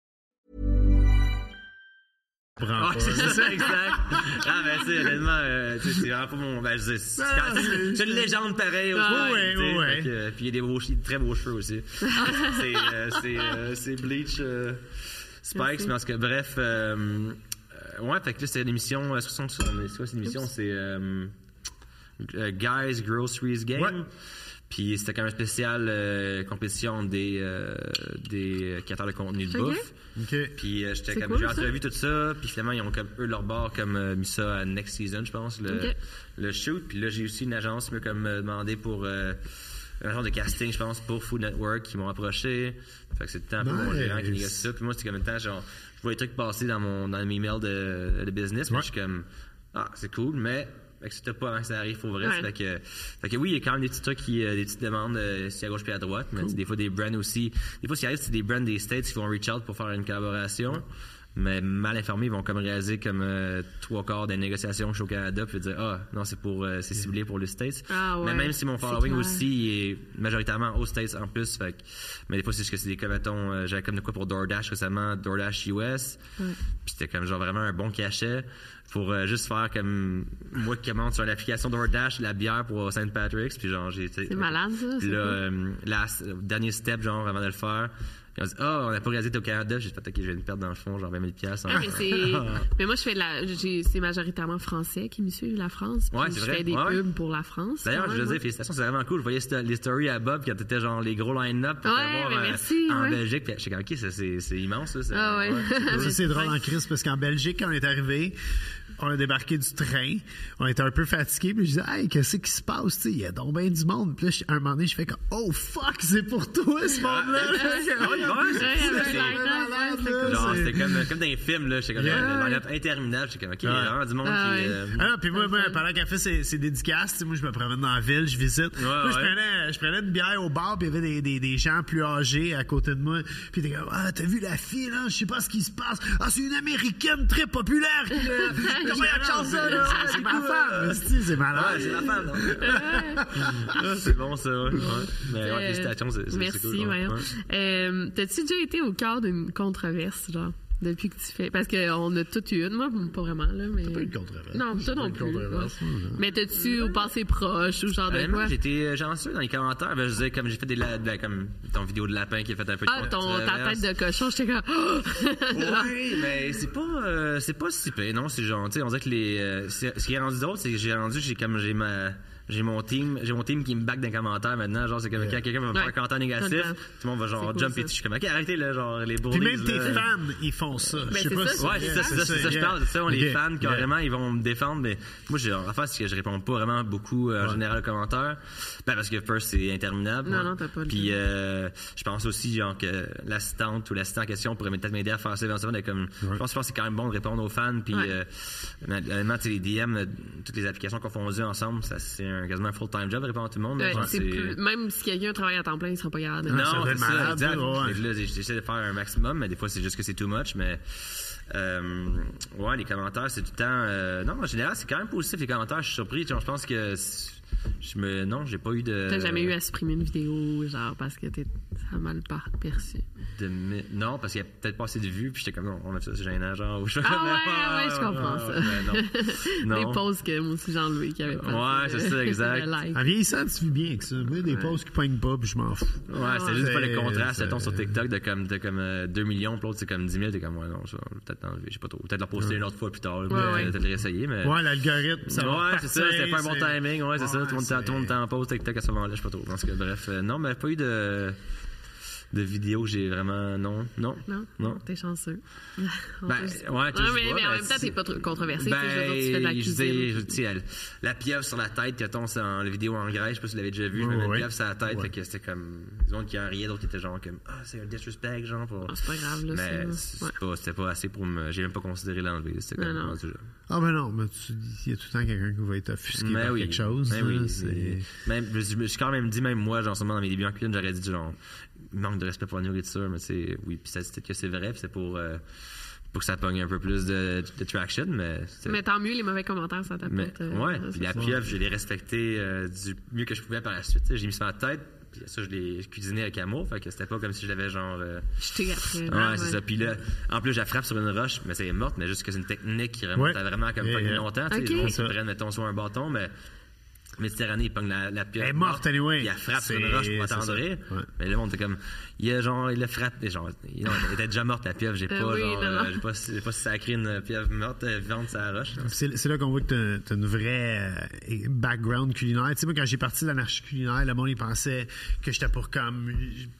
Prends
Ah,
pas.
c'est ça, exact. Ah, ben, tu sais, honnêtement, euh, tu sais, c'est vraiment pas mon. Ben, je- c'est
Ah, c'est-
c'est une légende pareille. aussi,
Ah, ouais,
tu sais,
ouais.
fait que, euh, Puis il y a des beaux chi- très beaux cheveux aussi. c'est euh, c'est, euh, c'est Bleach euh, Spikes, mais en tout cas, bref. euh, euh, ouais, fait que là, c'est l'émission. euh, sur son- sur- C'est quoi cette émission? C'est. euh, euh, Guys Groceries Game.
Ouais.
Puis c'était comme un spécial euh, compétition des, euh, des euh, créateurs de contenu de
Ok.
bouffe.
OK.
Puis euh, j'étais
C'est
comme,
cool,
j'ai
ça.
entrevu tout ça, puis finalement, ils ont comme, eux, leur bar, comme euh, mis ça à next season, je pense, le,
Ok.
le shoot. Puis là, j'ai aussi une agence qui m'a comme euh, demandé pour euh, un agent de casting, je pense, pour Food Network, qui m'ont approché. Fait que c'est le temps pour mon
Nice.
gérant qui négocie ça. Puis moi, c'était comme le temps, genre, je vois les trucs passer dans, mon, dans mes emails de, de business, puis
Ouais.
je suis comme, ah, c'est cool, mais. Fait que c'était pas avant que ça arrive pour vrai.
Ouais.
Fait, que, fait que oui, il y a quand même des petits trucs, qui, euh, des petites demandes, euh, si à gauche puis à droite. Mais tu sais, des fois, des brands aussi. Des fois, ce qui arrive, c'est des brands des States qui vont reach out pour faire une collaboration. Mais mal informés, ils vont comme réaliser comme euh, trois quarts des négociations chez au Canada, puis dire ah non c'est pour euh, c'est ciblé pour les States.
Ah ouais,
mais même si mon
c'est
following
clair.
aussi il est majoritairement aux States en plus, fait que, mais des fois c'est juste que c'est des comme mettons, euh, j'avais comme de quoi pour DoorDash récemment, DoorDash US, puis c'était comme genre vraiment un bon cachet pour euh, juste faire comme moi qui commande sur l'application DoorDash la bière pour St. Patrick's, puis genre j'ai été
C'est malade, ça, c'est
Puis là,
cool.
euh, la- le dernier step, genre, avant de le faire, ils ont dit Ah, on n'a pas réalisé t'es au Canada. J'ai fait, OK, je vais me perdre dans le fond, genre 20 000 piastres. hein.
Ah, mais c'est. mais moi, je fais de la. j'ai- C'est majoritairement français qui me suivent, la France. puis
Ouais, c'est
je
vrai,
fais des
ouais.
pubs pour la France.
D'ailleurs,
quand
je veux
même,
dire, félicitations, c'est vraiment cool. Je voyais sto- les stories à Bob quand t'étais genre les gros line-up pour
Ouais,
te voir, euh,
mais merci,
en
ouais.
Belgique. Puis je suis comme, OK, ça, c'est c'est immense, là. ça.
Ah ouais.
Ça, c'est drôle en crise parce qu'en Belgique, quand on est arrivé, on a débarqué du train, on était un peu fatigué, puis je disais, hey, qu'est-ce qui se passe? Tu sais, Il y a donc bien du monde. Puis là, je- un moment donné, je fais comme, oh fuck, c'est pour toi ce
Ah ouais,
monde-là.
ouais, c'est-
Ouais,
c'est-
ouais,
c'est-
ouais.
genre,
C'est-
C'était comme, comme dans les films, là. J'étais comme, le line-up interminable. J'étais comme, OK, il y a vraiment du monde
Ah
qui.
ouais.
euh,
Ah non, puis moi, moi, pendant qu'elle fait ses, ses dédicaces, tu sais, moi, je me promène dans la ville, je visite. moi, je,
ouais.
prenais, je prenais une bière au bar, puis il y avait des, des, des gens plus âgés à côté de moi. Puis t'es comme, ah, t'as vu la fille, là? Je sais pas ce qui se passe. Ah, c'est une américaine très populaire. qui, euh, Comment elle chante ça, là?
C'est-
C'est ma femme, esti, c'est
euh, Ouais, c'est
malade.
la femme, non? Ah, c'est bon, ça, ouais. ouais. Mais ouais,
Euh,
félicitations, c'est c'est- c'est
Merci,
cool. ouais.
voyons.
Ouais.
Euh, T'as-tu déjà été au cœur d'une controverse, genre, depuis que tu fais. Parce qu'on a toutes eu une, moi, pas vraiment, là. Mais...
pas une controverse.
Non,
C'est
toi
pas
non
une
plus.
controverse,
ouais.
non, non.
Mais t'as-tu au passé proche ou genre de
Honnêtement,
Ben, quoi?
Euh, J'étais chanceux dans les commentaires. Ben, je disais, comme j'ai fait des. la- de la- comme ton vidéo de lapin qui a fait un peu de euh,
Ah, ton, ta
controverse.
tête de cochon, j'étais comme. oh! Ah.
Oui, mais c'est pas euh, c'est pas si pire, non, c'est genre tu sais on dirait que les euh, c'est- ce qui est rendu drôle c'est que j'ai rendu j'ai comme j'ai ma j'ai mon team, j'ai mon team qui me back dans les commentaires maintenant. Genre, c'est comme quand quelqu'un va me faire un
Ouais.
commentaire négatif,
Tout le temps.
tout le monde va genre
cool,
jump et
ça.
je suis comme, ok, arrêtez là, genre les bourrées.
Puis même tes fans, ils font ça. Je sais
c'est
pas
ça,
si-
c'est
Ouais, c'est ça, c'est ça, c'est ça, je
yeah.
parle. de Ça, on les
Yeah.
fans,
Yeah.
carrément, ils vont me défendre, mais moi, j'ai l'affaire, c'est que je réponds pas vraiment beaucoup, euh, en général, aux commentaires. Ben, parce que first, c'est interminable.
Non,
moi.
non, t'as pas le
Puis,
temps.
euh, je pense aussi, genre, que l'assistante ou l'assistant en question pourrait peut-être m'aider à faire ça éventuellement. de Comme, je, pense, je pense que c'est quand même bon de répondre aux fans, puis,
Ouais.
euh, honnêtement, tu sais, les DM, là, toutes les applications confondues ensemble, ça, c'est un, quasiment un full-time job de répondre à tout le monde. là.
Ouais,
Genre,
c'est plus- même si quelqu'un travaille à temps plein, il sera pas capable. de-
non,
ça doit
c'est
être
ça,
malade,
exact.
là, ouais.
Fait que là, j'essaie de faire un maximum, mais des fois, c'est juste que c'est too much. Mais euh, ouais, les commentaires, c'est tout le temps. euh, non, en général, c'est quand même positif. Les commentaires, je suis surpris. Tu vois, je pense que c'est- je me, non, j'ai pas eu de.
T'as jamais eu à supprimer une vidéo, genre, parce que t'es ça a mal par- perçu.
de mi- non, parce qu'il y a peut-être pas assez de vues. Puis j'étais comme non, on a fait ça, c'est gênant, genre. ou je-
Ah ouais, ouais, je comprends ça.
ouais, non.
Des
Non.
pauses que moi aussi j'ai enlevées qui euh, avaient pas
Ouais,
de-
c'est ça, exact. Ah,
de like.
En vieillissant, tu vis bien avec ça. Moi, des pauses qui poignent pas, puis je m'en fous.
Ouais, c'est juste pas le
C'est-
contraste.
c'est-
Mettons sur TikTok de comme, de comme euh, 2 millions, puis l'autre c'est comme 10 000. T'es comme, ouais, non, ça, on va peut-être l'enlever. Je sais pas trop. Peut-être leur poster une autre fois plus tard. là,
Ouais,
Peut-être le réessayer. Mais...
Ouais, l'algorithme, ça va
ouais, c'est ça,
repartir,
c'était pas un bon
c'est-
timing, ouais, c'est ça, tout le monde
c'est-
t'en- tout le monde t'en pause TikTok à ce moment-là, je sais pas trop. En tout cas, bref, euh, non, mais pas eu de, de vidéo, j'ai vraiment, non, non,
Non, non. t'es chanceux. On
Ben,
peut se-
ouais, tu- je
mais,
vois,
mais en
ben,
même temps,
si-
t'es pas trop controversé.
Ben,
tu sais, je veux dire, tu fais de la
je
cuisine.
dis, je dis, elle- la pieuvre sur la tête, que ton, c'est en la vidéo en Grèce, je sais pas si vous l'avez déjà vu, je
Ouais,
me mets une
ouais.
pieuvre sur la tête,
Ouais.
fait que c'était comme, les gens qui en riaient, d'autres qui étaient genre comme, ah, c'est un disrespect, genre, pour...
Ah, c'est pas grave, là, ça,
Mais
là.
c'est
Ouais.
pas- c'était pas assez pour me, j'ai même pas considéré l'enlever, c'était comme,
Non, non.
rendu là.
Ah, ben non, mais tu dis, il y a tout le temps quelqu'un qui va être offusqué
Mais
par
Ben oui.
quelque chose.
Mais
là,
oui.
c'est-
Même, je, je me suis quand même dit, même moi, genre, sûrement dans mes débuts en cuisine, j'aurais dit, genre, manque de respect pour la nourriture, mais c'est, oui, puis ça, c'est peut-être que c'est vrai, puis c'est pour, euh, pour que ça pogne un peu plus de, de traction, mais c'est-
Mais tant mieux, les mauvais commentaires, ça
mais,
t'apporte. euh,
ouais,
ça,
puis
ça.
la pieuvre, je l'ai respectée euh, du mieux que je pouvais par la suite. tu sais, J'ai mis ça en tête, puis ça, je l'ai cuisiné avec amour, fait que c'était pas comme si je l'avais genre. euh,
Jeter après. Ah,
Ouais,
là,
c'est ça. Puis là, en plus, je la frappe sur une roche, mais c'est morte, mais juste que c'est une technique qui remonte
Ouais.
à vraiment comme
Yeah,
fucking
yeah.
longtemps. Tu sais,
Ok.
les gens qui
Ça.
prennent, mettons, soit un bâton, mais Méditerranée, il pogne la, la pierre.
Elle est morte, anyway.
Il la frappe sur
C'est-
une roche pour
c'est
attendre.
ça. Ouais.
Mais le monde était comme, il a genre, il l'a frappé. Genre, il, non, elle était déjà morte, la pieuvre. J'ai pas,
Ben oui,
genre,
non,
euh,
non.
j'ai pas, j'ai pas sacré une pieuvre morte, euh, vivante sur la roche.
C'est c'est là qu'on voit que t'as as une vraie euh, background culinaire. Tu sais, moi, quand j'ai parti de l'anarchie culinaire, le monde, il pensait que j'étais pour comme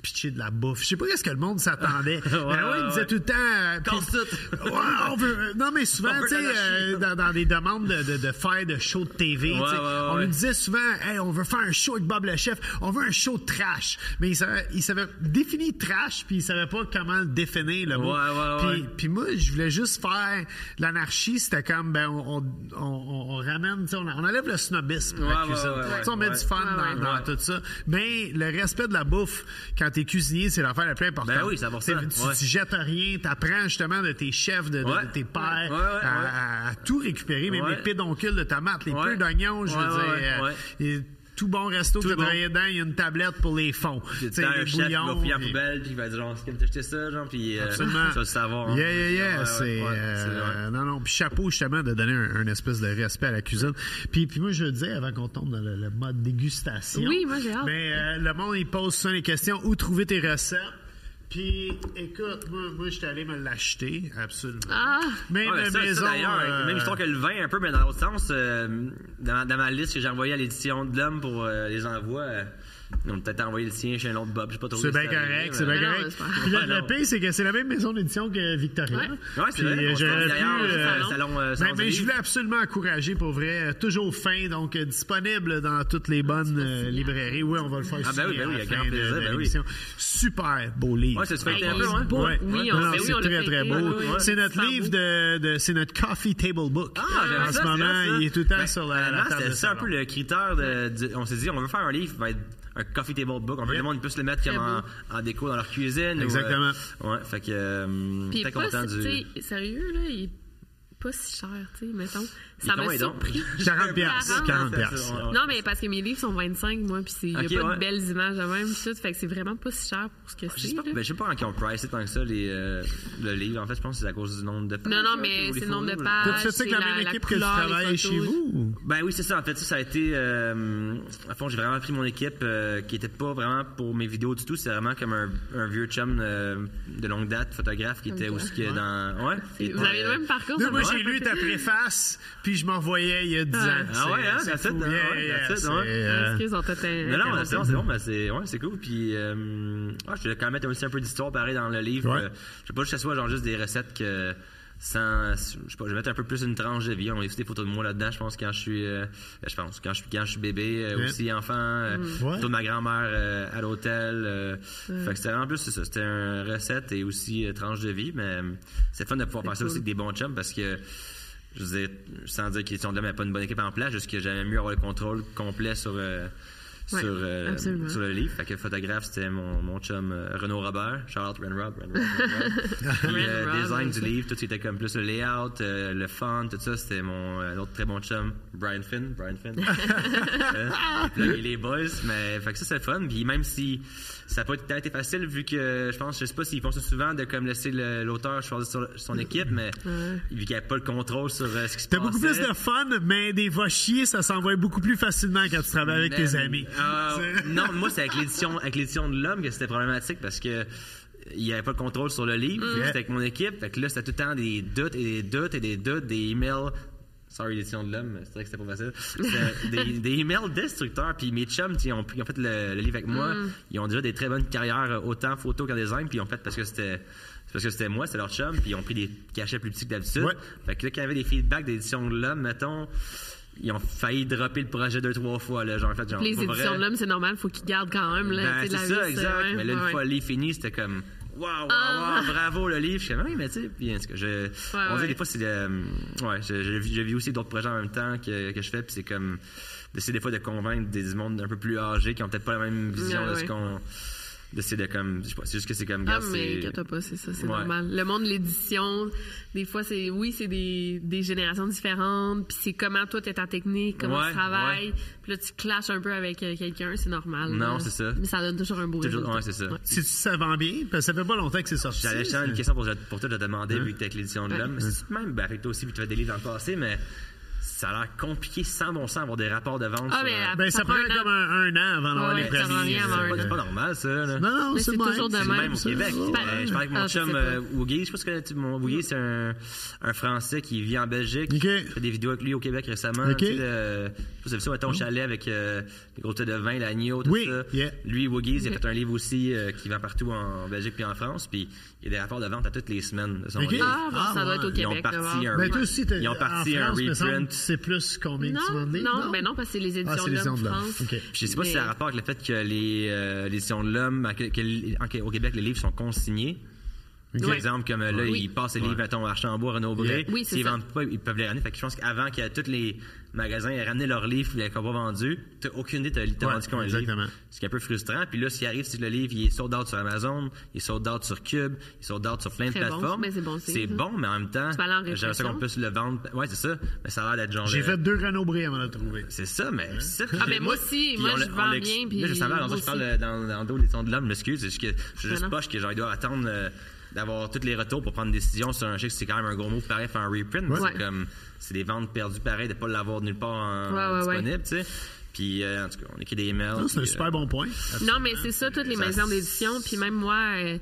pitcher de la bouffe. Je sais pas qu'est-ce que le monde s'attendait. mais ouais, il
ouais.
me disait tout le temps. euh, puis-
Casse tout.
Ouais, on veut- euh, non, mais souvent,
On veut
tu sais,
de l'anarchie.
euh, dans, dans des demandes de, de, de faire de show de TV, tu sais,
Ouais, ouais, ouais,
on
ouais.
nous disait souvent, hey, on veut faire un show avec Bob le chef, on veut un show de trash. Mais il savait, il savait définir trash, puis il savait pas comment le définir, le mot.
Mm-hmm. Ouais, ouais,
Puis-
ouais.
puis moi, je voulais juste faire l'anarchie. C'était comme, ben, on, on, on- on ramène, tu sais, on, on enlève le snobisme à
Ouais,
la
ouais,
cuisine.
ouais, ouais,
Tu sais, on met
ouais.
du fun
Ouais,
dans, dans
ouais.
tout ça. Mais le respect de la bouffe, quand t'es cuisinier, c'est l'affaire la plus importante.
Ben oui, c'est pour ça,
Tu, tu
ouais.
jettes rien, t'apprends justement de tes chefs, de, de-
Ouais.
de tes pères,
Ouais, ouais, ouais.
à, à tout récupérer, même
Ouais.
les pédoncules de tomates, les
Ouais.
peu d'oignons, je veux
Ouais,
dire.
ouais,
euh,
ouais.
et tout bon resto
Tout
que tu
bon.
travaillé dedans, il y a une tablette pour les fonds.
Puis
Tu sais,
t'as un
les
chef qui va
bouillons,
fouiller en
puis-
poubelle, puis il va dire genre, est-ce que t'as acheté ça, genre, puis euh, tu
Absolument.
vas le savoir. hein.
Yeah, yeah, yeah.
Ouais, ouais,
c'est,
ouais,
euh,
c'est vrai.
non, non. Puis chapeau, justement, de donner un, un espèce de respect à la cuisine. Puis, puis moi, je veux dire, avant qu'on tombe dans le, le mode dégustation.
Oui, moi, j'ai hâte.
Mais euh, le monde, il pose souvent les questions où trouver tes recettes. Puis, écoute, moi, moi je suis allé me l'acheter, absolument.
Ah!
Ouais,
Mais ma
ça, ça,
maison.
d'ailleurs,
euh,
même histoire que le vin, un peu, mais dans l'autre sens, euh, dans, ma- dans ma liste que j'ai envoyée à l'édition de l'homme pour euh, les envois, euh, ils ont peut-être envoyé le sien chez un autre Bob, je sais pas trop.
C'est
si
bien
arrivé,
correct,
mais-
c'est bien
Mais non,
correct.
c'est pas-
Puis le,
Ouais,
le
non.
pire, c'est que c'est la même maison d'édition que Victoria.
Ouais.
Ouais, c'est
Puis,
vrai,
euh,
on se
j'aurais
trouve d'ailleurs
pu,
au
euh,
salon, euh, salon
mais-
du
mais je
livre.
voulais absolument encourager, pour vrai. euh, Toujours fin, donc euh, disponible dans toutes les bonnes euh, librairies. Oui, on va le faire
Ah, ben oui,
signer
ben oui,
à la
avec grand
fin de-
plaisir,
de
ben oui.
l'émission. Super beau livre.
Ouais, ça se fait
Hey,
un
il
peu,
est
hein.
beau.
Ouais.
Oui,
Non,
on, ben
non,
oui,
c'est
on l'a
très,
fait
très
écrire,
beau.
oui, oui.
C'est notre
Super
livre
beau.
de, de- c'est notre coffee table book.
Ah, j'aime
en
ça,
ce
c'est
moment,
vrai, ça.
il est tout le temps
Ben,
sur la, la
honnêtement,
table
c'était
de
ça un
salon.
peu le critère. De, du- on s'est dit, on veut faire un livre, va être un coffee table book. On veut que le monde puisse le mettre comme en, en déco dans leur cuisine. ou, euh,
Exactement.
ouais, fait que. euh,
Puis il est
très
pas
content
si-
du.
tu sais, Sérieux, là, il est pas si cher, tu sais, mettons.
Il
Ça
est
m'a
combien donc?
surpris.
40 piastres, 40 piastres.
Ouais.
Non, mais parce que mes livres sont 25, moi, puis il n'y a
Ok,
pas
ouais.
de belles images de même, tout. Fait que c'est vraiment pas si cher pour ce que
Je sais
c'est.
pas,
là.
ben, je sais pas en qui on price tant que ça les, euh, le livre. En fait, je pense que c'est à cause du nombre de pages.
Non, non,
là,
mais
ou les
c'est le nombre de
fourrures, là.
pages.
Tu sais que
Ah, c'est
la même
la
équipe que tu
couleur, les
travailles chez
photos.
vous? ou-
Ben oui, c'est ça. En fait, ça, ça a été. Euh, à fond, j'ai vraiment pris mon équipe euh, qui était pas vraiment pour mes vidéos du tout. C'est vraiment comme un, un vieux chum euh, de longue date, photographe, qui était aussi que dans. Ouais. qui
Vous
était,
avez le même parcours,
Là,
ça
moi,
me
je j'ai lu ta préface, puis je m'en voyais il y a 10 ans.
Ah ouais,
C'est-
hein,
c'est
that's it,
fou.
hein,
Yeah,
ouais,
yeah,
that's it,
c'est,
ouais.
euh,
Ah, Excuse, on t'a t'a-
Non, non,
interrompu.
c'est bon, c'est bon, ben, c'est ouais, c'est cool. Puis, euh, ah, je voulais quand même mettre aussi un peu d'histoire pareil dans le livre.
Ouais.
Euh, je sais pas, je sais pas, genre juste des recettes que. Sans, je sais pas, je vais mettre un peu plus une tranche de vie. On a aussi des photos de moi là-dedans, je pense, quand je suis, euh, je pense, quand je, quand je suis bébé, euh,
Ouais. Mm.
aussi enfant, euh,
Ouais.
photos de ma grand-mère euh, à l'hôtel. euh, Fait que c'était en plus, c'est ça, c'était une recette et aussi euh, tranche de vie, mais euh, c'est fun de pouvoir passer aussi avec des bons chums parce que je veux dire, sans dire qu'ils sont de même pas une bonne équipe en place, juste que j'aimais mieux avoir le contrôle complet sur, euh,
Ouais,
sur, euh,
absolument.
sur le livre. Fait que photographe, c'était mon, mon chum euh, Renaud Robert, Charlotte Ren Rob, Ren Rob, Ren Rob. Puis, euh,
Ren Rob,
design
c'est
du
ça.
livre, tout c'était comme plus le layout, euh, le font, tout ça, c'était mon euh, autre très bon chum, Brian Finn, Brian Finn. Euh, puis là, il est les boys, mais fait que ça c'est le fun. Puis même si ça n'a pas tout à fait été facile, vu que je pense, je sais pas s'ils font ça souvent de comme laisser le- l'auteur choisir sur son équipe, mais vu qu'il n'y a pas le contrôle sur euh, ce qui se
T'as
passe.
beaucoup plus de fun, mais des va chier, ça s'envoie beaucoup plus facilement quand tu travailles avec tes
Mais,
amis.
euh, non, moi, c'est avec l'édition, avec l'édition de l'homme que c'était problématique parce que euh, il n'y avait pas de contrôle sur le
Mm.
livre. C'était avec mon équipe. Fait que là, c'était tout le temps des doutes et des doutes et des doutes, des emails. Sorry, l'édition de l'homme, c'est vrai que c'était pas facile. C'était des, des emails destructeurs. Puis mes chums, qui ont, pris- ont fait le, le livre avec moi,
Mm.
ils ont déjà des très bonnes carrières, euh, autant photo qu'en design. Puis ils ont fait parce que c'était. c'est Parce que c'était moi, c'était leur chum, puis ils ont pris des cachets plus petits que d'habitude.
Ouais.
Fait que là, quand il y avait des feedbacks d'édition de l'homme, mettons, ils ont failli dropper le projet deux, trois fois. Là, genre, en fait, genre,
Les
pour vrai.
éditions de l'homme, c'est normal, faut qu'ils gardent quand même. là,
Ben,
tu sais,
c'est
de
ça,
la vie,
exact.
ouais,
mais là, une
ouais.
fois le livre fini, c'était comme. Waouh, waouh,
Ah.
waouh, bravo le livre. Je suis comme, oui, mais tu sais, puis en tout cas, je, on dirait
ouais.
des fois, c'est. euh, ouais, je, je vis- je vis aussi d'autres projets en même temps que, que je fais, puis c'est comme. D'essayer des fois de convaincre des du monde un peu plus âgés qui ont peut-être pas la même vision
Ouais,
de ce
ouais.
qu'on. D'essayer de comme. Je sais pas, c'est juste que c'est comme.
Ah,
regarde,
mais
c'est-
inquiète pas, c'est ça, c'est
Ouais.
normal. Le monde de l'édition, des fois, c'est oui, c'est des, des générations différentes, puis c'est comment toi, t'es ta technique, comment
Ouais,
tu travailles, puis là, tu clashes un peu avec euh, quelqu'un, c'est normal.
Non,
là.
c'est ça.
Mais ça donne toujours un beau
Toujours-
résultat.
ouais, c'est ça.
Si ça vend bien, parce que ça fait pas longtemps que c'est sorti.
J'avais justement une question pour, pour toi de te demander, vu que t'es avec l'édition de
Hein? Ouais. Hein?
l'homme. C'est Même ben, avec toi aussi, puis tu fais des livres dans le passé, mais ça a l'air compliqué sans bon sens d'avoir des rapports de vente.
Ah,
sur,
mais
euh,
Ben, ça,
Ça
prend
prend un
comme un, un an avant d'avoir
Ouais,
les
ça prend
premiers. euh.
rien avant
c'est
un
pas-
an.
c'est pas normal, ça. là.
Non, non,
Mais
c'est
c'est
le même.
toujours de
C'est le même au
ça.
Québec.
Ouais.
Ben, je parle avec mon
Ah, je
chum
sais pas.
euh, Woogie. Je sais pas si tu connais tu- mon Woogie, c'est un, un Français qui vit en Belgique.
Ok.
J'ai fait des vidéos avec lui au Québec récemment.
Ok.
Tu sais, le- je sais pas si t'as vu ça, mettons, au chalet avec euh, les gros têtes de vin, l'agneau, tout
Oui,
ça.
yeah.
Lui, Woogie, il a fait un livre aussi euh, qui vend partout en Belgique puis en France. Puis il y a des rapports de vente à toutes les semaines de son
Ok.
livre.
Ah, bon,
Ah,
ça doit être au
ouais.
Ils ont
Québec.
parti
d'abord.
un
Ben, toi aussi, t'es-
Ils ont parti
en
un
France, me semble,
reprint.
Tu sais plus combien tu
Non,
vends de livres,
non, ben non, parce que c'est les éditions
Ah, c'est
de
les
l'homme
éditions de l'homme.
France.
OK.
Puis Je sais pas si
Mais-
ça a rapport avec le fait que les euh, l'édition de l'homme, à que- que- en- au Québec, les livres sont consignés. Par
Ouais.
exemple, comme euh, là,
Oui.
ils passent les livres, mettons, à Archambault, Renaud Bré.
Oui, c'est
S'ils
ça.
vendent pas, ils peuvent les ramener. Fait que je pense qu'avant que tous les magasins aient ramené leurs livres, ils n'avaient pas vendu, t'as aucune idée, t'as t'as
Ouais,
vendu combien de
exactement.
livres. Ce qui est un peu frustrant. Puis là, ce qui arrive, c'est que le livre, il est sold out sur Amazon, il est sold out sur Cube, il est sold out sur plein de
Très bon,
plateformes.
mais c'est bon signe,
c'est
ça.
bon, mais en même temps,
vas aller en
j'aimerais ça
répression.
qu'on puisse le vendre. Ouais, c'est ça. Mais ça a l'air d'être genre. euh,
J'ai
le-
fait deux Renault Bré avant de le trouver.
c'est ça, mais c'est ça.
Ah, ben, moi aussi, moi, je vends bien, puis
Là, je savais, alors,
moi
je parle
aussi.
euh, dans, dans le dos des sons de l'homme, je m'excuse. C'est juste que je suis
Non,
juste
non.
poche que genre, il doit attendre euh, d'avoir tous les retours pour prendre une décision sur un chèque. C'est quand même un gros mot, pareil, faire un reprint. mais
Ouais.
C'est comme, c'est des ventes perdues pareil, de pas l'avoir nulle part en,
Ouais, ouais,
disponible, tu sais. Puis, euh, en tout cas, on écrit des emails.
Ça, C'est un
puis, euh,
super bon point.
Non, mais c'est ça, toutes les
Ça-
maisons d'édition. Puis même moi, euh,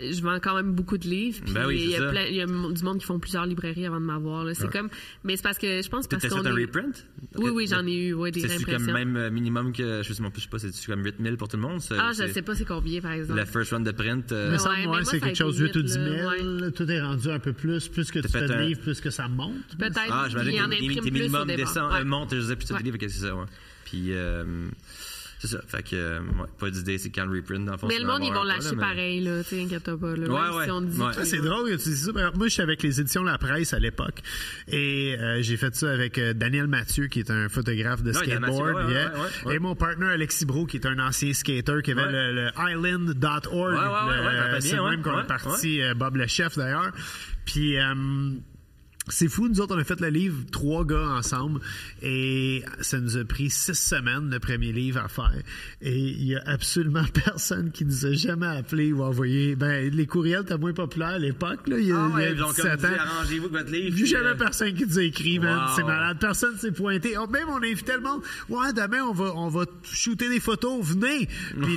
je vends quand même beaucoup de livres. Puis
Ben oui,
il y, a
c'est ça.
plein- il y a m- du monde qui font plusieurs librairies avant de m'avoir. là. C'est comme. Mais c'est parce que je pense
T'as
parce
fait
qu'on.
un
est-
reprint?
Oui, oui, j'en ai eu, ouais, des
C'est-tu comme
impressions.
même euh, minimum que, je sais pas, je sais pas, c'est-tu comme 8000 pour tout le monde? ça,
Ah,
ou
je
c'est
sais pas c'est combien, par exemple.
La first run de print. euh,
Me
Ouais,
semble,
mais
ouais,
moi, ça
c'est
a
quelque
été
chose 8 ou
vite,
10 000.
là,
Tout est rendu un peu plus. Plus que tu fais
fait
de
un-
livres, plus que ça monte.
Peut-être. puis
Ah,
il y
j'imagine
en
que tes-
imprime
tes
plus au
minimum
départ.
descend,
Ouais.
euh, monte, je sais plus, tu
Ouais.
livres, qu'est-ce que c'est ça, ouais. Puis, euh, c'est ça. Fait que, euh, ouais, pas d'idée, c'est quand le reprint, dans le fond.
Mais
c'est
le monde, ils
avoir
vont
un pas,
lâcher
là, mais-
pareil, là. Tu inquiète pas, là.
Ouais,
Même
ouais,
si on dit
ouais.
que-
Ah,
C'est drôle que tu dis ça. Ben, Moi, j'étais avec les éditions La Presse à l'époque. Et euh, j'ai fait ça avec euh, Daniel Mathieu, qui est un photographe de
Non, il y a
skateboard.
Mathieu, ouais,
yeah.
ouais, ouais, ouais.
Et mon partner, Alexis Bro, qui est un ancien skater, qui avait
Ouais.
le, le island.org.
ouais, ouais, ouais,
le-
je
euh,
me rappelle
c'est
bien,
le même
ouais,
qu'on est
ouais,
parti, euh, Bob le chef d'ailleurs. Puis. euh, c'est fou, nous autres, on a fait le livre, trois gars ensemble, et ça nous a pris six semaines, le premier livre à faire. Et il y a absolument personne qui nous a jamais appelé ou envoyé. Ben, les courriels étaient moins populaires à l'époque, là, il y a,
Ah
il y a
ouais, ils ont comme
17
dit,
ans.
arrangez-vous avec votre livre.
Plus
puis,
jamais
euh,
personne qui nous a écrit, man.
Wow.
C'est malade. Personne s'est pointé. Oh, même on a invité le monde. Ouais, demain, on va, on va shooter des photos. Venez. Puis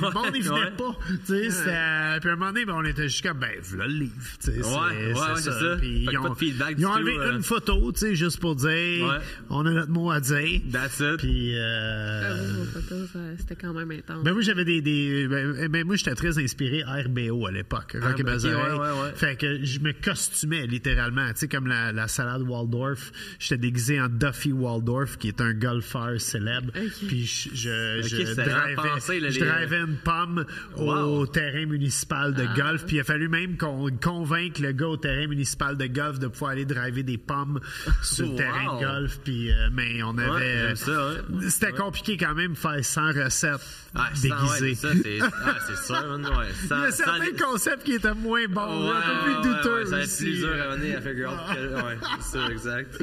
le monde, il venait
Ouais.
pas. Tu sais, c'était- Puis à un moment donné, ben, on était juste comme, ben, voilà le livre. tu sais,
Ouais, ouais, ouais, c'est ça.
Puis
Fait que
ils ont,
pas de feedback
ils ont
du tout,
enlevé,
euh,
une photo, tu sais, juste pour dire,
Ouais.
on a notre mot à dire.
That's it.
Puis, euh,
Ah oui, vos photos, ça- c'était quand même
Hein.
intense.
Ben moi j'avais des, des ben, ben, moi j'étais très inspiré RBO à l'époque, Rock et
ok,
Bazaar.
ouais, ouais, ouais.
Fait que je me costumais littéralement, tu sais comme la, la salade Waldorf, j'étais déguisé en Duffy Waldorf qui est un golfeur célèbre. Puis je je, je
Ok, c'est repensé, là,
drivais, je
les-
drivais une pomme au
Wow. Ah.
terrain municipal de golf, puis il a fallu même qu'on convainque le gars au terrain municipal de golf de pouvoir aller driver des pommes sur le
Wow.
terrain de golf, puis euh, mais on avait
Ouais, j'aime ça, ouais.
c'était compliqué quand même faire 100 recettes
Ah, ça,
déguisées.
ouais, ça, c'est ah, c'est sûr. man, Ouais, ça,
Il y a
ça-
certains concepts qui étaient moins bons,
Ouais,
un peu plus
ouais,
douteux
ouais, ça va être
aussi. Ah.
plus dur hein. à mener à figure out que- Ouais, c'est ça, exact.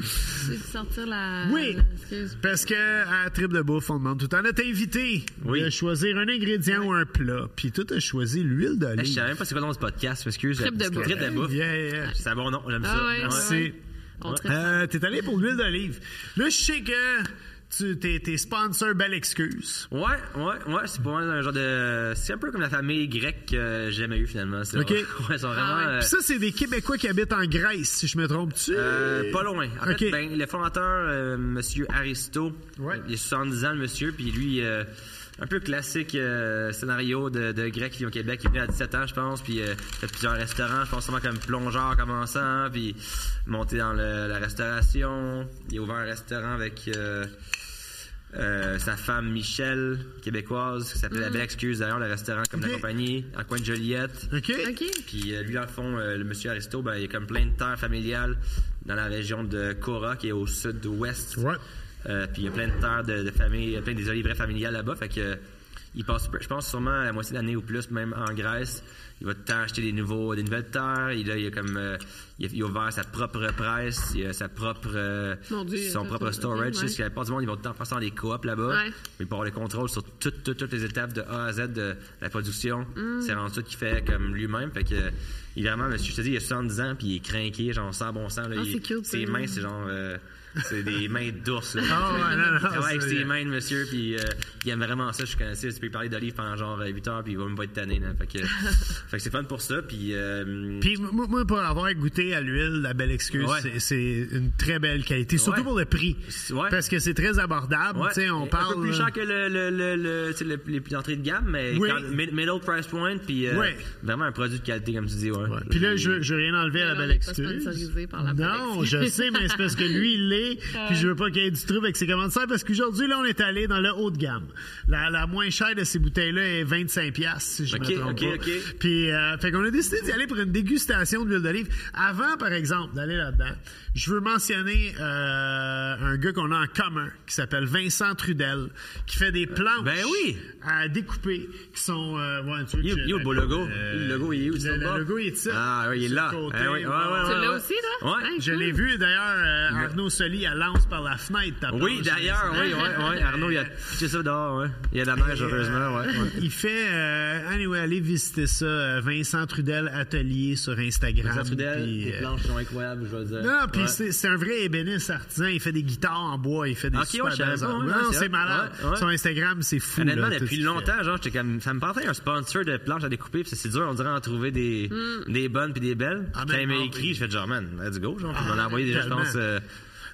J'ai dû sortir la.
Oui,
la- Ah, excuse.
parce que à Trip de Bouffe, on demande tout le temps, t'es invité
Oui.
de choisir un ingrédient ou un plat, puis tout a choisi l'huile
Hey, Eh, Je
d'olive.
savais même pas c'est quoi le nom de ce podcast, je m'excuse.
Trip de
Parce que
bouffe.
Trip de bouffe.
Yeah, yeah.
C'est un bon nom, j'aime
Ah
ça.
ouais,
Merci.
ouais. On traite ça.
Euh, t'es allé pour l'huile d'olive. Là, je sais que tu t'es, t'es sponsor, belle excuse.
Ouais, ouais, ouais, c'est pour moi un genre de. C'est un peu comme la famille grecque que j'ai jamais eu finalement. c'est-
Ok.
Ouais, ils sont vraiment. euh,
Ah Puis ça, c'est des Québécois qui habitent en Grèce, si je me trompe-tu?
Euh, pas loin. En
Ok.
fait, ben, le fondateur, euh, Monsieur Aristo,
Ouais.
il a 70 ans, le monsieur, puis lui, euh, un peu classique euh, scénario de, de Grec qui vit au Québec. Il est venu à 17 ans, je pense, puis euh, fait plusieurs restaurants, je pense seulement comme plongeur commençant, puis monté dans le- la restauration. Il a ouvert un restaurant avec... euh, euh, sa femme Michelle, québécoise, qui s'appelait La Belle Excuse d'ailleurs, le restaurant comme
Mm. Ok.
la compagnie, en coin de Joliette.
OK?
OK.
Puis euh, lui, dans le fond, euh, le monsieur Aristo, ben, il y a comme plein de terres familiales dans la région de Cora, qui est au sud-ouest.
Ouais.
Euh, puis il y a plein de terres de, de famille, euh, plein des oliveraie familiales là-bas. Fait que euh, il passe, je pense, sûrement la moitié de l'année ou plus, même en Grèce. Il va tout le temps acheter des, nouveaux, des nouvelles terres. Il, a, il a comme, euh, il, a, il a ouvert sa propre presse, il a sa propre, euh,
Mon Dieu,
son
ça,
propre
ça, ok,
storage. Tu sais,
ouais.
ce qu'il y a la plupart du monde, ils vont tout le temps faire ça dans des coops là-bas.
Ouais.
Mais pour avoir le contrôle sur toutes, toutes, toutes les étapes de A à Z de la production,
Mm.
c'est vraiment ça qu'il fait comme lui-même. Fait que, il est vraiment, monsieur, je te dis, il a 70 ans, puis il est craqué, genre, sans bon sens. là.
Ah,
Il-
c'est cute,
ses
ça.
mains, c'est genre, euh, c'est des mains d'ours. là.
Ah, ouais, non, non,
Il travaille avec
c'est-
ses mains, le monsieur, puis euh, il aime vraiment ça. Je connaissais, tu peux lui parler d'olive pendant genre 8 heures, puis il va même pas être tanné. là. Fait que, fait que c'est fun pour ça, puis. euh,
Puis moi, moi, pour avoir goûté à l'huile, la belle excuse,
Ouais.
c'est- c'est une très belle qualité, surtout
Ouais.
pour le prix,
Ouais.
parce que c'est très abordable.
ouais,
tu sais, on
un
parle euh,
peu plus cher que le, le, le, le- tu sais, le- les entrées de gamme, mais
Oui.
quand- mid- middle price point, puis euh,
Ouais.
vraiment un produit de qualité, comme tu dis. Ouais.
Ouais. Puis là, je veux, je veux rien enlever à la
Mais là,
belle
on est pas
excuse.
sponsorisé par la Belle
non,
Excuse.
je sais, mais c'est parce que lui, il l'est. Puis je veux pas qu'il y ait du trouble avec ses commentaires parce qu'aujourd'hui, là, on est allé dans le haut de gamme. La, la moins chère de ces bouteilles-là est 25 pièces, si je
Ok,
me trompe
ok,
pas.
ok.
Puis, euh, fait qu'on a décidé d'y aller pour une dégustation d'huile d'olive. Avant, par exemple, d'aller là-dedans, je veux mentionner euh, un gars qu'on a en commun qui s'appelle Vincent Trudel, qui fait des planches
ben oui!
à découper qui sont. Euh, ouais, tu veux que
Il est où-
je-
il est où le beau logo?
Euh,
Le logo, il est où? sur
Le,
le
le
bord?
logo, il est ici.
Ah, oui, il est
Sur
là.
le hein? côté,
Ah oui, ouais, ouais,
Tu
ouais,
l'as
ouais.
aussi, là?
Ouais.
Hey,
Je
cool.
l'ai vu d'ailleurs, euh, Arnaud Soli, elle lance par la fenêtre. ta
Oui,
planche.
d'ailleurs, oui, ouais, ouais. Arnaud, il a pitché ça dehors, ouais. Il y a de la neige, heureusement, ouais. ouais.
Euh, Il fait. euh, anyway, allez visiter ça, euh, Vincent Trudel Atelier sur Instagram.
Vincent Trudel,
puis,
les
euh,
planches sont incroyables, je veux dire.
Non, puis
Ouais.
c'est- c'est un vrai ébéniste artisan. Il fait des guitares en bois, il fait des
Ok,
super
ouais, je savais
belles
pas,
armes.
ouais,
Non,
ouais,
c'est
c'est-
malade.
ouais, ouais.
Sur Instagram, c'est fou.
Honnêtement,
là, tout
depuis
ce qu'il fait.
longtemps, genre, j'étais comme, ça me partait un sponsor de planches à découper, puis c'est dur, on dirait en trouver des, des bonnes puis des belles.
Ah,
Quand
mais
il m'a
non,
écrit,
oui. Ah,
j'ai fait genre, man, let's go, genre, puis on en a envoyé déjà, je
tellement.
pense, euh,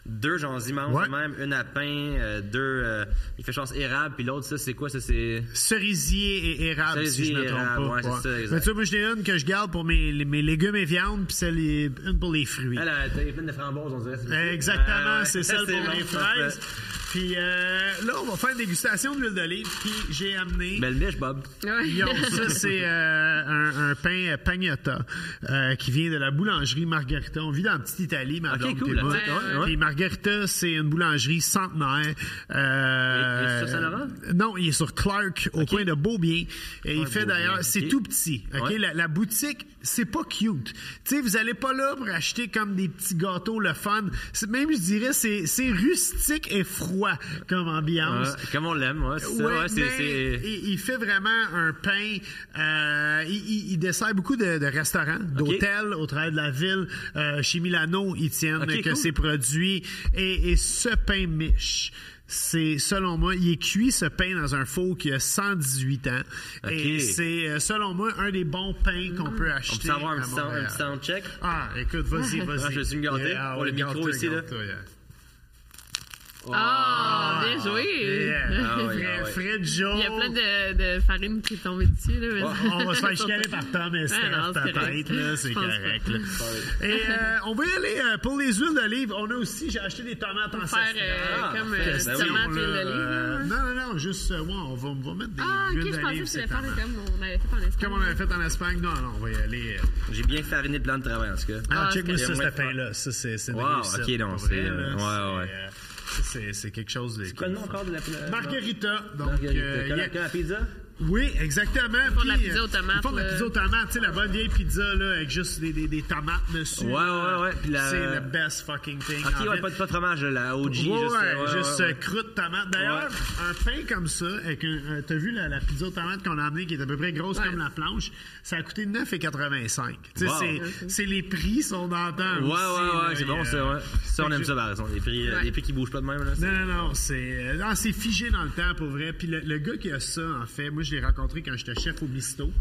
deux, genre, immenses,
Ouais.
même, une à pain, euh, deux, euh, il fait, je pense, érable, puis l'autre, ça, c'est quoi, ça, c'est.
cerisier et érable,
Cerisier
si je me
et
trompe
érable,
pas.
ouais, c'est ça, exact.
Mais tu vois, moi, j'en ai une que je garde pour mes, les- mes légumes et viandes, puis celle et- une pour les fruits. Euh,
Elle, elle, elle est pleine de framboises, on dirait. c'est-
Exactement,
Ah, Ouais, ouais.
c'est celle pour
bon,
les
ça,
fraises.
c'est-
Puis euh, là, on va faire une dégustation d'huile d'olive, puis j'ai amené...
Belle biche, Bob.
Ouais.
Yo, ça, c'est euh, un, un pain euh, pagnotta euh, qui vient de la boulangerie Margarita. On vit dans la petite Italie, ma
Ok,
blonde
cool,
était
la
là.
petite, ouais, ouais.
Puis Margarita, c'est une boulangerie centenaire. Euh,
Il- il est sur Saint-Laurent?
Non, il est sur Clark, au coin de Beaubien. Et il fait
Beaubien,
d'ailleurs,
ok.
c'est tout petit. ok?
Ouais.
La, la boutique, c'est pas cute. Tu sais, vous allez pas là pour acheter comme des petits gâteaux, le fun. C'est- Même, je dirais, c'est c'est rustique et froid comme ambiance.
Ouais, comme on l'aime, ouais, c'est ça,
Ouais,
ouais, c'est-
mais
c'est-
il, il fait vraiment un pain. euh, il- il, il dessert beaucoup de, de restaurants, d'hôtels au travers de la ville. Euh, chez Milano, ils tiennent
Ok,
que
cool.
ses produits. Et, et ce pain miche, C'est, selon moi, il est cuit ce pain dans un four qui a 118 ans.
Ok.
Et c'est, euh, selon moi, un des bons pains qu'on peut
On
acheter.
peut avoir un
à
petit sound, un
Montréal.
petit sound check.
Ah, écoute, vas-y, vas-y.
Ah, je suis gâté.
Ah,
Pour le micro
garde-toi,
ici, là.
garde-toi, yeah.
Ah, bien joué!
Yeah.
Ah oui, ah
Fred-
oui.
Fred Joe.
Il y a plein de, de farine qui est tombée dessus. Là, mais ça-
On va se faire chicaner par Tom, mais c'est
Ouais, Ah non,
grave ta
c'est correct.
tête, là, c'est
Je pense
correct.
pas.
là. Et euh, on va y aller euh, pour les huiles d'olive. On a aussi, j'ai acheté des tomates
Pour faire
ancestrales.
euh,
Ah,
comme
ben
euh,
oui.
des
Ben oui,
tomates
On
et
l'a,
de
euh,
l'olive. là.
non, non, non, juste, euh, ouais, on, va, on va mettre des
Ah, ok,
huiles
je pensais
d'olive.
que tu
c'est
voulais faire
tomates.
comme on avait fait en Espagne.
Comme on avait fait en Espagne, non, non, on va y aller. euh,
J'ai bien fariné le plan de travail, en tout cas.
ah,
Ah,
check-moi
c'est
ça,
correct.
cette pain-là. Ça, c'est c'est une
Wow,
réussite,
ok, non,
pour
c'est,
vrai,
euh,
là.
ouais,
C'est,
ouais.
euh, ça, c'est- C'est quelque chose de...
Quoi le nom encore de la
Margarita. Donc,
Margarita.
euh,
Comme la-
yeah.
comme hein, la pizza?
Oui, exactement. euh, Ils
font de la pizza aux tomates,
Ils font de la
là.
pizza aux tomates, tu sais, la bonne vieille pizza là, avec juste des, des, des tomates dessus.
Ouais,
là.
ouais, ouais, puis la-
C'est le best fucking thing.
Ok,
en
ouais,
fait.
pas, de- pas de fromage, là, la OG.
Ouais,
juste,
ouais,
ouais,
juste
ouais,
euh,
ouais.
croûte tomate. D'ailleurs, un pain comme ça, avec un, un- t'as vu la, la pizza aux tomates qu'on a amenée, qui est à peu près grosse
Ouais.
comme la planche, ça a coûté 9,85. Tu sais,
Wow.
c'est- c'est les prix sont d'antan.
Ouais,
aussi,
ouais,
là,
ouais, c'est
et,
bon, ça,
euh,
ouais. Ça, on
fait
aime
que
ça, par exemple. Les prix, euh,
Ouais.
les prix qui bougent pas de même, là. c'est-
Non, non, non, c'est euh, non, c'est figé dans le temps pour vrai. Puis le, le gars qui a ça, en fait, moi je l'ai rencontré quand j'étais chef au Misto.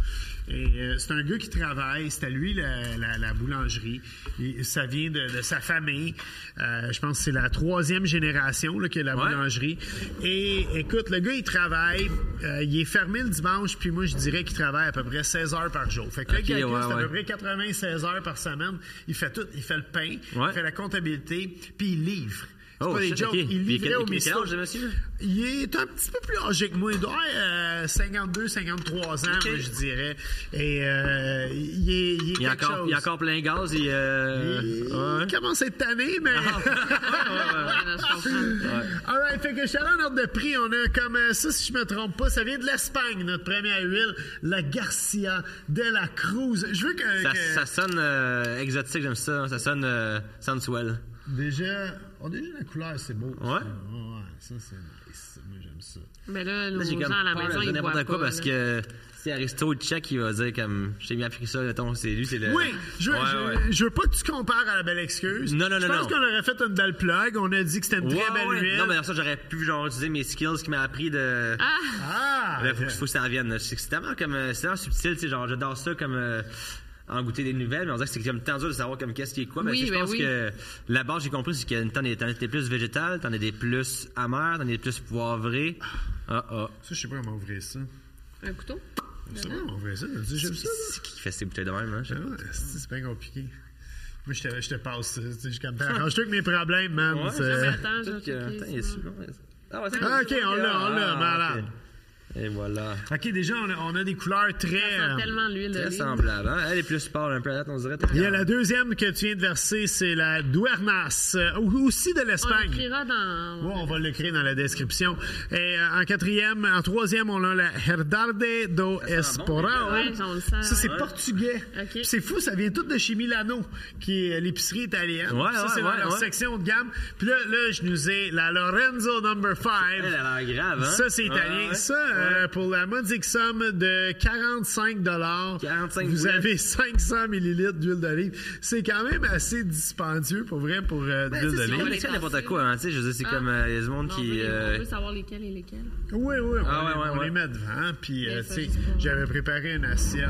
Et euh, c'est un gars qui travaille, c'est à lui la, la- la boulangerie. Il- ça vient de, de sa famille. Euh, je pense que c'est la troisième génération là, que la
Ouais.
boulangerie. Et écoute, le gars il travaille, euh, il est fermé le dimanche, puis moi je dirais qu'il travaille à peu près 16 heures par jour. Fait que
Ok,
le calcul,
ouais,
c'est à
ouais.
peu près 96 heures par semaine. Il fait tout, il fait le pain,
Ouais.
il fait la comptabilité, puis il livre. C'est
Oh,
pas des
shit,
jokes.
ok.
Il
Puis
livrait
quel-
au
quel
Misto.
âge, le monsieur?
Il est un petit peu plus âgé que moi. Il doit avoir euh, 52, 53 ans,
Ok.
moi, je dirais. Et euh, il est, il est
Il y a
quelque
encore,
chose.
il y a encore plein gaz, et, euh,
Il
ouais. Ah,
commence à être tanné, mais...
Ouais, je comprends.
All right, fait que Sharon, en ordre de prix, on a comme euh, ça, si je me trompe pas, ça vient de l'Espagne, notre première huile, la Garcia de la Cruz. Je veux que...
Ça,
que-
ça sonne euh, exotique, j'aime ça. Ça sonne euh, sensuel.
Déjà, on a déjà la couleur, c'est beau.
Ouais.
Ça. ouais, ça, c'est nice. Moi, j'aime ça.
Mais Ben là,
Là,
nos
j'ai
gens
comme
à la
peur de
maison,
dire
ils voient pas.
n'importe quoi parce
là.
que si Aristo check, il va dire comme j'ai bien appris ça, le ton, c'est lui, c'est le.
Oui, je, veux-
Ouais,
je,
ouais.
je veux pas que tu compares à la belle excuse.
Non, non,
Je
non,
pense
non.
qu'on aurait fait une belle plug. On a dit que c'était une
Ouais,
très belle
Ah ouais.
huile.
Non, mais dans ça, j'aurais pu genre utiliser mes skills qui m'a appris de. Ah,
Ah!
faut, que- faut que ça revienne. C'est c'est tellement comme euh, c'est tellement subtil, tu sais, genre j'adore ça comme euh, en goûter des nouvelles, mais on dirait que c'est comme tant dur de savoir comme qu'est-ce qui est quoi. Mais
Oui,
tu sais, je
ben
pense
oui.
que la base j'ai compris c'est que t'en as t'en as des plus végétales, t'en as des plus amères, t'en as des plus poivrés. Ah ah.
Ça, je sais pas comment ouvrir ça.
Un
Euh,
couteau?
C'est vrai, on ouvrir ça. T'as dit, J'aime ça, là.
C'est qui qui fait ces bouteilles de même, hein? Je-
Ah, c'est c'est bien compliqué. Moi, je te, je te passe ça. Tu sais, Je suis comme, arrange-toi avec mes problèmes, man.
Ouais,
C'est-
mais attends, je vais
Peut-être que-
checker,
attends, il est
sinon.
sous- non, mais- Ah, ouais, c'est-
Ah, ok, on l'a, on l'a,
Ah,
malade.
ok. Et voilà.
OK, déjà, on a, on a des couleurs très...
Ça
euh,
sent tellement l'huile
Très
d'olive.
semblable, hein? Elle est plus pâle un peu à date, on dirait.
Il y a la deuxième que tu viens de verser, c'est la Duernas, euh, ou- aussi de
On
l'Espagne.
l'écrira dans...
Ouais, on va l'écrire dans la description. Et euh, en quatrième, en troisième, on a la Herdade do
sent bon,
Esporão.
les gars. Ouais, on le sent,
ça, c'est
ouais.
portugais.
Ok.
Puis C'est fou, ça vient tout de chez Milano, qui est l'épicerie italienne.
Ouais,
Puis ça,
ouais,
c'est dans
ouais,
leur
ouais.
section de gamme. Puis là, là, je nous ai la Lorenzo Number 5.
Elle a l'air grave, hein?
Ça, c'est italien.
Ouais, ouais.
Ça, euh, pour la modique somme de 45
45
vous
boulettes.
avez 500 millilitres d'huile d'olive. C'est quand même assez dispendieux, pour vrai, pour euh, de l'huile
Ben, C'est
d'olive.
comme n'importe quoi, hein? Tu sais, je veux dire, c'est comme euh, il y a du monde
On
qui.
veut,
euh,
on veut savoir lesquels et lesquels.
Oui, oui, on,
Ah ouais,
les,
ouais,
on
ouais.
les met devant. Puis, euh,
Bien
tu sais,
sûr.
j'avais préparé une assiette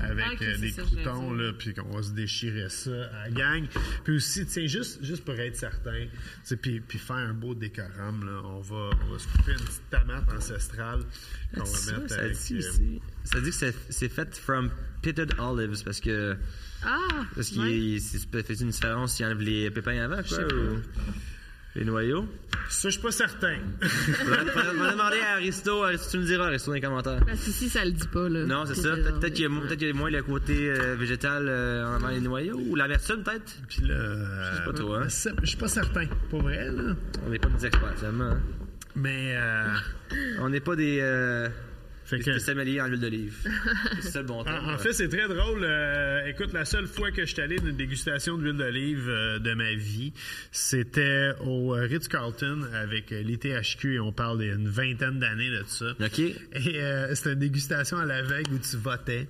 avec
Ah, ok,
euh,
c'est
des
ça, je
croutons,
l'ai dit.
là, puis qu'on va se déchirer ça à la gang. Puis aussi, tu sais, juste, juste pour être certain, tu sais, puis, puis faire un beau décorum, là, on va, on va se couper une petite tomate ancestrale qu'on va
Ah, ça,
mettre
ça
avec...
dit,
euh,
aussi- ça dit que c'est c'est fait from pitted olives parce que
Ah!
parce qu'il
ouais.
c'est- fait une différence s'il enlève les pépins avant quoi ou les noyaux.
Ça, je suis pas certain.
Faudrait faudrait demander à Aristo, Aristo, tu me diras Aristo dans les commentaires.
Parce qu'ici, ça le dit pas, là.
Non, c'est ça. Peut- Peut-être qu'il y, a mo- peut-être qu'il y a moins le côté euh, végétal euh, avant les noyaux ou la version peut-être.
Puis là... euh,
pas toi, hein?
ça, Je suis pas certain, pour vrai, là.
On n'est pas des experts finalement. hein.
Mais... euh,
On n'est pas des, euh,
Fait
des
que-
sommeliers en huile d'olive. c'est ça le bon terme.
En, en fait, c'est très drôle. Euh, écoute, la seule fois que je suis allé d'une dégustation d'huile d'olive euh, de ma vie, c'était au euh, Ritz-Carlton avec euh, l'ITHQ et on parle d'une vingtaine d'années de ça.
OK.
Et euh, c'était une dégustation à l'aveugle où tu votais.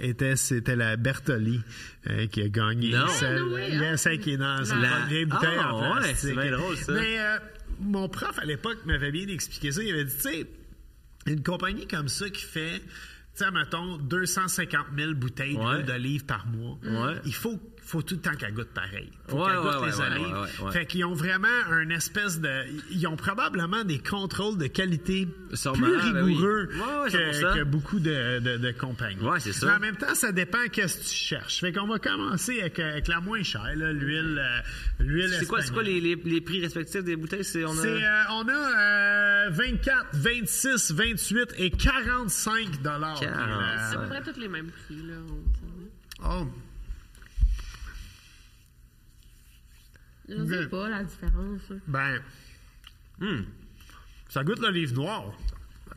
Était- C'était la Bertoli euh, qui a gagné.
Non.
Celle,
Ah, no way.
il y a celle qui est dans une
La-
vieille bouteille
Ah,
en
ouais,
plastique.
c'est bien drôle, ça.
Mais euh, mon prof à l'époque m'avait bien expliqué ça. Il avait dit, tu sais, une compagnie comme ça qui fait, tu sais, mettons, 250 000 bouteilles
Ouais.
d'huile d'olive par mois,
Ouais.
il faut, faut tout le temps qu'elle goûte pareil. Faut
Ouais,
qu'elle
ouais,
goûte
ouais,
les
ouais,
olives.
ouais, ouais, ouais.
Fait qu'ils ont vraiment un espèce de. Ils ont probablement des contrôles de qualité
Sûrement,
plus
ben oui.
rigoureux
Ouais, ouais,
que,
100%.
que beaucoup de, de- de compagnies.
Ouais, c'est ça.
Mais en même temps, ça dépend qu'est-ce que tu cherches. Fait qu'on va commencer avec, euh, avec la moins chère, là, l'huile. euh, l'huile
C'est quoi, c'est quoi
espagnole.
les, les, les prix respectifs des bouteilles? C'est, on a...
C'est, euh, on a euh, 24, 26, 28 et 45 dollars.
45.
C'est à peu près tous les mêmes prix, là. hein.
Oh,
Je sais pas la différence.
ben, hmm, ça goûte l'olive noire.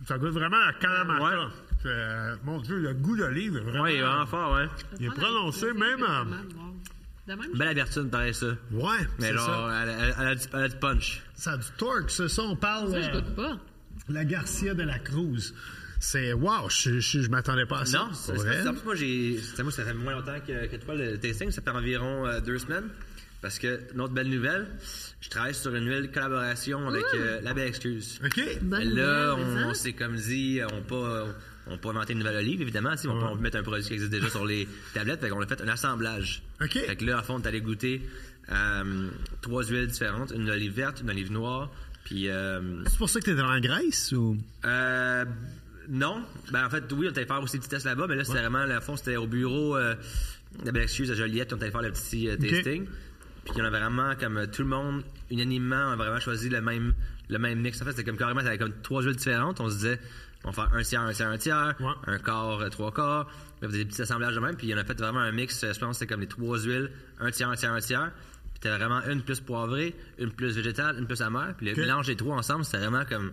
Ça goûte vraiment la calamata.
Ouais.
C'est, euh, mon Dieu, le goût d'olive est vraiment,
Ouais, hein. il est vraiment fort, ouais.
il
Ah,
est prononcé même. en-
De même,
Belle abertune, pareil, ça.
Ouais,
Mais
c'est
genre,
ça.
elle, elle- elle a du, elle a du punch.
Ça a du torque, ce son. On parle
je
euh,
goûte pas.
ben
la Garcia de la Cruz. C'est wow, je, je, je m'attendais pas à ça.
Non, c'est
Pour
c'est-
elle.
en plus, moi, j'ai, c'est- moi, ça fait moins longtemps que, que toi, le tasting. Ça fait environ euh, deux semaines. Parce que, notre belle nouvelle, je travaille sur une nouvelle collaboration avec euh, La Belle Excuse.
OK. ben,
Mais là,
hein.
on, on s'est comme dit, on pas, on pas inventé une nouvelle olive, évidemment. Si on peut on peut mettre un produit qui existe déjà sur les tablettes, fait qu'on a fait un assemblage.
OK.
Fait que là, à fond, t'allais goûter euh, trois huiles différentes, une olive verte, une olive noire, puis euh,
C'est pour ça que t'es dans la Grèce ou.
euh, non. Ben, en fait, oui, on allait faire aussi des petits tests là-bas, mais là, c'était vraiment, à fond, c'était au bureau euh, de la Belle Excuse à Joliette, on allait faire le petit euh, tasting. Puis on a vraiment, comme euh, tout le monde, unanimement, on a vraiment choisi le même, le même mix. En fait, c'était comme carrément, t'avais comme trois jeux différentes. On se disait, on va faire un tiers, un tiers, un tiers,
Ouais.
un quart, euh, trois quarts. On faisait des petits assemblages de même. Puis on a fait vraiment un mix, euh, je pense, que c'était comme les trois huiles, un tiers, un tiers, un tiers. Puis t'avais vraiment une plus poivrée, une plus végétale, une plus amère. Puis le
Ok.
mélange des trois ensemble, c'était vraiment comme.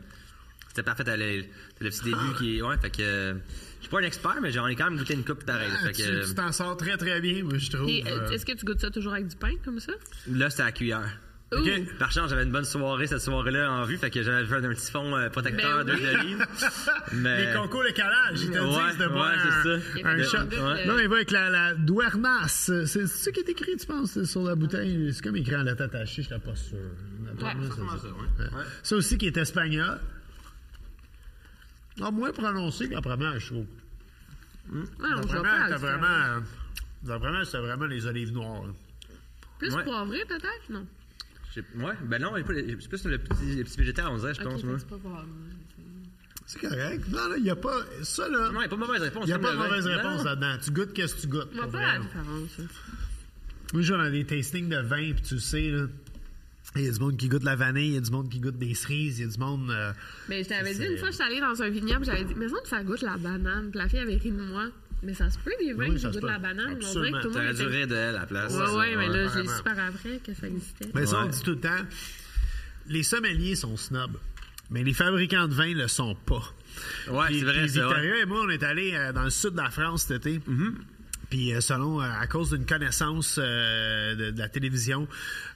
C'était parfait, t'as le, t'as le petit
Ah.
début qui est. Ouais, fait que. euh, Je suis pas un expert, mais j'en ai quand même goûté une coupe pareille.
Ah,
fait
tu
que,
tu t'en sors très très bien, moi, je trouve.
Et, euh,
euh,
Est-ce que tu goûtes ça toujours avec du pain, comme ça?
là, c'était à la cuillère.
Ouh!
Par chance, j'avais une bonne soirée cette soirée-là en vue, fait que j'avais fait un petit fond euh, protecteur
Ben oui.
d'huile d'olive. Mais.
Les concours de calage, ils te
Euh, Ouais,
disent de
ouais,
boire
c'est
un,
ça.
Il y
un
avait
shot.
un but de-
Non, mais va avec la, la Duernas. C'est c'est ça qui est écrit, tu penses, c'est sur la bouteille. C'est comme écrit en lettres attachées, je n'étais pas sûr. D'après moi,
ça,
c'est
Comment ça, ouais? Ouais.
Ça aussi qui est espagnol. Non, moins prononcé que la première, je trouve.
Ouais, on
La
voit pas
première,
la
t'as
différence.
vraiment... La première, c'était vraiment les olives noires.
Plus
Ouais.
poivré, peut-être? Non.
J'ai- ouais, ben non, c'est plus le petit, le petit végétal, on dirait, je pense.
Ok,
moi.
fait que c'est pas poivré.
C'est correct. Non, là, il n'y a pas... Ça, là...
Non, il n'y a pas de mauvaise réponse.
Il n'y a
comme
pas de
le vin.
mauvaise
Non,
réponse hein.
non.
là-dedans. Tu goûtes qu'est-ce que tu goûtes.
On voit
pour
pas hein.
vrai.
la différence.
Moi, je vais dans des tastings de vin, puis tu le sais, là. Il y a du monde qui goûte la vanille, il y a du monde qui goûte des cerises, il y a du monde. euh,
Mais je t'avais dit, une fois, je suis allée dans un vignoble, j'avais dit, mais ça, ça goûte la banane. Puis la fille avait ri de moi. Mais ça se peut, des vins
Oui,
qui
ça se
goûtent
peut.
la banane. mais On dirait
Absolument.
que tout le
T'aurais
monde
dû
était...
rire de elle à la place.
Ouais, ouais, mais là, j'ai
vraiment.
su par après que ça existait.
Mais ça, on
Ouais.
dit tout le temps, les sommeliers sont snobs, mais les fabricants de vin le sont pas.
Ouais,
Puis-
c'est vrai,
puis
ça,
Victoria et moi, on est allés euh, dans le sud de la France cet été. Puis euh, selon, euh, à cause d'une connaissance euh, de, de la télévision,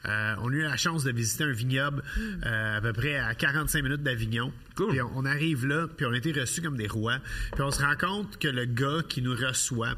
euh, on a eu la chance de visiter un vignoble euh, à peu près à 45 minutes d'Avignon.
Hmm. Cool.
Puis on, on arrive là, puis on a été reçus comme des rois. Puis on se rend compte que le gars qui nous reçoit,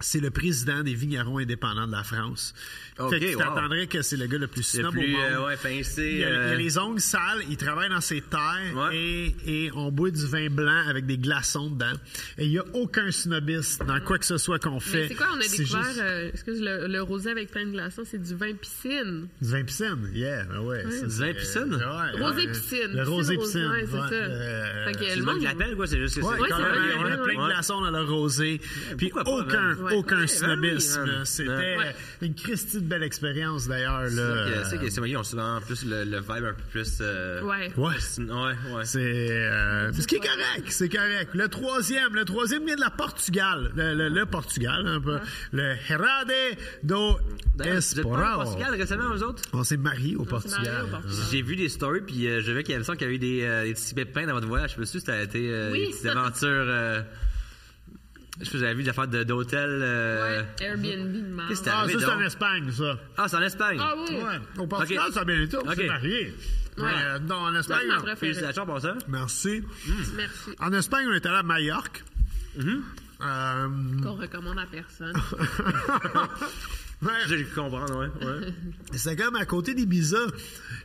c'est le président des vignerons indépendants de la France.
Ok,
fait que tu
wow.
t'attendrais que c'est le gars le plus
Le
snob
plus,
au monde.
euh, ouais, pincé.
Il y, a, il y a
euh,
les ongles sales, il travaille dans ses terres
Ouais.
et, et on boit du vin blanc avec des glaçons dedans. Et il n'y a aucun snobisme dans quoi que ce soit qu'on fait.
Mais c'est quoi, on a découvert,
juste
euh, excuse, le, le rosé avec plein de glaçons, c'est du vin piscine.
Du vin piscine, yeah, ben ouais. ça,
Du vin
c'est- euh,
piscine?
Ouais,
Rosé
ouais.
piscine.
Le rosé piscine.
Ouais, c'est
ouais,
ça.
euh,
Fait que
C'est
le
le monde
monde-
qui l'appelle, quoi, c'est juste que
Ouais,
c'est-
quand
c'est
même,
vrai,
on a
ouais,
plein de
ouais.
glaçons dans le rosé. Puis
pourquoi pas,
aucun,
man?
Ouais.
aucun
Ouais,
snobisme.
ben oui,
là.
man.
C'était
Ouais.
une Christie de belle expérience d'ailleurs. là.
C'est vrai que les sommeliers ont souvent plus le, le vibe un peu plus. euh,
Ouais.
Ouais.
Ouais, ouais.
C'est euh, ce qui est correct, c'est correct. Le troisième, le troisième vient de la Portugal, le, le- le Portugal un peu, le Herade do
D'ailleurs, Vous êtes pas au
Esporal.
Portugal récemment, vous autres?
On s'est mariés au
s'est mariés
Portugal.
au Portugal.
J'ai vu des stories, puis euh, je vois qu'il y avait ça, qu'il y avait eu des, euh, des petits pépins dans votre voyage. Je sais pas si ça a été euh,
Oui.
des petites aventures. euh, je sais pas, j'avais vu des affaires de- d'hôtel. euh,
Ouais, Airbnb de merde.
Qu'est-ce que t'as-
Ah, ça
Mais
c'est
donc-
en Espagne, ça.
Ah, c'est en Espagne.
Ah oui!
Ouais. Au Portugal,
Ok.
ça a bien été, on
Ok.
s'est mariés. Mais, euh, non, en Espagne,
Ça, je m'en
on-
préfère.
Félicitations pour ça.
merci.
Mm.
Ah, Merci.
En Espagne, on est allé à
Mm-hmm.
Majorque. Euh,
Qu'on recommande à personne.
Ouais.
J'ai pu comprendre, ouais. ouais.
C'est comme à côté d'Ibiza.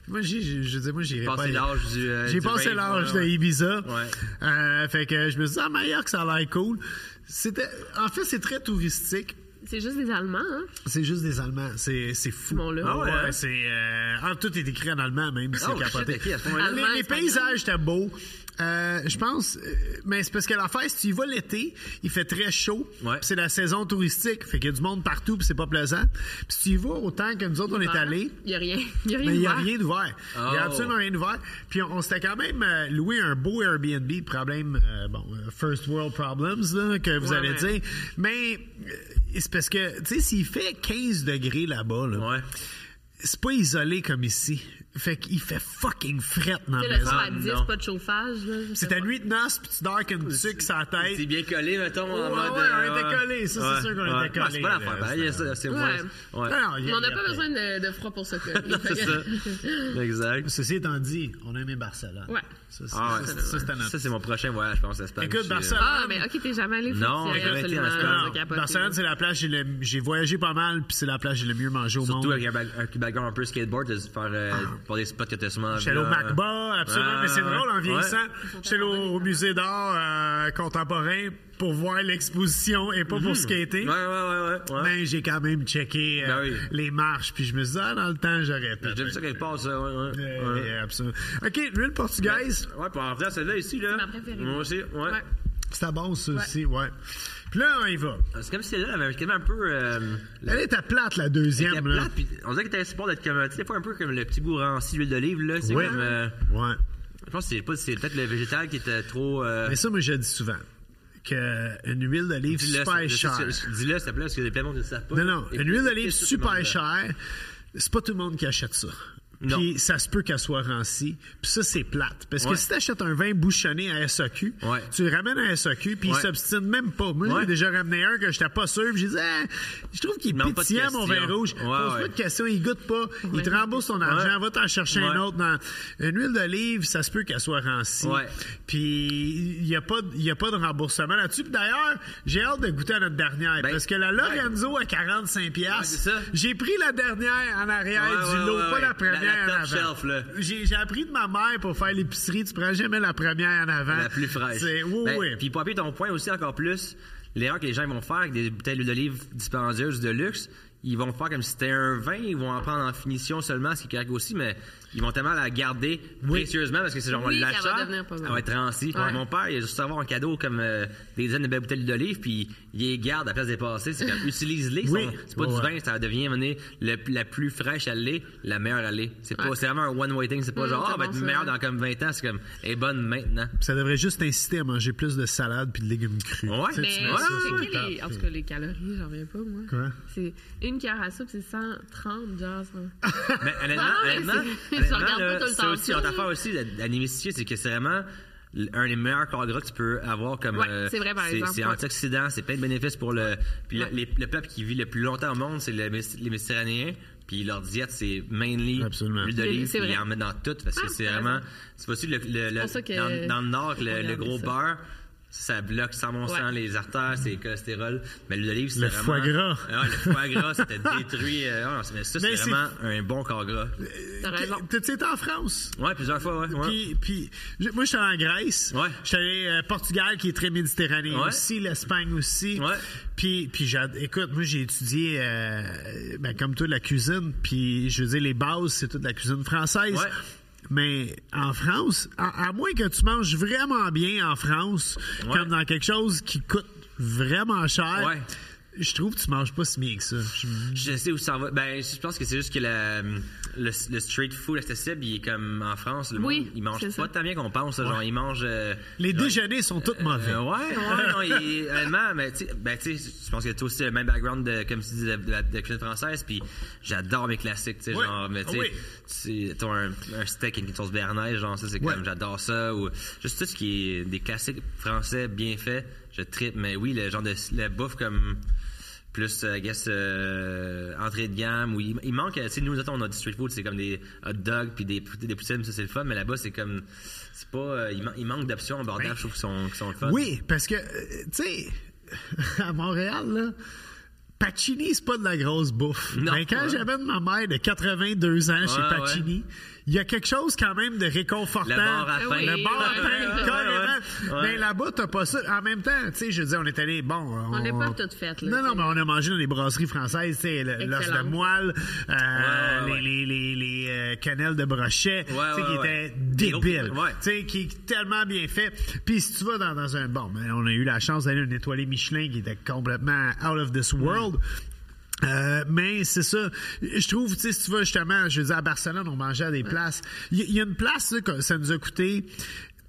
Moi, j'ai- j'ai- je dis, moi, j'irai pas.
Passé
aller-
l'âge du, euh,
J'ai
du
passé
rave,
l'âge
ouais,
de
ouais.
Ibiza.
Ouais.
Euh, fait que je me suis dit, ah, Mallorca, ça a l'air cool. C'était, en fait, c'est très touristique.
C'est juste des Allemands, hein?
C'est juste des Allemands. C'est, c'est fou.
Bon, là. Ah
ouais, hein?
c'est, euh, ah, tout est écrit en allemand, même. C'est
Oh,
capoté.
shit, ok, à ce moment-là.
Ah, les-
Allemand,
les,
espagnol.
paysages étaient beaux. Euh, je pense, euh, mais c'est parce que l'affaire, si tu y vas l'été, il fait très chaud.
Ouais.
Puis C'est la saison touristique. Fait qu'il y a du monde partout, puis c'est pas plaisant. Puis si tu y vas autant que nous autres, on est allés.
Il n'y a rien. Il n'y a rien.
Mais il n'y a
ouvert.
rien d'ouvert. Il n'y a
Oh.
absolument rien d'ouvert. Puis on, on s'était quand même euh, loué un beau Airbnb, problème, euh, bon, euh, first world problems, là, que vous
Ouais,
allez
ouais.
dire. Mais euh, c'est parce que, tu sais, s'il fait 15 degrés là-bas, là,
Ouais.
c'est pas isolé comme ici. Fait qu'il fait fucking fret dans
Tu sais,
la
le
maison.
soir à 10,
non.
pas de chauffage. là, je sais
C'est ta
pas.
nuit de noces, puis tu dors avec une tuque sur la tête.
C'est bien collé, mettons, en
Ouais,
mode.
ouais,
euh,
on était collés, ça, c'est sûr qu'on était
Ah, C'est pas
collés,
l'affaire,
là,
ben, il y a ça, c'est moins. Ouais.
Non, non, il y
Mais
a-
on n'a
il y a
pas besoin de, de froid pour se coller.
C'est ça. Exact.
Ceci étant dit, on aimait Barcelone.
Ouais.
Ça, c'est
Ah, ouais,
ça, c'est- ça, c'est à notre-
Ça, c'est mon prochain voyage, je pense, à Espagne.
Écoute,
Je-
Barcelone.
Ah, mais OK, t'es jamais allé. faut
Non,
que tu y ailles
j'ai arrêté en
absolument,
Espagne.
on va
Non,
capoter.
Barcelone, c'est la plage, j'ai le- j'ai voyagé pas mal, puis c'est la plage, j'ai le mieux mangé au
Surtout
monde.
avec un, bag- un background un peu skateboard, de se faire euh, pour des spots que t'as souvent.
J'étais allé au
là.
Macba, absolument,
Ah,
mais c'est drôle en
ouais.
vieillissant. J'étais allé au, au musée d'art euh, contemporain pour voir l'exposition et pas pour skater.
Mhm. Ouais, ouais, ouais, ouais. ouais.
Mais j'ai quand même checké euh,
Ben oui.
les marches, puis je me disais, ah, dans le temps, j'aurais pas.
J'ai vu ça quelque part, ça, ouais, ouais.
Euh,
ouais.
euh, Absolument. OK, l'huile portugaise,
Ouais, pour en venir à celle-là ici, là.
C'est ma préférée.
Moi aussi, ouais.
Ouais.
c'est à base, ça aussi, ouais. Puis là, on y va.
C'est comme si celle-là avait quasiment un peu. euh, la-
Elle est à plate, la
la
deuxième. là.
plate, puis on dirait que t'as support d'être comme. Tu sais, des fois, un peu comme le petit goût ranci d'huile d'olive, là. C'est
Ouais.
comme. euh,
ouais.
Je pense que c'est pas- c'est peut-être le végétal qui était trop. euh,
Mais ça, moi, je dis souvent qu'une huile d'olive
Dis-le,
super
c'est-
chère.
c'est- c'est- Dis-le, s'il te plaît, parce que les paiements ne le savent pas.
Non, non, une huile d'olive
Qu'est-ce que tu demandes,
super
là?
chère, c'est pas tout le monde qui achète ça.
Non.
Puis ça se peut qu'elle soit rancie. Puis ça, c'est plate. Parce que
Ouais.
si t'achètes un vin bouchonné à SAQ,
Ouais.
tu le ramènes à SAQ, puis
Ouais.
il s'obstine même pas. Moi, j'ai
Ouais.
déjà ramené un que j'étais pas sûr, puis j'ai dit, Ah, je trouve qu'il
Il demande pas de
pétillait mon vin
questions.
rouge.
Ouais,
Pose pas
ouais.
de questions, il goûte pas. Il te rembourse ton argent, va t'en chercher un
Ouais.
autre. Dans... Une huile d'olive, ça se peut qu'elle soit rancie.
Ouais.
Puis il n'y a, pas de- il y a pas de remboursement là-dessus. Puis d'ailleurs, j'ai hâte de goûter à notre dernière,
Ben,
parce que la Lorenzo à 45
Ouais, c'est ça.
J'ai pris la dernière en arrière
Ouais,
du
ouais,
lot,
ouais,
pas
ouais.
la première
La- la
en
top
avant.
shelf, là.
J'ai j'ai appris de ma mère pour faire l'épicerie, tu prends jamais la première en avant.
La plus fraîche.
C'est- Oui,
Ben,
oui.
Puis pour appuyer ton point aussi encore plus, l'erreur que les gens vont faire avec des bouteilles d'huile d'olive dispendieuses de luxe, ils vont faire comme si c'était un vin, ils vont en prendre en finition seulement, ce qui est correct aussi, mais ils vont tellement la garder précieusement parce que c'est genre on
Oui,
l'achète,
qu'elle va devenir pas bonne.
elle va être rancée. Puis
Ouais.
Mon père, il a juste avoir en cadeau comme euh, des dizaines de belles bouteilles d'huile d'olive, puis il les garde à la place des passées. C'est comme utilise-les, ils
Oui.
sont- c'est pas
Ouais.
du vin, ça devient à un moment donné, le- la plus fraîche elle l'est, la meilleure elle l'est. C'est pas, c'est vraiment un one way thing, c'est pas
Mm,
genre
c'est
ah, elle va
bon,
être
ça.
meilleure dans comme 20 ans, c'est comme elle est bonne maintenant.
Ça devrait juste t'inciter à manger plus de salade puis de légumes crus.
Ouais.
Tu sais,
Mais
tu
c'est
mets ça sur
ouais,
la
quoi
table,
les, en
puis-
tout cas, les calories, j'en reviens pas, moi.
Quoi?
C'est une cuillère à soupe, c'est 130, genre. ça.
Mais honnêtement,
Non, non, mais
honnêtement,
Ah, c'est- je
honnêtement,
regarde pas
là,
tout le
c'est
temps
aussi,
ça,
notre
là.
affaire aussi, la, la némicité, c'est que c'est vraiment l- un des meilleurs corps gras que tu peux avoir comme euh,
Ouais, c'est vrai, par
c'est,
exemple,
c'est
ouais.
antioxydant c'est plein de bénéfices pour le puis le- les- le, peuple qui vit le plus longtemps au monde c'est le Mé- les méditerranéens puis leur diète c'est mainly
Absolument.
l'huile d'olive
C'est
puis
vrai.
ils en mettent dans tout parce
Ah,
que c'est
t'as
vraiment
raison.
c'est aussi le, le- le-
pour ça que-
dans, dans le nord le, le
Regardez
gros
ça.
beurre ça bloque sans mon sang
Ouais.
les artères c'est le cholestérol mais l'huile d'olive c'est
Le
vraiment
foie gras.
Ah, le foie gras c'était détruit euh, ah, mais ça
Mais
c'est
c'est- Euh,
vraiment un bon corps gras
T'as raison.
Tu sais, t'es en France.
Ouais, plusieurs fois, ouais. ouais.
Puis, puis, je- moi, je suis allé en Grèce.
Ouais.
Je suis allé euh, Portugal, qui est très méditerranéen
Ouais.
aussi, l'Espagne aussi.
Ouais.
Puis, puis j'ad- écoute, moi, j'ai étudié, euh, ben, comme toi, la cuisine. Puis, je veux dire, les bases, c'est toute la cuisine française.
Ouais.
Mais en France, à, à moins que tu manges vraiment bien en France,
Ouais.
comme dans quelque chose qui coûte vraiment cher,
Ouais.
je trouve que tu manges pas si bien que ça. Je-
Je sais où ça va. Ben, je pense que c'est juste que la- le, le street food accessible, il est comme en France, le
Oui,
monde, il mange
c'est
pas
ça.
tant bien qu'on pense. là. Genre, ils mangent. euh,
Les
genre,
déjeuners sont tous mauvais.
Euh, ouais, ouais, non, il- honnêtement, mais tu sais, ben, tu sais, je pense que tu as aussi le même background, de, comme tu dis, de, de la de la cuisine française, puis j'adore mes classiques, tu sais,
Ouais.
genre, mais tu
Oui.
sais, tu t'as un, un steak avec une sauce béarnaise, genre, ça, c'est
Ouais.
comme, j'adore ça, ou juste tout ce qui est des classiques français bien faits, je tripe, mais oui, le genre de la bouffe comme plus, euh, I guess, euh, entrée de gamme, où il, il manque, tu sais, nous, autres, on a du street food, c'est comme des hot dogs, puis des, pout- des poutines, ça, c'est le fun, mais là-bas, c'est comme, c'est pas, euh, il, man- il manque d'options
Ben,
abordables, je trouve, qui sont, qui sont le fun.
Oui, parce que, euh, tu sais, à Montréal, là, Pacini, c'est pas de la grosse bouffe.
Non.
Mais quand
Ouais.
j'amène ma mère de 82 ans chez
Ouais,
Pacini, il y a quelque chose quand même de réconfortant.
Le bar à pain.
Le bar à
Ouais,
pain,
ouais,
carrément.
ouais.
Mais là-bas, t'as pas ça. En même temps, tu sais, je dis, on est allé, bon. euh, On,
n'est pas toutes faites, là,
non, non,
tu
mais on a mangé dans les brasseries françaises, tu sais, le- l'os de
Excellent.
moelle, euh,
Ouais, ouais, ouais.
les, les, les, les, euh, cannelles de brochet, tu sais,
ouais,
qui
ouais.
étaient débiles.
Ouais.
Tu sais, qui est tellement bien fait. Puis si tu vas dans, dans un... Bon, ben, on a eu la chance d'aller à un étoilé Michelin qui était complètement out of this world. Euh, mais c'est ça, je trouve, tu sais, si tu vas justement, je veux dire, à Barcelone, on mangeait à des places. Il y, il y a une place, là, que ça nous a coûté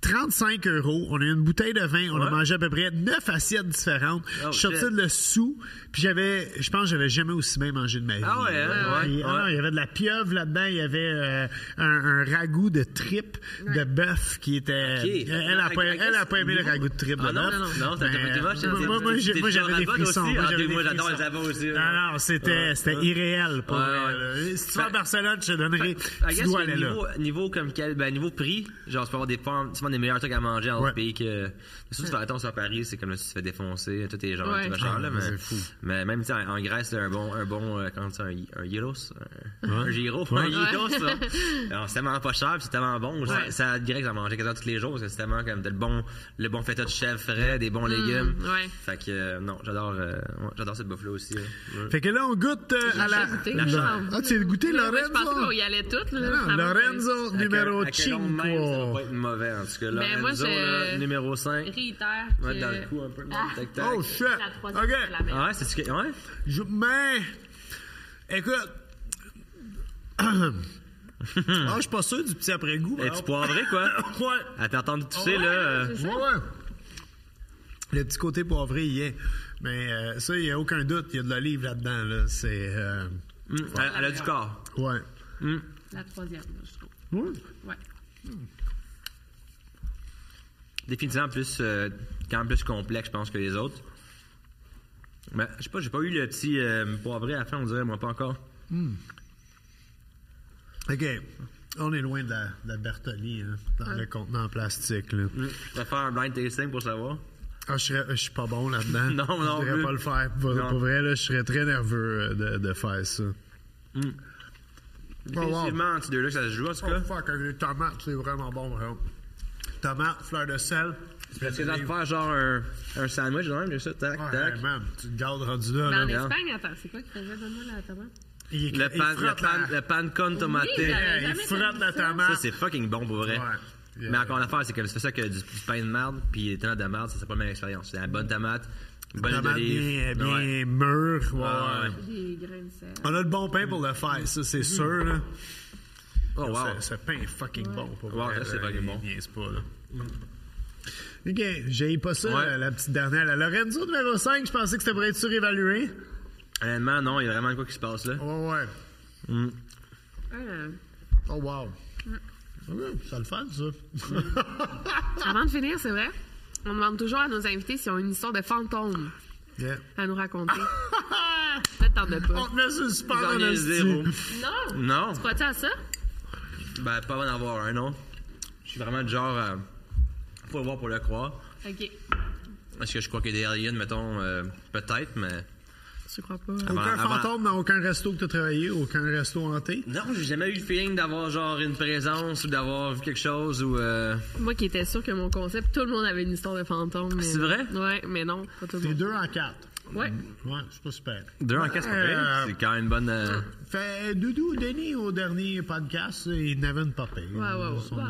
35 euros. On a eu une bouteille de vin, on a
Ouais.
mangé à peu près 9 assiettes différentes.
Oh,
je suis sorti
shit.
de le sous, puis j'avais, je pense, que j'avais jamais aussi bien mangé de ma vie.
Ah ouais, hein?
Ah,
Ouais,
il- ah
ouais.
non, il y avait de la pieuvre là-dedans, il y avait euh, un, un ragoût de tripe de bœuf qui était.
Ok.
Elle n'a pas,
I- I
elle a
guess-
pas aimé le ragoût de tripe
Ah
de
non,
bœuf.
non, non, non, t'as- t'as
Mais,
été moche,
euh,
t'es-
moi,
t'es-
moi, j'ai-
t'es
moi,
sur la
j'avais des
botte
frissons.
aussi.
Moi,
Ah,
j'avais
ok,
des
moi, j'adore
frissons.
les abats aussi, ouais.
Ah non, c'était
Ouais,
c'était
ouais.
irréel pour
Ouais,
vrai,
ouais.
là. Si tu vas à
Fait-
Barcelone, je te donnerai.
I
Tu
guess
dois
que
aller là.
niveau, niveau comme quel, ben, niveau prix, genre, tu peux avoir des, formes- souvent des meilleurs trucs à manger dans
Ouais.
le pays que. Surtout, tu fais attention à Paris, c'est comme là, tu te fais défoncer, tout est genre,
Ouais.
tu vas cher,
Ah,
là,
mais
mais.
c'est fou.
Mais même, tu sais, en en Grèce, c'est un bon, un bon, euh, comment tu un, un gyros, un, un gyro, un gyros, ça. Alors, c'est tellement pas cher, puis c'est tellement bon. Ça, ça, direct, j'en mangeais quasiment tous les jours, parce que c'est tellement comme, t'as le bon, le bon feta de chèvre frais, des bons légumes.
Mm, ouais.
Fait que, euh, non, j'adore, euh, ouais, j'adore cette bouffe-là aussi. là. Ouais.
Fait que là, on goûte euh, à la.
déjà goûté,
la-
je pense.
Ah, tu as goûté
Mais ouais, Je pensais qu'on
oh,
Lorenzo?
y allait toutes. là,
Ah,
ça va.
Lorenzo
À quel-
numéro
à quel
5.
nombre même, Ça va pas être mauvais, en tout
Mais
cas.
Ben, moi,
Lorenzo,
je-
là, numéro 5.
Réitère.
Ouais,
que-
dans le coup, un peu.
Ah.
Tac, tac.
Oh shit!
La troisième,
Ok.
c'est la meilleure.
Ah ouais, c'est ce que. Ouais.
Je- Mais. Écoute. Ah, je suis pas sûr du petit après-goût.
Es-tu
alors.
poivré, quoi?
Ouais.
À t'entendre tousser,
Ouais,
là. euh,
Ouais, ouais. Le petit côté poivré, il y est. Mais euh, ça, il n'y a aucun doute. Il y a de l'olive là-dedans. Là. C'est. euh,
mm, elle, elle a du corps.
ouais.
La troisième, là, je trouve.
Ouais.
Ouais.
Définitivement plus. euh, quand même plus complexe, je pense, que les autres. Mais je sais pas, j'ai pas eu le petit euh, poivré à la fin, on dirait, moi, pas encore.
OK. On est loin de la, de la Bertoli, hein, dans le contenant en plastique. Là.
Mm. Je vais faire un blind tasting pour savoir.
Ah, je, serais- je suis pas bon là-dedans.
Non, non
Je devrais
plus.
pas le faire. Pour,
Non.
pour vrai, là, je serais très nerveux euh, de, de faire ça. Mm. Oh, wow.
Définitivement, entre deux là, ça se joue, en tout
Oh,
cas.
fuck, avec les tomates, c'est vraiment bon. hein. Tomates, fleur de sel.
Parce que de faire genre un, un sandwich, genre, j'ai ça, tac,
Ah,
tac.
hey, man, tu te gardes rendu là.
Mais en
là.
regarde.
Espagne, attends, c'est quoi qu'il faisait? Donne-moi la tomate.
Il, il
Le pan, le
frotte la-
pan, le pan con tomate.
j'avais-
Ouais, Il
Jamais
frotte
connu
la
ça.
Ça,
tomate.
c'est fucking bon pour vrai.
Ouais. Yeah.
Mais encore l'affaire, c'est que c'est ça que du, du pain de merde, puis les tomates de merde, ça, c'est pas la même expérience. C'est la bonne tomate, une bonne huile
Tomate bien,
d'olive.
bien
Ouais.
mûre. ouais,
Ouais. Mm.
ouais.
Des grains de sel.
On a le bon pain pour le faire, ça, c'est sûr. Là.
Oh, wow.
Ce, ce pain est fucking bon. Pour
Ouais,
vrai,
ça, c'est
là,
fucking
il
bon. Mm.
niaise pas, là. OK, j'ai pas ça,
Ouais.
la, la petite dernière. La Lorenzo numéro 5, je pensais que c'était pour être surévalué.
Honnêtement, non, il y a vraiment de quoi qui se passe là.
Ouais, ouais.
Euh,
Oh, wow. Ok, ça le fait, ça.
Avant de finir, c'est vrai, on demande toujours à nos invités s'ils ont une histoire de fantôme
Yeah.
à nous raconter. Peut-être t'en as
On
pas.
te met sur le sport,
J'en ai
mon
zéro.
hostie.
Oh, Non!
Non,
Tu crois-tu à ça?
ben, pas avant d'en avoir un, non. Je suis vraiment du genre. euh, faut le voir pour le croire.
Ok.
Est-ce que je crois qu'il y a des aliens, mettons, euh, peut-être, mais.
Tu crois pas?
Avant-
Aucun
avant-
fantôme dans aucun resto que t'as travaillé, aucun resto hanté.
Non, j'ai jamais eu le feeling d'avoir genre une présence ou d'avoir vu quelque chose ou. euh,
Moi qui étais sûre que mon concept, tout le monde avait une histoire de fantôme. mais-
C'est vrai?
Ouais, mais non, pas tout le
T'es
monde.
deux en quatre.
Ouais.
Ouais, c'est pas super.
Deux en casse,
Euh,
c'est quand même une bonne. euh,
Fait Doudou Denis au dernier podcast, il n'avait une papille.
ouais, ouais.
Son
Ouais.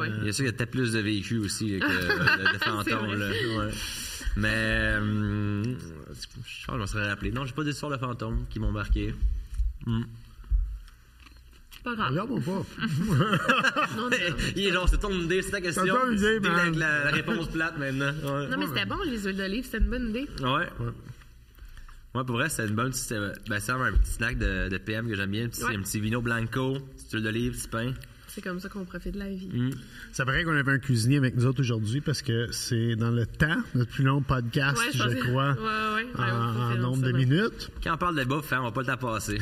Ouais, ouais.
Il y a sûr qu'il y a peut-être plus de véhicules aussi que de, de fantômes.
C'est vrai.
là. Ouais. Mais hum, je pense que je m'en serais rappelé. Non, j'ai pas d'histoire de fantômes qui m'ont marqué.
Pas grave.
Regarde-moi pas.
Il est genre, c'est ton idée, c'est ta question.
C'est ton idée,
C'est
man.
avec la, la réponse plate maintenant. Ouais.
Non, mais c'était bon, les huiles d'olive, c'était une bonne idée.
Ouais. Ouais, pour vrai, c'est une bonne petite. euh, Ben, ça, un petit snack de, de PM que j'aime bien. Un petit,
Ouais.
un petit vino blanco, petite huile d'olive, petit pain.
C'est comme ça qu'on profite de la vie.
Ça paraît qu'on avait un cuisinier avec nous autres aujourd'hui parce que c'est dans le temps, notre plus long podcast,
Ouais, je
je
pensais-
crois,
Ouais, ouais, ouais,
en,
on peut
en
faire
nombre
ça,
de
là.
minutes.
Quand on parle de bouffe, hein, on va pas le temps passer.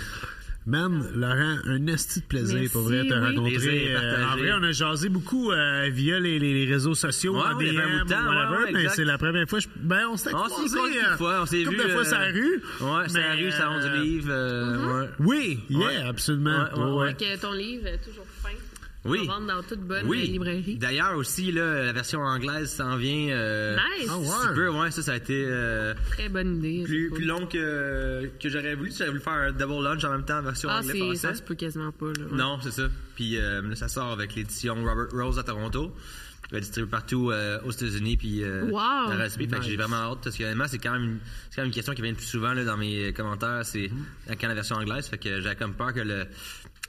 Man, Laurent, un esti de plaisir
Merci,
pour vrai, te
oui.
rencontrer.
Plaisir
Euh, en
partagé.
vrai, on a jasé beaucoup euh, via les, les- les réseaux sociaux,
Ouais,
en
ouais, il y avait un
DM,
bout de temps,
ou whatever,
ouais, ouais,
mais
exact.
c'est la première fois. je- Ben, on s'est
On s'est
croisés,
croisés
euh,
une fois, on s'est
couple
vu.
de fois
euh,
sur la rue.
Ouais, sur la
mais,
rue, ça a
euh,
du livre. euh, ouais.
Oui, yeah,
Ouais.
absolument.
Ouais, ouais,
Ouais,
ouais.
Fait que ton livre, euh, toujours fin.
Oui.
On vendre dans toute bonne
Oui.
euh, librairie.
D'ailleurs aussi, là, la version anglaise s'en vient. euh,
Nice.
Ah ouais.
Super, ouais, ça, ça a été euh,
Très bonne idée.
plus,
c'est cool.
plus long que, que j'aurais voulu. J'aurais voulu faire un double launch en même temps, version
Ah,
anglaise
c'est, ça
française.
se peut quasiment pas, là. ouais.
Non, c'est ça. Puis euh, là, ça sort avec l'édition Robert Rose à Toronto. Il va être distribué partout euh, aux États-Unis puis euh,
Wow!
dans le reste du pays. Fait que j'ai vraiment hâte parce que honnêtement, c'est quand même une, c'est quand même une question qui vient le plus souvent là, dans mes euh, commentaires, c'est
Mm-hmm.
à quand la version anglaise. Fait que j'ai comme peur que le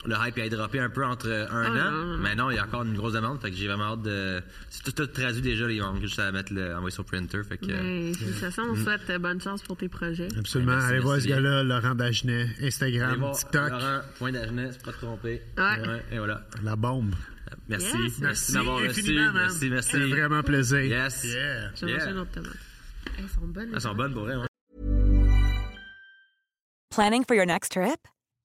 le hype ait droppé un peu entre euh, un
Ah,
an.
non, non, non.
Mais non, il y a encore une grosse demande. Fait que j'ai vraiment hâte de. C'est tout, tout traduit déjà, les manques juste à mettre le, envoyer sur printer. Fait que.
Mais de toute façon, on souhaite euh, bonne chance pour tes projets.
Absolument.
Merci,
Allez voir ce
merci.
gars-là, Laurent Dagenet,
Allez
Instagram,
voir
TikTok,
euh, Laurent, point d'Agenais, c'est pas trompé.
Ouais.
et voilà.
la bombe.
Merci.
Yes.
Merci,
Merci
d'avoir reçu.
infiniment, man.
Merci, merci.
C'est vraiment plaisir.
Yes.
Yeah.
Je vais
Yeah.
manger une autre tomate. Elles sont bonnes. les
Elles sont bonnes pour vrai. hein.
Planning for your next trip?